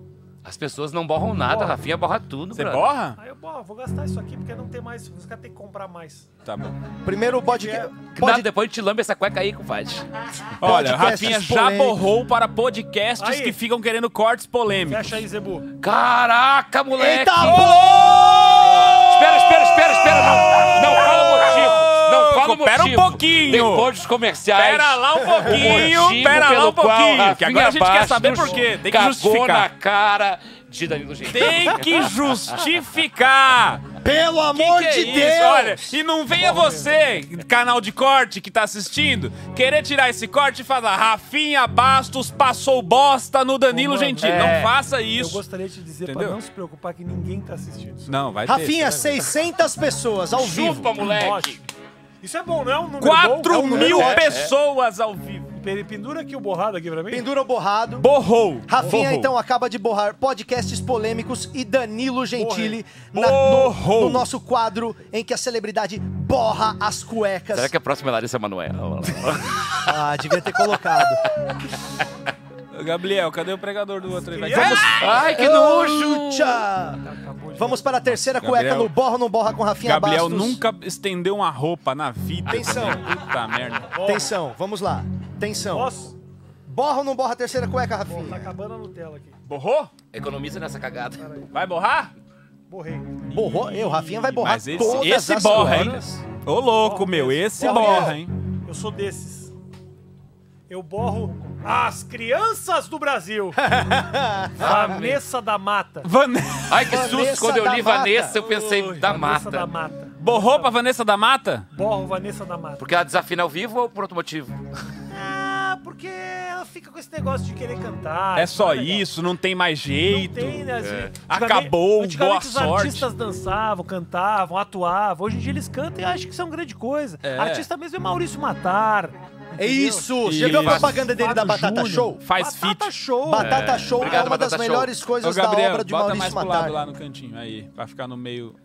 [SPEAKER 3] As pessoas não borram nada, Rafinha borra tudo,
[SPEAKER 2] Você
[SPEAKER 3] brother.
[SPEAKER 2] borra?
[SPEAKER 5] Aí eu borro, vou gastar isso aqui porque não tem mais. Os caras têm que comprar mais.
[SPEAKER 2] Tá bom.
[SPEAKER 1] Primeiro
[SPEAKER 5] é?
[SPEAKER 1] podca...
[SPEAKER 3] Nada,
[SPEAKER 1] pod...
[SPEAKER 3] depois te lambe essa cueca aí, compadre.
[SPEAKER 2] Olha,
[SPEAKER 1] Podcasts
[SPEAKER 2] Rafinha já
[SPEAKER 1] polêmicos.
[SPEAKER 2] borrou para podcasts
[SPEAKER 5] Aí.
[SPEAKER 2] que ficam querendo cortes polêmicos.
[SPEAKER 5] Fecha aí, Zebu.
[SPEAKER 3] Caraca, moleque!
[SPEAKER 1] Eita porra!
[SPEAKER 3] Espera, espera, espera, espera! Não, não fala o motivo! Não fala o motivo!
[SPEAKER 2] Pera um pouquinho.
[SPEAKER 3] Depois dos comerciais...
[SPEAKER 2] Pera lá um
[SPEAKER 3] o
[SPEAKER 2] pouquinho,
[SPEAKER 3] motivo
[SPEAKER 2] pera lá
[SPEAKER 3] pelo
[SPEAKER 2] um
[SPEAKER 3] qual
[SPEAKER 2] pouquinho. Que agora a gente
[SPEAKER 3] Rafinha
[SPEAKER 2] quer saber
[SPEAKER 3] Bastos
[SPEAKER 2] por quê. Tem que
[SPEAKER 3] cagou na
[SPEAKER 2] justificar.
[SPEAKER 3] cara de Danilo Gentili.
[SPEAKER 2] Tem <laughs> que justificar.
[SPEAKER 1] Pelo
[SPEAKER 2] Que
[SPEAKER 1] amor
[SPEAKER 2] que é
[SPEAKER 1] de
[SPEAKER 2] isso?
[SPEAKER 1] Deus!
[SPEAKER 2] Olha, e não venha você, canal de corte que tá assistindo, querer tirar esse corte e falar Rafinha Bastos passou bosta no Danilo
[SPEAKER 5] Ô, mano,
[SPEAKER 2] Gentili.
[SPEAKER 3] é.
[SPEAKER 2] Não faça
[SPEAKER 5] Eu
[SPEAKER 2] isso.
[SPEAKER 5] gostaria de dizer
[SPEAKER 2] Entendeu?
[SPEAKER 5] pra não se preocupar que ninguém tá assistindo isso.
[SPEAKER 2] Não, vai ter.
[SPEAKER 1] Rafinha, 600 pessoas ao vivo.
[SPEAKER 3] Chupa, moleque!
[SPEAKER 5] Ótimo. Isso é bom, não é um número bom?
[SPEAKER 2] 4
[SPEAKER 5] É um número
[SPEAKER 2] mil
[SPEAKER 5] bom.
[SPEAKER 2] pessoas ao vivo.
[SPEAKER 5] Pe- Pendura aqui o borrado aqui pra mim.
[SPEAKER 1] Pendura o borrado.
[SPEAKER 2] Borrou.
[SPEAKER 1] Rafinha,
[SPEAKER 2] Borrou.
[SPEAKER 1] então, acaba de borrar podcasts polêmicos e Danilo Gentili na- no,
[SPEAKER 2] Borrou.
[SPEAKER 1] no nosso quadro em que a celebridade borra as cuecas.
[SPEAKER 3] Será que a próxima é Larissa Manoela?
[SPEAKER 1] Ah, devia ter
[SPEAKER 2] <laughs>
[SPEAKER 1] colocado.
[SPEAKER 2] Gabriel, cadê o pregador do outro aí? Vai-
[SPEAKER 5] Vamos-
[SPEAKER 3] Ai, que
[SPEAKER 1] nojo!
[SPEAKER 3] nojo!
[SPEAKER 1] Tchá. Vamos para a terceira cueca
[SPEAKER 2] Gabriel-
[SPEAKER 1] no borra ou não borra com Rafinha
[SPEAKER 2] Gabriel
[SPEAKER 1] Bastos.
[SPEAKER 2] nunca estendeu uma roupa na vida.
[SPEAKER 1] Atenção.
[SPEAKER 2] Puta merda.
[SPEAKER 1] Atenção, vamos lá. Atenção.
[SPEAKER 5] Posso?
[SPEAKER 1] Borra ou não borra a terceira cueca, Rafinha?
[SPEAKER 5] Tá acabando a Nutella aqui.
[SPEAKER 2] Borrou?
[SPEAKER 3] Economiza nessa cagada.
[SPEAKER 2] Vai borrar?
[SPEAKER 5] Borrei.
[SPEAKER 1] Borrou? Eu, Rafinha vai borrar
[SPEAKER 2] Mas esse-
[SPEAKER 1] todas
[SPEAKER 2] esse
[SPEAKER 1] as
[SPEAKER 2] borra, hein?
[SPEAKER 1] cuecas.
[SPEAKER 2] Ô louco, meu, esse borra, hein?
[SPEAKER 5] Eu sou desses. Eu borro as crianças
[SPEAKER 1] <laughs>
[SPEAKER 5] do Brasil. Vanessa da Mata.
[SPEAKER 2] Vanessa.
[SPEAKER 3] Ai, que
[SPEAKER 1] Vanessa
[SPEAKER 3] susto! Quando eu
[SPEAKER 1] da
[SPEAKER 3] li
[SPEAKER 1] Mata.
[SPEAKER 3] Vanessa, eu pensei, da
[SPEAKER 5] Vanessa da
[SPEAKER 3] mata.
[SPEAKER 5] Mata.
[SPEAKER 2] Borrou pra Vanessa da Mata?
[SPEAKER 5] Borro Vanessa da Mata.
[SPEAKER 3] Porque ela desafina ao vivo ou por outro motivo?
[SPEAKER 5] Ah, porque ela fica com esse negócio de querer cantar.
[SPEAKER 2] É só
[SPEAKER 5] Ah, Não legal.
[SPEAKER 2] isso, não tem mais
[SPEAKER 5] Não
[SPEAKER 2] jeito.
[SPEAKER 5] tem, né? assim, antigamente-
[SPEAKER 2] É. Acabou,
[SPEAKER 5] antigamente
[SPEAKER 2] boa
[SPEAKER 5] os
[SPEAKER 2] sorte.
[SPEAKER 5] artistas dançavam, cantavam, atuavam. Hoje em dia eles cantam e acham que isso é uma grande coisa.
[SPEAKER 2] É.
[SPEAKER 5] Artista mesmo é Maurício Matar.
[SPEAKER 1] É
[SPEAKER 5] entendeu?
[SPEAKER 1] isso!
[SPEAKER 2] Isso.
[SPEAKER 1] Você viu a propaganda dele da
[SPEAKER 5] Fábio
[SPEAKER 1] Batata
[SPEAKER 5] Júnior.
[SPEAKER 1] Show?
[SPEAKER 2] Faz
[SPEAKER 5] Batata
[SPEAKER 2] fit.
[SPEAKER 5] Show.
[SPEAKER 1] Batata Show
[SPEAKER 3] Obrigado,
[SPEAKER 1] é uma das
[SPEAKER 3] Batata Show.
[SPEAKER 1] melhores
[SPEAKER 2] Ô,
[SPEAKER 1] coisas
[SPEAKER 2] Gabriel,
[SPEAKER 1] da obra de
[SPEAKER 2] bota
[SPEAKER 1] Maurício
[SPEAKER 2] mais pro lado
[SPEAKER 1] Matar.
[SPEAKER 2] lá no cantinho, aí, pra ficar no meio.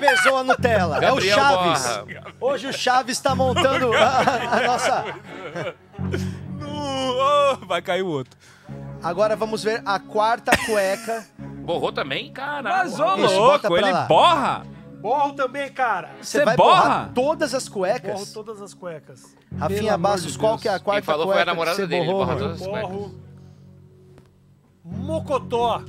[SPEAKER 1] Pesou a Nutella. é o
[SPEAKER 3] Gabriel
[SPEAKER 1] Chaves.
[SPEAKER 3] Borra.
[SPEAKER 1] Hoje o Chaves tá montando a, a nossa.
[SPEAKER 2] No- oh, vai cair o outro.
[SPEAKER 1] Agora vamos ver a quarta cueca.
[SPEAKER 3] Borrou também? Caralho.
[SPEAKER 2] Mas ô
[SPEAKER 1] Isso, bota
[SPEAKER 2] louco,
[SPEAKER 1] pra
[SPEAKER 2] ele
[SPEAKER 1] lá.
[SPEAKER 2] borra.
[SPEAKER 5] Borro também, cara.
[SPEAKER 1] Você
[SPEAKER 2] Você
[SPEAKER 1] vai
[SPEAKER 2] borra?
[SPEAKER 1] borrar todas as
[SPEAKER 5] Borro
[SPEAKER 1] cuecas.
[SPEAKER 5] todas as cuecas.
[SPEAKER 1] Rafinha Bastos, qual que é a quarta
[SPEAKER 3] falou foi a
[SPEAKER 1] cueca que
[SPEAKER 3] namorada
[SPEAKER 1] você
[SPEAKER 3] dele,
[SPEAKER 1] borrou? né?
[SPEAKER 3] borra
[SPEAKER 1] mano?
[SPEAKER 3] todas as
[SPEAKER 5] Borro Mocotó.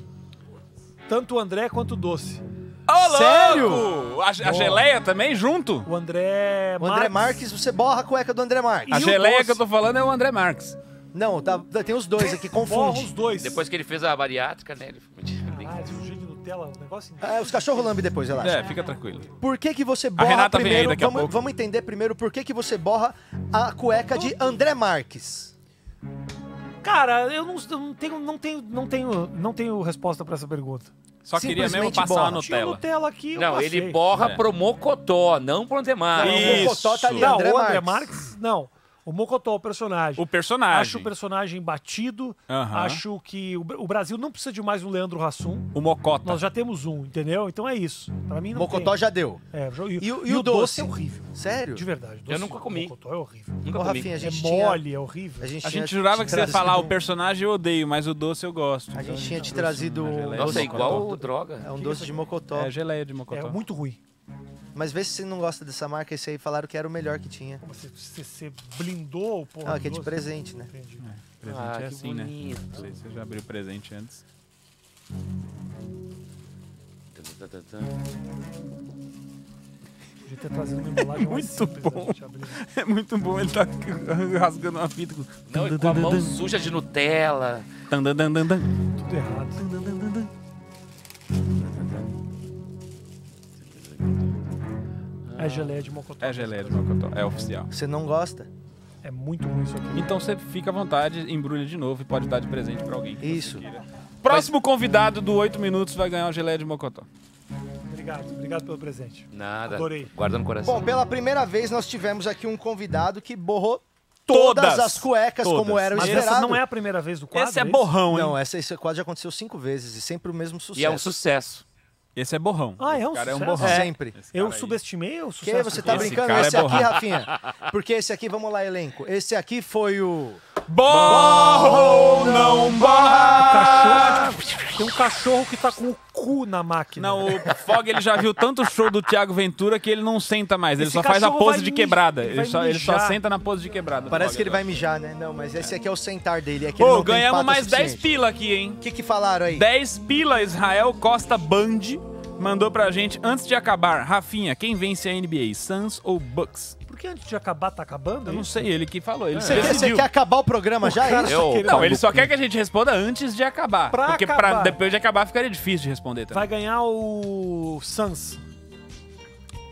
[SPEAKER 5] Tanto o André quanto o Doce.
[SPEAKER 2] Ô,
[SPEAKER 1] Sério?
[SPEAKER 2] louco! A, a geleia também junto?
[SPEAKER 5] O André
[SPEAKER 1] O André Marques, você borra a cueca do André Marques.
[SPEAKER 2] A
[SPEAKER 5] E o
[SPEAKER 2] geleia
[SPEAKER 5] doce?
[SPEAKER 2] que eu tô falando é o André Marques.
[SPEAKER 1] Não, tá, tem os dois aqui,
[SPEAKER 5] Borra os
[SPEAKER 1] confunde.
[SPEAKER 5] dois.
[SPEAKER 3] Depois que ele fez a bariátrica, né? Ele ficou
[SPEAKER 5] Caralho, um jeito de Nutella, um negócio inteiro.
[SPEAKER 1] É, os cachorros lambem depois, relaxa.
[SPEAKER 2] É, fica tranquilo.
[SPEAKER 1] Por que, que você borra
[SPEAKER 2] Renata vem aí
[SPEAKER 1] primeiro?
[SPEAKER 2] daqui a
[SPEAKER 1] vamos,
[SPEAKER 2] pouco.
[SPEAKER 1] vamos entender primeiro por que, que você borra a cueca de André Marques.
[SPEAKER 5] Cara, eu não, eu não tenho, não tenho, não tenho, não tenho resposta pra essa pergunta.
[SPEAKER 2] Só queria mesmo
[SPEAKER 1] Simplesmente
[SPEAKER 2] passar uma
[SPEAKER 1] borra.
[SPEAKER 5] Tinha
[SPEAKER 2] Nutella.
[SPEAKER 5] Nutella aqui, eu
[SPEAKER 3] Não,
[SPEAKER 5] passei.
[SPEAKER 3] ele borra
[SPEAKER 2] É.
[SPEAKER 3] pro Mocotó, não pro Antemar.
[SPEAKER 1] Não,
[SPEAKER 2] Ah, Isso.
[SPEAKER 1] O Mocotó tá ali,
[SPEAKER 5] Não,
[SPEAKER 1] André,
[SPEAKER 5] o André
[SPEAKER 1] Marques.
[SPEAKER 5] Marques, não. O Mocotó, o personagem.
[SPEAKER 2] O personagem.
[SPEAKER 5] Acho o personagem batido.
[SPEAKER 2] Aham.
[SPEAKER 5] Acho que o, Bra- o Brasil não precisa de mais um Leandro Hassum.
[SPEAKER 2] O Mocota.
[SPEAKER 5] Nós já temos um, entendeu? Então é isso. Pra mim não
[SPEAKER 1] Mocotó
[SPEAKER 5] tem.
[SPEAKER 1] já deu.
[SPEAKER 5] É, jo-
[SPEAKER 1] E, o- e
[SPEAKER 5] e
[SPEAKER 1] o doce?
[SPEAKER 5] é horrível.
[SPEAKER 1] Sério?
[SPEAKER 5] De verdade. o doce-
[SPEAKER 3] nunca comi.
[SPEAKER 5] O Mocotó é horrível.
[SPEAKER 3] Nunca
[SPEAKER 1] Ô,
[SPEAKER 3] comi.
[SPEAKER 1] Rafinha, a
[SPEAKER 5] É
[SPEAKER 1] gente tinha-
[SPEAKER 5] mole, é horrível.
[SPEAKER 2] A
[SPEAKER 1] tinha
[SPEAKER 2] gente jurava
[SPEAKER 1] te
[SPEAKER 2] que você ia
[SPEAKER 1] trazido- um
[SPEAKER 2] falar o personagem eu odeio, mas o doce eu gosto. Então,
[SPEAKER 1] A gente tinha te trazido um
[SPEAKER 3] Nossa,
[SPEAKER 1] doce
[SPEAKER 3] é
[SPEAKER 1] de
[SPEAKER 3] igual
[SPEAKER 1] mocotó. É
[SPEAKER 3] droga.
[SPEAKER 1] um doce de mocotó.
[SPEAKER 2] É geleia de
[SPEAKER 5] É
[SPEAKER 2] Mocotó.
[SPEAKER 5] muito ruim.
[SPEAKER 1] Mas vê se você não gosta dessa marca, esse aí falaram que era o melhor que tinha.
[SPEAKER 5] Você, você, você blindou o porra.
[SPEAKER 1] Ah,
[SPEAKER 5] do
[SPEAKER 1] que é de
[SPEAKER 5] doce.
[SPEAKER 1] presente, né?
[SPEAKER 5] Entendi.
[SPEAKER 2] Presente
[SPEAKER 3] Ah,
[SPEAKER 2] é
[SPEAKER 3] que
[SPEAKER 2] assim, né?
[SPEAKER 3] bonito.
[SPEAKER 2] Não sei se você já abriu presente antes. <laughs>
[SPEAKER 5] Podia ter trazido
[SPEAKER 2] <laughs>
[SPEAKER 5] uma embalagem mais
[SPEAKER 2] Muito
[SPEAKER 5] simples, né?
[SPEAKER 2] bom.
[SPEAKER 5] a gente abriu.
[SPEAKER 2] É muito bom, ele tá <laughs> rasgando uma fita.
[SPEAKER 3] Não, e com a mão suja de Nutella.
[SPEAKER 5] Tudo errado. É geleia de mocotó.
[SPEAKER 2] É geleia de Mocotó, é oficial.
[SPEAKER 1] Você não gosta?
[SPEAKER 5] É muito ruim isso aqui.
[SPEAKER 2] Então você fica à vontade, embrulha de novo e pode dar de presente pra alguém. que
[SPEAKER 1] Isso.
[SPEAKER 2] você queira. Próximo convidado do 8 Minutos vai ganhar uma geleia de Mocotó.
[SPEAKER 5] Obrigado, obrigado pelo presente.
[SPEAKER 3] Nada.
[SPEAKER 5] Adorei.
[SPEAKER 3] Guarda no coração.
[SPEAKER 1] Bom, pela primeira vez nós tivemos aqui um convidado que borrou todas,
[SPEAKER 2] Todas.
[SPEAKER 1] as cuecas como
[SPEAKER 2] Todas.
[SPEAKER 1] era o
[SPEAKER 5] Mas
[SPEAKER 1] esperado.
[SPEAKER 5] essa não é a primeira vez do quadro.
[SPEAKER 2] Esse é
[SPEAKER 5] isso?
[SPEAKER 2] borrão, hein?
[SPEAKER 1] Não, essa, esse quadro já aconteceu cinco vezes e sempre o mesmo sucesso.
[SPEAKER 3] e é um sucesso.
[SPEAKER 2] Esse é borrão.
[SPEAKER 5] Ah, é um
[SPEAKER 2] Esse cara
[SPEAKER 5] sucesso?
[SPEAKER 2] é um borrão.
[SPEAKER 1] Sempre.
[SPEAKER 2] Esse cara
[SPEAKER 5] Eu
[SPEAKER 2] aí.
[SPEAKER 5] subestimei o
[SPEAKER 1] Que
[SPEAKER 5] sucesso.
[SPEAKER 1] você
[SPEAKER 5] do
[SPEAKER 1] tá
[SPEAKER 5] quadro?
[SPEAKER 2] Esse
[SPEAKER 1] brincando?
[SPEAKER 2] cara
[SPEAKER 1] Esse,
[SPEAKER 2] é
[SPEAKER 1] aqui,
[SPEAKER 2] borrado.
[SPEAKER 1] Rafinha. Porque esse aqui, vamos lá, elenco. Esse aqui foi o.
[SPEAKER 2] Borra ou não borra?
[SPEAKER 5] Cachorro. Tem um cachorro que tá com o cu na máquina.
[SPEAKER 2] Não, o Fog ele já viu tanto show do Thiago Ventura que ele não senta mais. Ele
[SPEAKER 5] Esse
[SPEAKER 2] só faz a
[SPEAKER 5] cachorro
[SPEAKER 2] pose
[SPEAKER 5] vai
[SPEAKER 2] de
[SPEAKER 5] mi-
[SPEAKER 2] quebrada.
[SPEAKER 5] ele
[SPEAKER 2] Ele
[SPEAKER 5] vai
[SPEAKER 2] só, ele só
[SPEAKER 5] mijar.
[SPEAKER 2] senta na pose de quebrada.
[SPEAKER 1] Parece que ele vai mijar, né? Não, mas esse aqui é o sentar dele. É que ele
[SPEAKER 2] Pô,
[SPEAKER 1] não tem
[SPEAKER 2] ganhamos
[SPEAKER 1] pata
[SPEAKER 2] mais 10
[SPEAKER 1] suficiente.
[SPEAKER 2] pila aqui, hein?
[SPEAKER 1] O que, que falaram aí?
[SPEAKER 2] 10 pila, Israel Costa Band mandou pra gente antes de acabar. Rafinha, quem vence a NBA, Suns ou Bucks?
[SPEAKER 5] Por que antes de acabar, tá acabando?
[SPEAKER 2] Eu não sei, ele que falou. Ele
[SPEAKER 1] Você quer, você
[SPEAKER 2] decidiu.
[SPEAKER 1] quer acabar o programa já? É
[SPEAKER 5] cara tá
[SPEAKER 1] isso?
[SPEAKER 3] Eu-
[SPEAKER 5] querendo-
[SPEAKER 2] Não, ele só quer que a gente responda antes de acabar.
[SPEAKER 5] Pra
[SPEAKER 2] porque
[SPEAKER 5] acabar.
[SPEAKER 2] depois de acabar ficaria difícil de responder também.
[SPEAKER 5] Vai ganhar o Sans.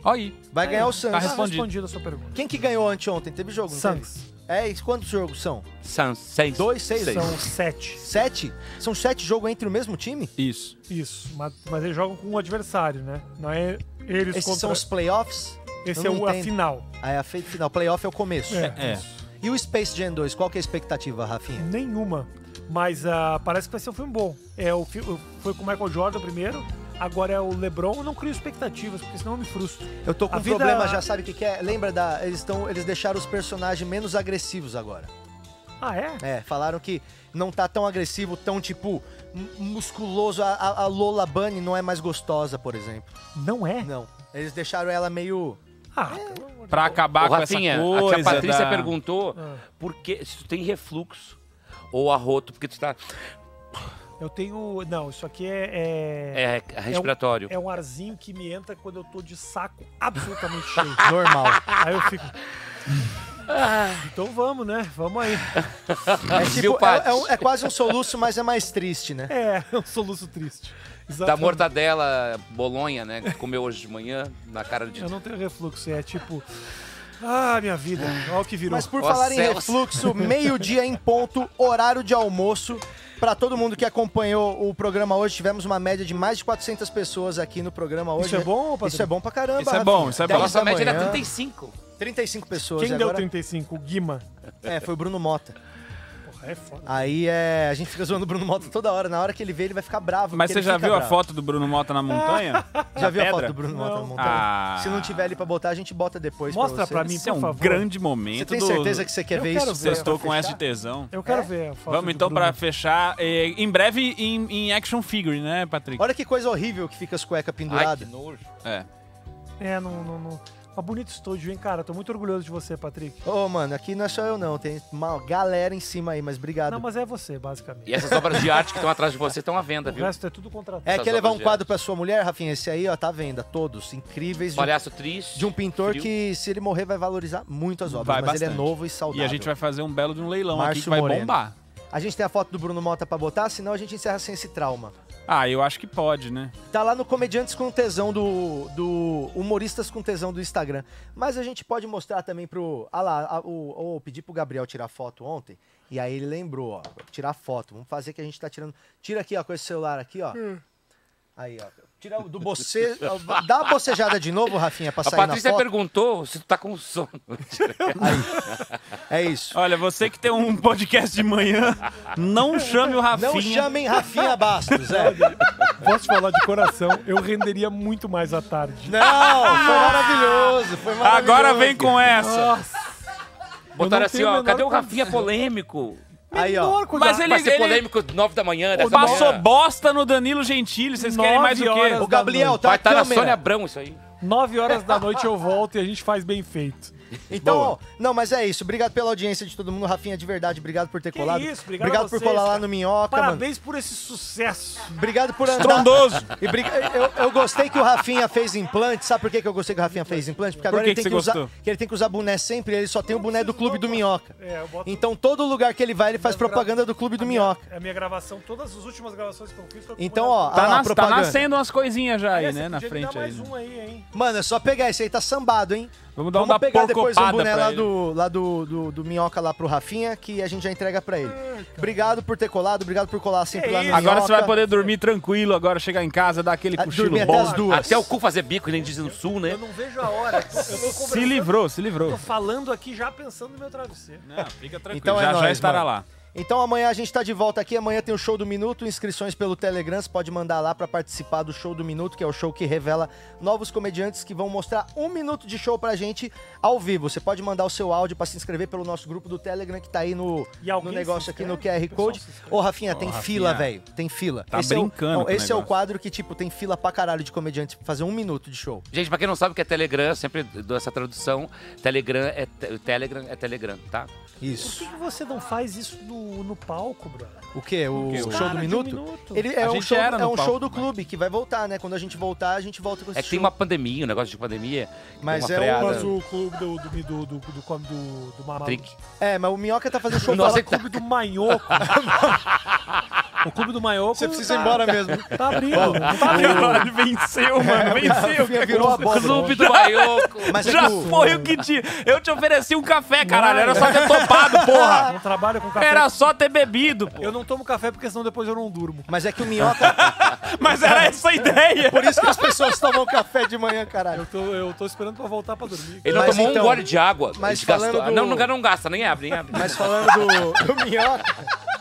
[SPEAKER 2] Olha aí.
[SPEAKER 1] Vai ganhar o Suns.
[SPEAKER 2] Tá
[SPEAKER 5] Tá
[SPEAKER 2] respondido.
[SPEAKER 5] respondido a sua pergunta.
[SPEAKER 1] Quem que ganhou anteontem? Teve jogo, não
[SPEAKER 5] Suns.
[SPEAKER 1] teve? É, e quantos jogos são?
[SPEAKER 3] São seis.
[SPEAKER 1] Dois, seis?
[SPEAKER 3] Seis.
[SPEAKER 1] São
[SPEAKER 5] São sete.
[SPEAKER 1] sete? São sete jogos entre o mesmo time?
[SPEAKER 2] Isso.
[SPEAKER 5] Isso, mas, mas eles jogam com um adversário, né? Não é eles
[SPEAKER 1] Esses
[SPEAKER 5] contra...
[SPEAKER 1] são os playoffs?
[SPEAKER 5] Esse é
[SPEAKER 1] Eu
[SPEAKER 5] o,
[SPEAKER 1] não
[SPEAKER 5] a
[SPEAKER 1] entendo.
[SPEAKER 5] final.
[SPEAKER 1] Ah, é a fe- final. Playoff é o começo.
[SPEAKER 2] É.
[SPEAKER 1] E o Space Jam 2, qual que é a expectativa, Rafinha?
[SPEAKER 5] Nenhuma. Mas ah, parece que vai ser um filme bom. É, o fi- o- Foi com o Michael Jordan primeiro, agora é o LeBron. Eu não crio expectativas, porque senão eu me frustro.
[SPEAKER 1] Eu tô com
[SPEAKER 5] A
[SPEAKER 1] um
[SPEAKER 5] vida-
[SPEAKER 1] problema, já sabe o que, que é? Lembra da. Eles, tão, eles deixaram os personagens menos agressivos agora.
[SPEAKER 5] Ah, é?
[SPEAKER 1] É, falaram que não tá tão agressivo, tão tipo. mu- musculoso. A, a- a Lola Bunny não é mais gostosa, por exemplo.
[SPEAKER 5] Não é?
[SPEAKER 1] Não. Eles deixaram ela
[SPEAKER 3] <laughs>
[SPEAKER 1] meio.
[SPEAKER 5] Ah, pelo
[SPEAKER 1] É.
[SPEAKER 5] amor de
[SPEAKER 2] Pra acabar
[SPEAKER 3] Ô,
[SPEAKER 2] com
[SPEAKER 3] Rafinha,
[SPEAKER 2] essa coisa.
[SPEAKER 3] assim, a que a Patrícia
[SPEAKER 2] da-
[SPEAKER 3] perguntou
[SPEAKER 5] Ah.
[SPEAKER 3] por que, se tu tem refluxo ou arroto, porque tu tá.
[SPEAKER 5] Deus. Eu tenho... Não, isso aqui é... é...
[SPEAKER 3] É, respiratório.
[SPEAKER 5] É um arzinho que me entra quando eu tô de saco
[SPEAKER 1] <laughs>
[SPEAKER 5] absolutamente cheio.
[SPEAKER 1] Normal.
[SPEAKER 5] Aí eu fico... Então vamos, né? Vamos aí.
[SPEAKER 1] É,
[SPEAKER 3] Viu,
[SPEAKER 1] tipo,
[SPEAKER 3] Paty?
[SPEAKER 1] é, é um- é quase um soluço, mas é mais triste, né?
[SPEAKER 5] É, <laughs> é um soluço triste.
[SPEAKER 3] Da
[SPEAKER 5] Exatamente.
[SPEAKER 3] mortadela bolonha, né? Que comeu hoje de manhã na cara de.
[SPEAKER 5] Eu não tenho refluxo, é tipo. Ah, minha vida, olha o que virou.
[SPEAKER 1] Mas por
[SPEAKER 3] Ó
[SPEAKER 1] falar em
[SPEAKER 3] céus.
[SPEAKER 1] refluxo, meio-dia em ponto, horário de almoço. Pra todo mundo que acompanhou o programa hoje, tivemos uma média de mais de 400 pessoas aqui no programa hoje.
[SPEAKER 5] Isso é bom, Patrick?
[SPEAKER 1] Isso é bom pra caramba.
[SPEAKER 2] Isso é bom,
[SPEAKER 1] Rafinha.
[SPEAKER 2] isso é bom.
[SPEAKER 1] 10
[SPEAKER 3] Nossa
[SPEAKER 1] da
[SPEAKER 3] média era
[SPEAKER 1] manhã,
[SPEAKER 3] 35.
[SPEAKER 1] 35 pessoas.
[SPEAKER 5] Quem
[SPEAKER 1] e
[SPEAKER 5] deu
[SPEAKER 1] agora-
[SPEAKER 5] 35? O Guima.
[SPEAKER 1] É, foi o Bruno Mota.
[SPEAKER 5] Porra, é foda.
[SPEAKER 1] Aí é, a gente fica zoando o Bruno Mota toda hora. Na hora que ele vê, ele vai ficar bravo.
[SPEAKER 2] Mas
[SPEAKER 1] porque
[SPEAKER 2] você
[SPEAKER 1] ele
[SPEAKER 2] já
[SPEAKER 1] fica
[SPEAKER 2] viu a
[SPEAKER 1] bravo.
[SPEAKER 2] foto do Bruno Mota na montanha?
[SPEAKER 1] Já viu a foto
[SPEAKER 2] pedra?
[SPEAKER 1] do Bruno Mota
[SPEAKER 5] Não.
[SPEAKER 1] na montanha?
[SPEAKER 2] Ah.
[SPEAKER 1] Se não tiver ali pra botar, a gente bota depois.
[SPEAKER 5] Mostra
[SPEAKER 1] você.
[SPEAKER 5] pra mim,
[SPEAKER 2] Isso é
[SPEAKER 5] por
[SPEAKER 2] um
[SPEAKER 5] favor.
[SPEAKER 2] grande momento.
[SPEAKER 1] Você tem
[SPEAKER 2] do-
[SPEAKER 1] certeza que você quer
[SPEAKER 5] Eu
[SPEAKER 1] ver
[SPEAKER 5] quero
[SPEAKER 1] isso?
[SPEAKER 5] ver.
[SPEAKER 2] Eu estou
[SPEAKER 1] pra
[SPEAKER 2] com essa
[SPEAKER 1] fechar?
[SPEAKER 2] de tesão.
[SPEAKER 5] Eu quero
[SPEAKER 1] É?
[SPEAKER 5] ver a foto. do
[SPEAKER 2] Vamos então
[SPEAKER 5] Bruno.
[SPEAKER 2] pra fechar. eh, em breve em, em action figure, né, Patrick?
[SPEAKER 1] Olha que coisa horrível que fica as cuecas
[SPEAKER 3] Ai, que
[SPEAKER 1] penduradas.
[SPEAKER 3] nojo.
[SPEAKER 2] É.
[SPEAKER 5] É, não, não, não. Uma bonita estúdio, hein, cara? Tô muito orgulhoso de você, Patrick.
[SPEAKER 1] Ô, mano, aqui não é só eu não, tem uma galera em cima aí, mas obrigado.
[SPEAKER 5] Não, mas é você, basicamente.
[SPEAKER 3] E essas obras de arte que estão atrás de você estão à venda,
[SPEAKER 5] O
[SPEAKER 3] viu?
[SPEAKER 5] resto é tudo contratado.
[SPEAKER 1] É,
[SPEAKER 3] essas
[SPEAKER 1] quer levar um
[SPEAKER 3] obras de
[SPEAKER 1] quadro pra sua mulher, Rafinha? Esse aí, ó, tá à venda, todos,
[SPEAKER 5] é
[SPEAKER 1] incríveis. de um-
[SPEAKER 3] Palhaço triste.
[SPEAKER 1] de um pintor
[SPEAKER 3] frio.
[SPEAKER 1] que, se ele morrer, vai valorizar muito as obras.
[SPEAKER 2] Vai
[SPEAKER 1] mas ele é
[SPEAKER 2] bastante.
[SPEAKER 1] novo e saudável.
[SPEAKER 2] E a gente vai fazer um belo de um leilão aqui
[SPEAKER 1] Márcio
[SPEAKER 2] que vai
[SPEAKER 1] Moreno.
[SPEAKER 2] bombar.
[SPEAKER 1] A gente tem a foto do Bruno Mota pra botar, senão a gente encerra sem esse trauma.
[SPEAKER 2] Ah, eu acho que pode, né?
[SPEAKER 1] Tá lá no Comediantes com Tesão do, do Humoristas com Tesão do Instagram. Mas a gente pode mostrar também pro... Ah lá, a- o, o, pedi pro Gabriel tirar foto ontem. E aí ele lembrou, ó. Tirar foto. Vamos fazer que a gente tá tirando... Tira aqui, ó, com esse celular aqui, ó. Aí, ó. Tira o do boce... Dá a bocejada de novo, Rafinha, pra
[SPEAKER 3] A
[SPEAKER 1] sair na
[SPEAKER 3] Patrícia
[SPEAKER 1] foto.
[SPEAKER 3] perguntou se tu tá
[SPEAKER 5] <laughs>
[SPEAKER 3] com sono.
[SPEAKER 1] É isso.
[SPEAKER 2] Olha, você que tem um <laughs> podcast de manhã, não chame o Rafinha.
[SPEAKER 1] Não chamem Rafinha Bastos, é.
[SPEAKER 5] Posso falar de coração? Eu renderia muito mais à tarde.
[SPEAKER 1] Não, foi maravilhoso, foi maravilhoso.
[SPEAKER 2] Agora vem com essa.
[SPEAKER 3] Botaram
[SPEAKER 5] não
[SPEAKER 3] assim,
[SPEAKER 5] tenho a
[SPEAKER 3] ó,
[SPEAKER 5] menor
[SPEAKER 3] cadê o
[SPEAKER 5] condição.
[SPEAKER 3] Rafinha polêmico?
[SPEAKER 1] Aí, ó.
[SPEAKER 2] Mas ele,
[SPEAKER 3] Vai ser
[SPEAKER 2] ele
[SPEAKER 3] polêmico nove da manhã, dessa
[SPEAKER 2] passou
[SPEAKER 1] é
[SPEAKER 3] manhã.
[SPEAKER 2] bosta no Danilo Gentili. Vocês querem mais o
[SPEAKER 5] Nove
[SPEAKER 2] quê?
[SPEAKER 5] horas
[SPEAKER 1] O Gabriel, tá
[SPEAKER 3] Vai
[SPEAKER 1] a
[SPEAKER 3] estar na
[SPEAKER 1] câmera.
[SPEAKER 3] Sônia Abrão isso aí.
[SPEAKER 5] 9 horas da noite eu volto e a gente faz bem feito.
[SPEAKER 1] Então, ó, não, mas é isso. Obrigado pela audiência de todo mundo. Rafinha, de verdade, obrigado por ter
[SPEAKER 5] Que
[SPEAKER 1] colado.
[SPEAKER 5] isso, obrigado
[SPEAKER 1] obrigado
[SPEAKER 5] a
[SPEAKER 1] por
[SPEAKER 5] vocês,
[SPEAKER 1] colar lá
[SPEAKER 5] cara.
[SPEAKER 1] no Minhoca, mano.
[SPEAKER 5] Parabéns por esse sucesso.
[SPEAKER 1] Obrigado por andar.
[SPEAKER 2] Estrondoso.
[SPEAKER 1] <laughs> E briga- eu, eu gostei que o Rafinha fez implante. Sabe por que que eu gostei que o Rafinha fez implante? Porque agora
[SPEAKER 2] que
[SPEAKER 1] ele, tem
[SPEAKER 2] que
[SPEAKER 1] que
[SPEAKER 2] você
[SPEAKER 1] usar,
[SPEAKER 2] gostou?
[SPEAKER 1] que ele tem que usar boné sempre. Ele só tem o boné do Clube do Minhoca.
[SPEAKER 5] É, eu boto- é
[SPEAKER 1] Então, todo lugar que ele vai, ele faz propaganda do Clube do Minhoca.
[SPEAKER 5] A minha gravação, todas as últimas gravações que eu fiz... foi com
[SPEAKER 1] Então,
[SPEAKER 5] o
[SPEAKER 1] ó, a-
[SPEAKER 5] Boneco.
[SPEAKER 2] Tá,
[SPEAKER 1] lá,
[SPEAKER 2] nas- tá
[SPEAKER 1] propaganda.
[SPEAKER 2] nascendo umas coisinhas já aí,
[SPEAKER 5] Aliás,
[SPEAKER 2] né?
[SPEAKER 5] você
[SPEAKER 2] Na
[SPEAKER 5] podia me dar
[SPEAKER 2] frente aí.
[SPEAKER 5] mais
[SPEAKER 2] né?
[SPEAKER 5] um aí, hein?
[SPEAKER 1] Mano, é só pegar esse aí, tá sambado, hein?
[SPEAKER 2] Vamos dar um
[SPEAKER 1] Vamos
[SPEAKER 2] da
[SPEAKER 1] pegar depois um
[SPEAKER 2] porcopada
[SPEAKER 1] boné
[SPEAKER 2] pra
[SPEAKER 1] lá,
[SPEAKER 2] ele.
[SPEAKER 1] do, lá do, do, do Minhoca lá pro Rafinha, que a gente já entrega pra ele. Obrigado por ter colado, obrigado por colar sempre
[SPEAKER 5] Que
[SPEAKER 1] lá no
[SPEAKER 5] É isso.
[SPEAKER 2] Agora você
[SPEAKER 1] Minhoca.
[SPEAKER 2] vai poder dormir tranquilo, agora chegar em casa, dar aquele
[SPEAKER 1] Ah,
[SPEAKER 2] cochilo
[SPEAKER 1] dormir até
[SPEAKER 2] bom.
[SPEAKER 1] as duas.
[SPEAKER 3] Até o cu fazer bico, nem diz no sul, né?
[SPEAKER 5] Eu não vejo a hora. Eu tô, eu tô
[SPEAKER 2] É. Se
[SPEAKER 5] conversando-
[SPEAKER 2] livrou, Né? se
[SPEAKER 5] Tô
[SPEAKER 2] livrou.
[SPEAKER 5] falando aqui já pensando no meu travesseiro.
[SPEAKER 2] Não, fica tranquilo,
[SPEAKER 1] Então é
[SPEAKER 2] já, já
[SPEAKER 1] nóis,
[SPEAKER 2] estará
[SPEAKER 1] mano.
[SPEAKER 2] lá.
[SPEAKER 1] Então amanhã a gente tá de volta aqui, amanhã tem o show do minuto, inscrições pelo Telegram, você pode mandar lá pra participar do show do minuto, que é o show que revela novos comediantes que vão mostrar um minuto de show pra gente ao vivo. Você pode mandar o seu áudio pra se inscrever pelo nosso grupo do Telegram que tá aí no,
[SPEAKER 5] E alguém
[SPEAKER 1] no
[SPEAKER 5] se
[SPEAKER 1] negócio aqui no
[SPEAKER 5] inscreve?
[SPEAKER 1] QR
[SPEAKER 5] O pessoal
[SPEAKER 1] Code.
[SPEAKER 5] se inscreve?
[SPEAKER 1] Ô Rafinha, tem
[SPEAKER 2] Rafinha.
[SPEAKER 1] fila, velho, tem fila.
[SPEAKER 2] Tá
[SPEAKER 1] é o-
[SPEAKER 2] brincando
[SPEAKER 1] não,
[SPEAKER 2] com o
[SPEAKER 1] esse é o
[SPEAKER 2] negócio.
[SPEAKER 1] quadro que tipo tem fila pra caralho de comediantes pra fazer um minuto de show.
[SPEAKER 3] Gente, pra quem não sabe o que é Telegram, eu sempre dou essa tradução. Telegram é, te- Telegram, é Telegram, tá?
[SPEAKER 5] Por
[SPEAKER 1] Isso.
[SPEAKER 5] que, que você não faz isso no, no palco, brother?
[SPEAKER 1] O quê? O,
[SPEAKER 2] quê?
[SPEAKER 1] show
[SPEAKER 2] O
[SPEAKER 5] Cara,
[SPEAKER 1] do
[SPEAKER 5] de um
[SPEAKER 1] minuto?
[SPEAKER 5] minuto.
[SPEAKER 1] Ele é
[SPEAKER 2] A
[SPEAKER 1] um
[SPEAKER 2] gente
[SPEAKER 1] show,
[SPEAKER 2] era no
[SPEAKER 1] é um
[SPEAKER 2] palco,
[SPEAKER 1] show do
[SPEAKER 2] né?
[SPEAKER 1] clube que vai voltar, né? Quando a gente voltar, a gente volta com esse
[SPEAKER 3] É que tem
[SPEAKER 1] show.
[SPEAKER 3] uma pandemia, um negócio de pandemia. deu
[SPEAKER 1] Mas
[SPEAKER 3] uma
[SPEAKER 1] é
[SPEAKER 3] freada.
[SPEAKER 5] Mas o clube do do do do do do, do, do Mamalu.
[SPEAKER 3] Trick.
[SPEAKER 1] É, mas o Minhoca tá fazendo show
[SPEAKER 5] Fala
[SPEAKER 3] Nossa,
[SPEAKER 1] fora.
[SPEAKER 3] que
[SPEAKER 5] clube
[SPEAKER 2] <laughs>
[SPEAKER 5] do Manhoco. o clube do Manhoco.
[SPEAKER 1] Você precisa ir
[SPEAKER 5] tá-
[SPEAKER 1] embora mesmo.
[SPEAKER 5] Tá abrindo. não tá abrindo.
[SPEAKER 2] Caralho, venceu, mano, venceu.
[SPEAKER 1] Rafinha virou a bola.
[SPEAKER 3] Clube do Baioco.
[SPEAKER 1] Mas é
[SPEAKER 2] Já
[SPEAKER 1] que o-
[SPEAKER 2] foi o que tinha. Eu te ofereci um café, caralho. Era só ter topado,
[SPEAKER 1] <laughs>
[SPEAKER 5] Não
[SPEAKER 2] porra.
[SPEAKER 5] trabalho com café.
[SPEAKER 2] Era só ter bebido, pô.
[SPEAKER 5] Eu não tomo café porque senão depois eu não durmo.
[SPEAKER 1] Mas é que o Minhoca...
[SPEAKER 2] Mas era essa a ideia.
[SPEAKER 1] Por isso que as pessoas tomam café de manhã, caralho.
[SPEAKER 5] Eu tô, eu tô esperando pra voltar pra dormir.
[SPEAKER 3] Ele não
[SPEAKER 1] Mas
[SPEAKER 3] tomou
[SPEAKER 1] então-
[SPEAKER 3] um gole de água.
[SPEAKER 1] mas
[SPEAKER 3] ele gastou.
[SPEAKER 1] falando do-
[SPEAKER 3] Não, não, não gasta, nem abre, nem <laughs> abre.
[SPEAKER 1] Mas falando do, do Minhoca...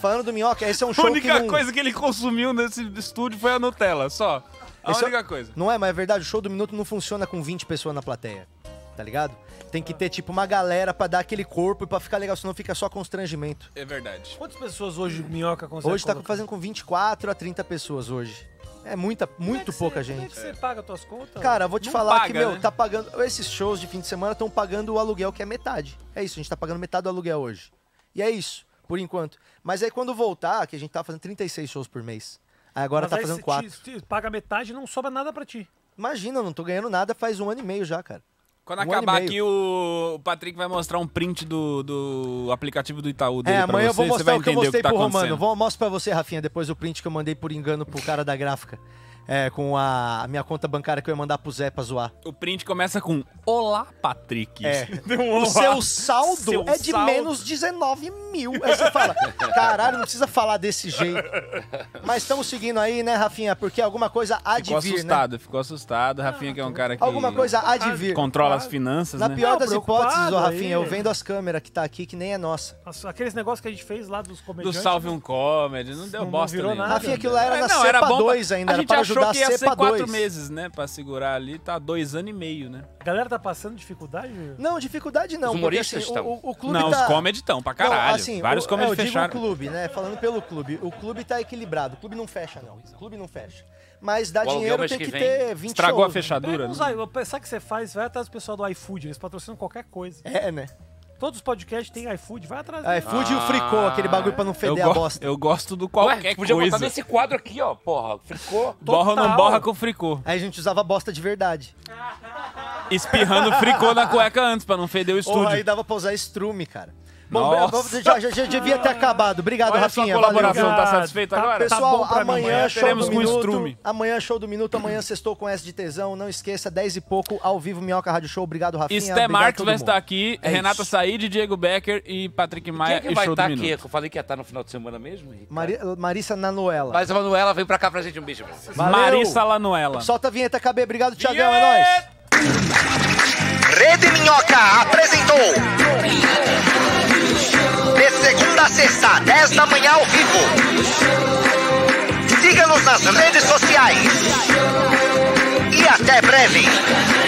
[SPEAKER 1] Falando do Minhoca, esse é um
[SPEAKER 2] A
[SPEAKER 1] show
[SPEAKER 2] única
[SPEAKER 1] que não...
[SPEAKER 2] coisa que ele consumiu nesse estúdio foi a Nutella, só. A
[SPEAKER 1] Esse é-
[SPEAKER 2] única coisa.
[SPEAKER 1] Não é, mas é verdade, o show do Minuto não funciona com 20 pessoas na plateia, tá ligado? Tem que ter, tipo, uma galera pra dar aquele corpo e pra ficar legal, senão fica só constrangimento.
[SPEAKER 2] É verdade.
[SPEAKER 5] Quantas pessoas hoje o Minhoca consegue
[SPEAKER 1] Hoje tá
[SPEAKER 5] colocar?
[SPEAKER 1] fazendo com 24 a 30 pessoas hoje. É muita,
[SPEAKER 5] Como é
[SPEAKER 1] muito
[SPEAKER 5] que você-
[SPEAKER 1] pouca
[SPEAKER 5] Como é
[SPEAKER 1] gente.
[SPEAKER 5] que você paga tuas contas?
[SPEAKER 1] Cara, vou te
[SPEAKER 2] Então, Não
[SPEAKER 1] falar que,
[SPEAKER 2] paga,
[SPEAKER 1] meu,
[SPEAKER 2] né?
[SPEAKER 1] tá pagando. Esses shows de fim de semana estão pagando o aluguel, que é metade. É isso, a gente tá pagando metade do aluguel hoje. E é isso, por enquanto. Mas aí quando voltar, que a gente tá fazendo 36 shows por mês. Aí agora
[SPEAKER 5] Mas
[SPEAKER 1] tá
[SPEAKER 5] aí
[SPEAKER 1] fazendo
[SPEAKER 5] se te-
[SPEAKER 1] 4.
[SPEAKER 5] se paga metade e não sobra nada pra ti.
[SPEAKER 1] Imagina, eu não tô ganhando nada faz um ano e meio já, cara.
[SPEAKER 2] Quando
[SPEAKER 1] Um ano e
[SPEAKER 2] acabar
[SPEAKER 1] meio.
[SPEAKER 2] aqui, o o Patrick vai mostrar um print do, do aplicativo do Itaú dele
[SPEAKER 1] É,
[SPEAKER 2] pra você.
[SPEAKER 1] amanhã eu vou
[SPEAKER 2] você vai
[SPEAKER 1] mostrar o que eu
[SPEAKER 2] entender
[SPEAKER 1] mostrei
[SPEAKER 2] tá
[SPEAKER 1] pro
[SPEAKER 2] acontecendo.
[SPEAKER 1] Romano. Vou, mostro pra você, Rafinha, depois o print que eu mandei por engano pro cara da gráfica. É, com a, a minha conta bancária que eu ia mandar pro Zé pra zoar.
[SPEAKER 2] O print começa com Olá, Patrick.
[SPEAKER 1] É.
[SPEAKER 5] Tá
[SPEAKER 2] Deu um
[SPEAKER 1] O
[SPEAKER 2] olá.
[SPEAKER 1] seu saldo
[SPEAKER 2] Seu
[SPEAKER 1] é de
[SPEAKER 2] saldo.
[SPEAKER 1] menos 19 mil. Aí você fala, caralho, não precisa falar desse jeito. Mas estamos seguindo aí, né, Rafinha? Porque alguma coisa há de
[SPEAKER 2] Ficou
[SPEAKER 1] vir, né?
[SPEAKER 2] assustado, ficou assustado. Rafinha, que é um cara que
[SPEAKER 1] Alguma coisa há de vir.
[SPEAKER 2] controla as finanças,
[SPEAKER 1] Na
[SPEAKER 2] né?
[SPEAKER 1] pior
[SPEAKER 5] Não,
[SPEAKER 1] das
[SPEAKER 5] preocupado
[SPEAKER 1] hipóteses, ô
[SPEAKER 5] aí.
[SPEAKER 1] Rafinha, eu vendo as câmeras que tá aqui, que nem é nossa.
[SPEAKER 5] Nossa, Aqueles negócios que a gente fez lá dos
[SPEAKER 2] Do
[SPEAKER 5] comediantes.
[SPEAKER 2] Salve um Comedy, não deu
[SPEAKER 5] Não
[SPEAKER 2] bosta
[SPEAKER 5] virou
[SPEAKER 2] nenhuma.
[SPEAKER 5] nada.
[SPEAKER 1] né? Rafinha, aquilo lá era
[SPEAKER 2] É,
[SPEAKER 1] na
[SPEAKER 2] não, era
[SPEAKER 1] Cepa
[SPEAKER 2] bom pra-
[SPEAKER 1] 2 ainda,
[SPEAKER 2] a
[SPEAKER 1] era
[SPEAKER 2] gente
[SPEAKER 1] para
[SPEAKER 2] achava
[SPEAKER 1] os ajudar
[SPEAKER 2] achou que ia
[SPEAKER 1] a
[SPEAKER 2] ser
[SPEAKER 1] cepa
[SPEAKER 2] quatro
[SPEAKER 1] dois.
[SPEAKER 2] meses, né? Pra segurar ali, tá dois anos e meio, né?
[SPEAKER 5] A galera tá passando dificuldade?
[SPEAKER 1] Não, dificuldade não.
[SPEAKER 3] Os
[SPEAKER 1] porque,
[SPEAKER 3] humoristas
[SPEAKER 1] assim,
[SPEAKER 3] estão?
[SPEAKER 1] o, o- o clube
[SPEAKER 2] não,
[SPEAKER 1] tá...
[SPEAKER 2] os comedy estão pra
[SPEAKER 1] Não,
[SPEAKER 2] caralho.
[SPEAKER 1] assim,
[SPEAKER 2] Vários
[SPEAKER 1] o- é,
[SPEAKER 2] comedy
[SPEAKER 1] eu digo o
[SPEAKER 2] fecharam.
[SPEAKER 1] clube, né? Falando pelo clube. O clube tá equilibrado. O clube não fecha, não. O clube não fecha. Mas dá
[SPEAKER 3] O aluguel
[SPEAKER 1] dinheiro,
[SPEAKER 3] mês
[SPEAKER 1] tem
[SPEAKER 3] que
[SPEAKER 1] que,
[SPEAKER 3] vem.
[SPEAKER 1] ter 20
[SPEAKER 2] Estragou a
[SPEAKER 1] shows, né?
[SPEAKER 2] fechadura.
[SPEAKER 5] Não
[SPEAKER 2] né?
[SPEAKER 5] sai, sabe o que você faz? Vai atrás do pessoal do iFood, eles patrocinam qualquer coisa.
[SPEAKER 1] É, né?
[SPEAKER 5] Todos os podcasts têm iFood, vai atrás
[SPEAKER 1] A
[SPEAKER 5] deles.
[SPEAKER 1] iFood e
[SPEAKER 3] Ah,
[SPEAKER 1] o Fricô, aquele bagulho pra não
[SPEAKER 2] Eu,
[SPEAKER 1] feder a
[SPEAKER 2] go-
[SPEAKER 1] bosta.
[SPEAKER 2] eu gosto do
[SPEAKER 3] Ué,
[SPEAKER 2] qualquer
[SPEAKER 3] podia
[SPEAKER 2] coisa.
[SPEAKER 3] botar nesse quadro aqui, ó, porra. Ficou.
[SPEAKER 2] Borra ou não
[SPEAKER 5] Total.
[SPEAKER 2] borra com fricô.
[SPEAKER 1] Aí a gente usava bosta de verdade.
[SPEAKER 2] Espirrando fricô na cueca antes, pra não feder o
[SPEAKER 1] Ou
[SPEAKER 2] estúdio.
[SPEAKER 1] aí dava pra usar estrume, cara. Bom,
[SPEAKER 2] Nossa.
[SPEAKER 1] vamos- já, já- já devia ter acabado. Obrigado,
[SPEAKER 2] Olha só a
[SPEAKER 1] Rafinha.
[SPEAKER 2] colaboração,
[SPEAKER 1] valeu.
[SPEAKER 2] tá satisfeito
[SPEAKER 5] Tá-
[SPEAKER 2] agora?
[SPEAKER 5] tá-
[SPEAKER 1] Pessoal,
[SPEAKER 5] bom pra mim.
[SPEAKER 1] amanhã,
[SPEAKER 5] Amanhã
[SPEAKER 1] show
[SPEAKER 2] né? teremos
[SPEAKER 1] do
[SPEAKER 2] com
[SPEAKER 1] minuto.
[SPEAKER 2] estrume.
[SPEAKER 1] Amanhã show do minuto, amanhã sextou com S de tesão. Não esqueça, 10 e pouco, ao vivo, Minhoca Rádio Show. Obrigado, Rafinha.
[SPEAKER 2] Esté
[SPEAKER 1] obrigado
[SPEAKER 2] Marques
[SPEAKER 1] todo
[SPEAKER 2] vai
[SPEAKER 1] mundo.
[SPEAKER 2] estar tá aqui,
[SPEAKER 1] É
[SPEAKER 2] Renata
[SPEAKER 1] isso.
[SPEAKER 2] Said, Diego Becker e Patrick
[SPEAKER 3] Quem é
[SPEAKER 2] Maia
[SPEAKER 3] que
[SPEAKER 2] e
[SPEAKER 3] vai
[SPEAKER 2] show do
[SPEAKER 1] tá
[SPEAKER 3] estar aqui?
[SPEAKER 2] minuto.
[SPEAKER 3] Eu falei que ia estar no final de semana mesmo. Henrique?
[SPEAKER 1] Mari- Marissa Nanoela.
[SPEAKER 3] Mas a Manuela veio pra cá pra gente um beijo.
[SPEAKER 1] Valeu.
[SPEAKER 2] Marissa Lanoela.
[SPEAKER 1] Solta a vinheta, KB. Obrigado, Tiagão. É nóis.
[SPEAKER 9] Rede Minhoca apresentou. De segunda a sexta, 10 da manhã ao vivo. Siga-nos nas redes sociais. E até breve.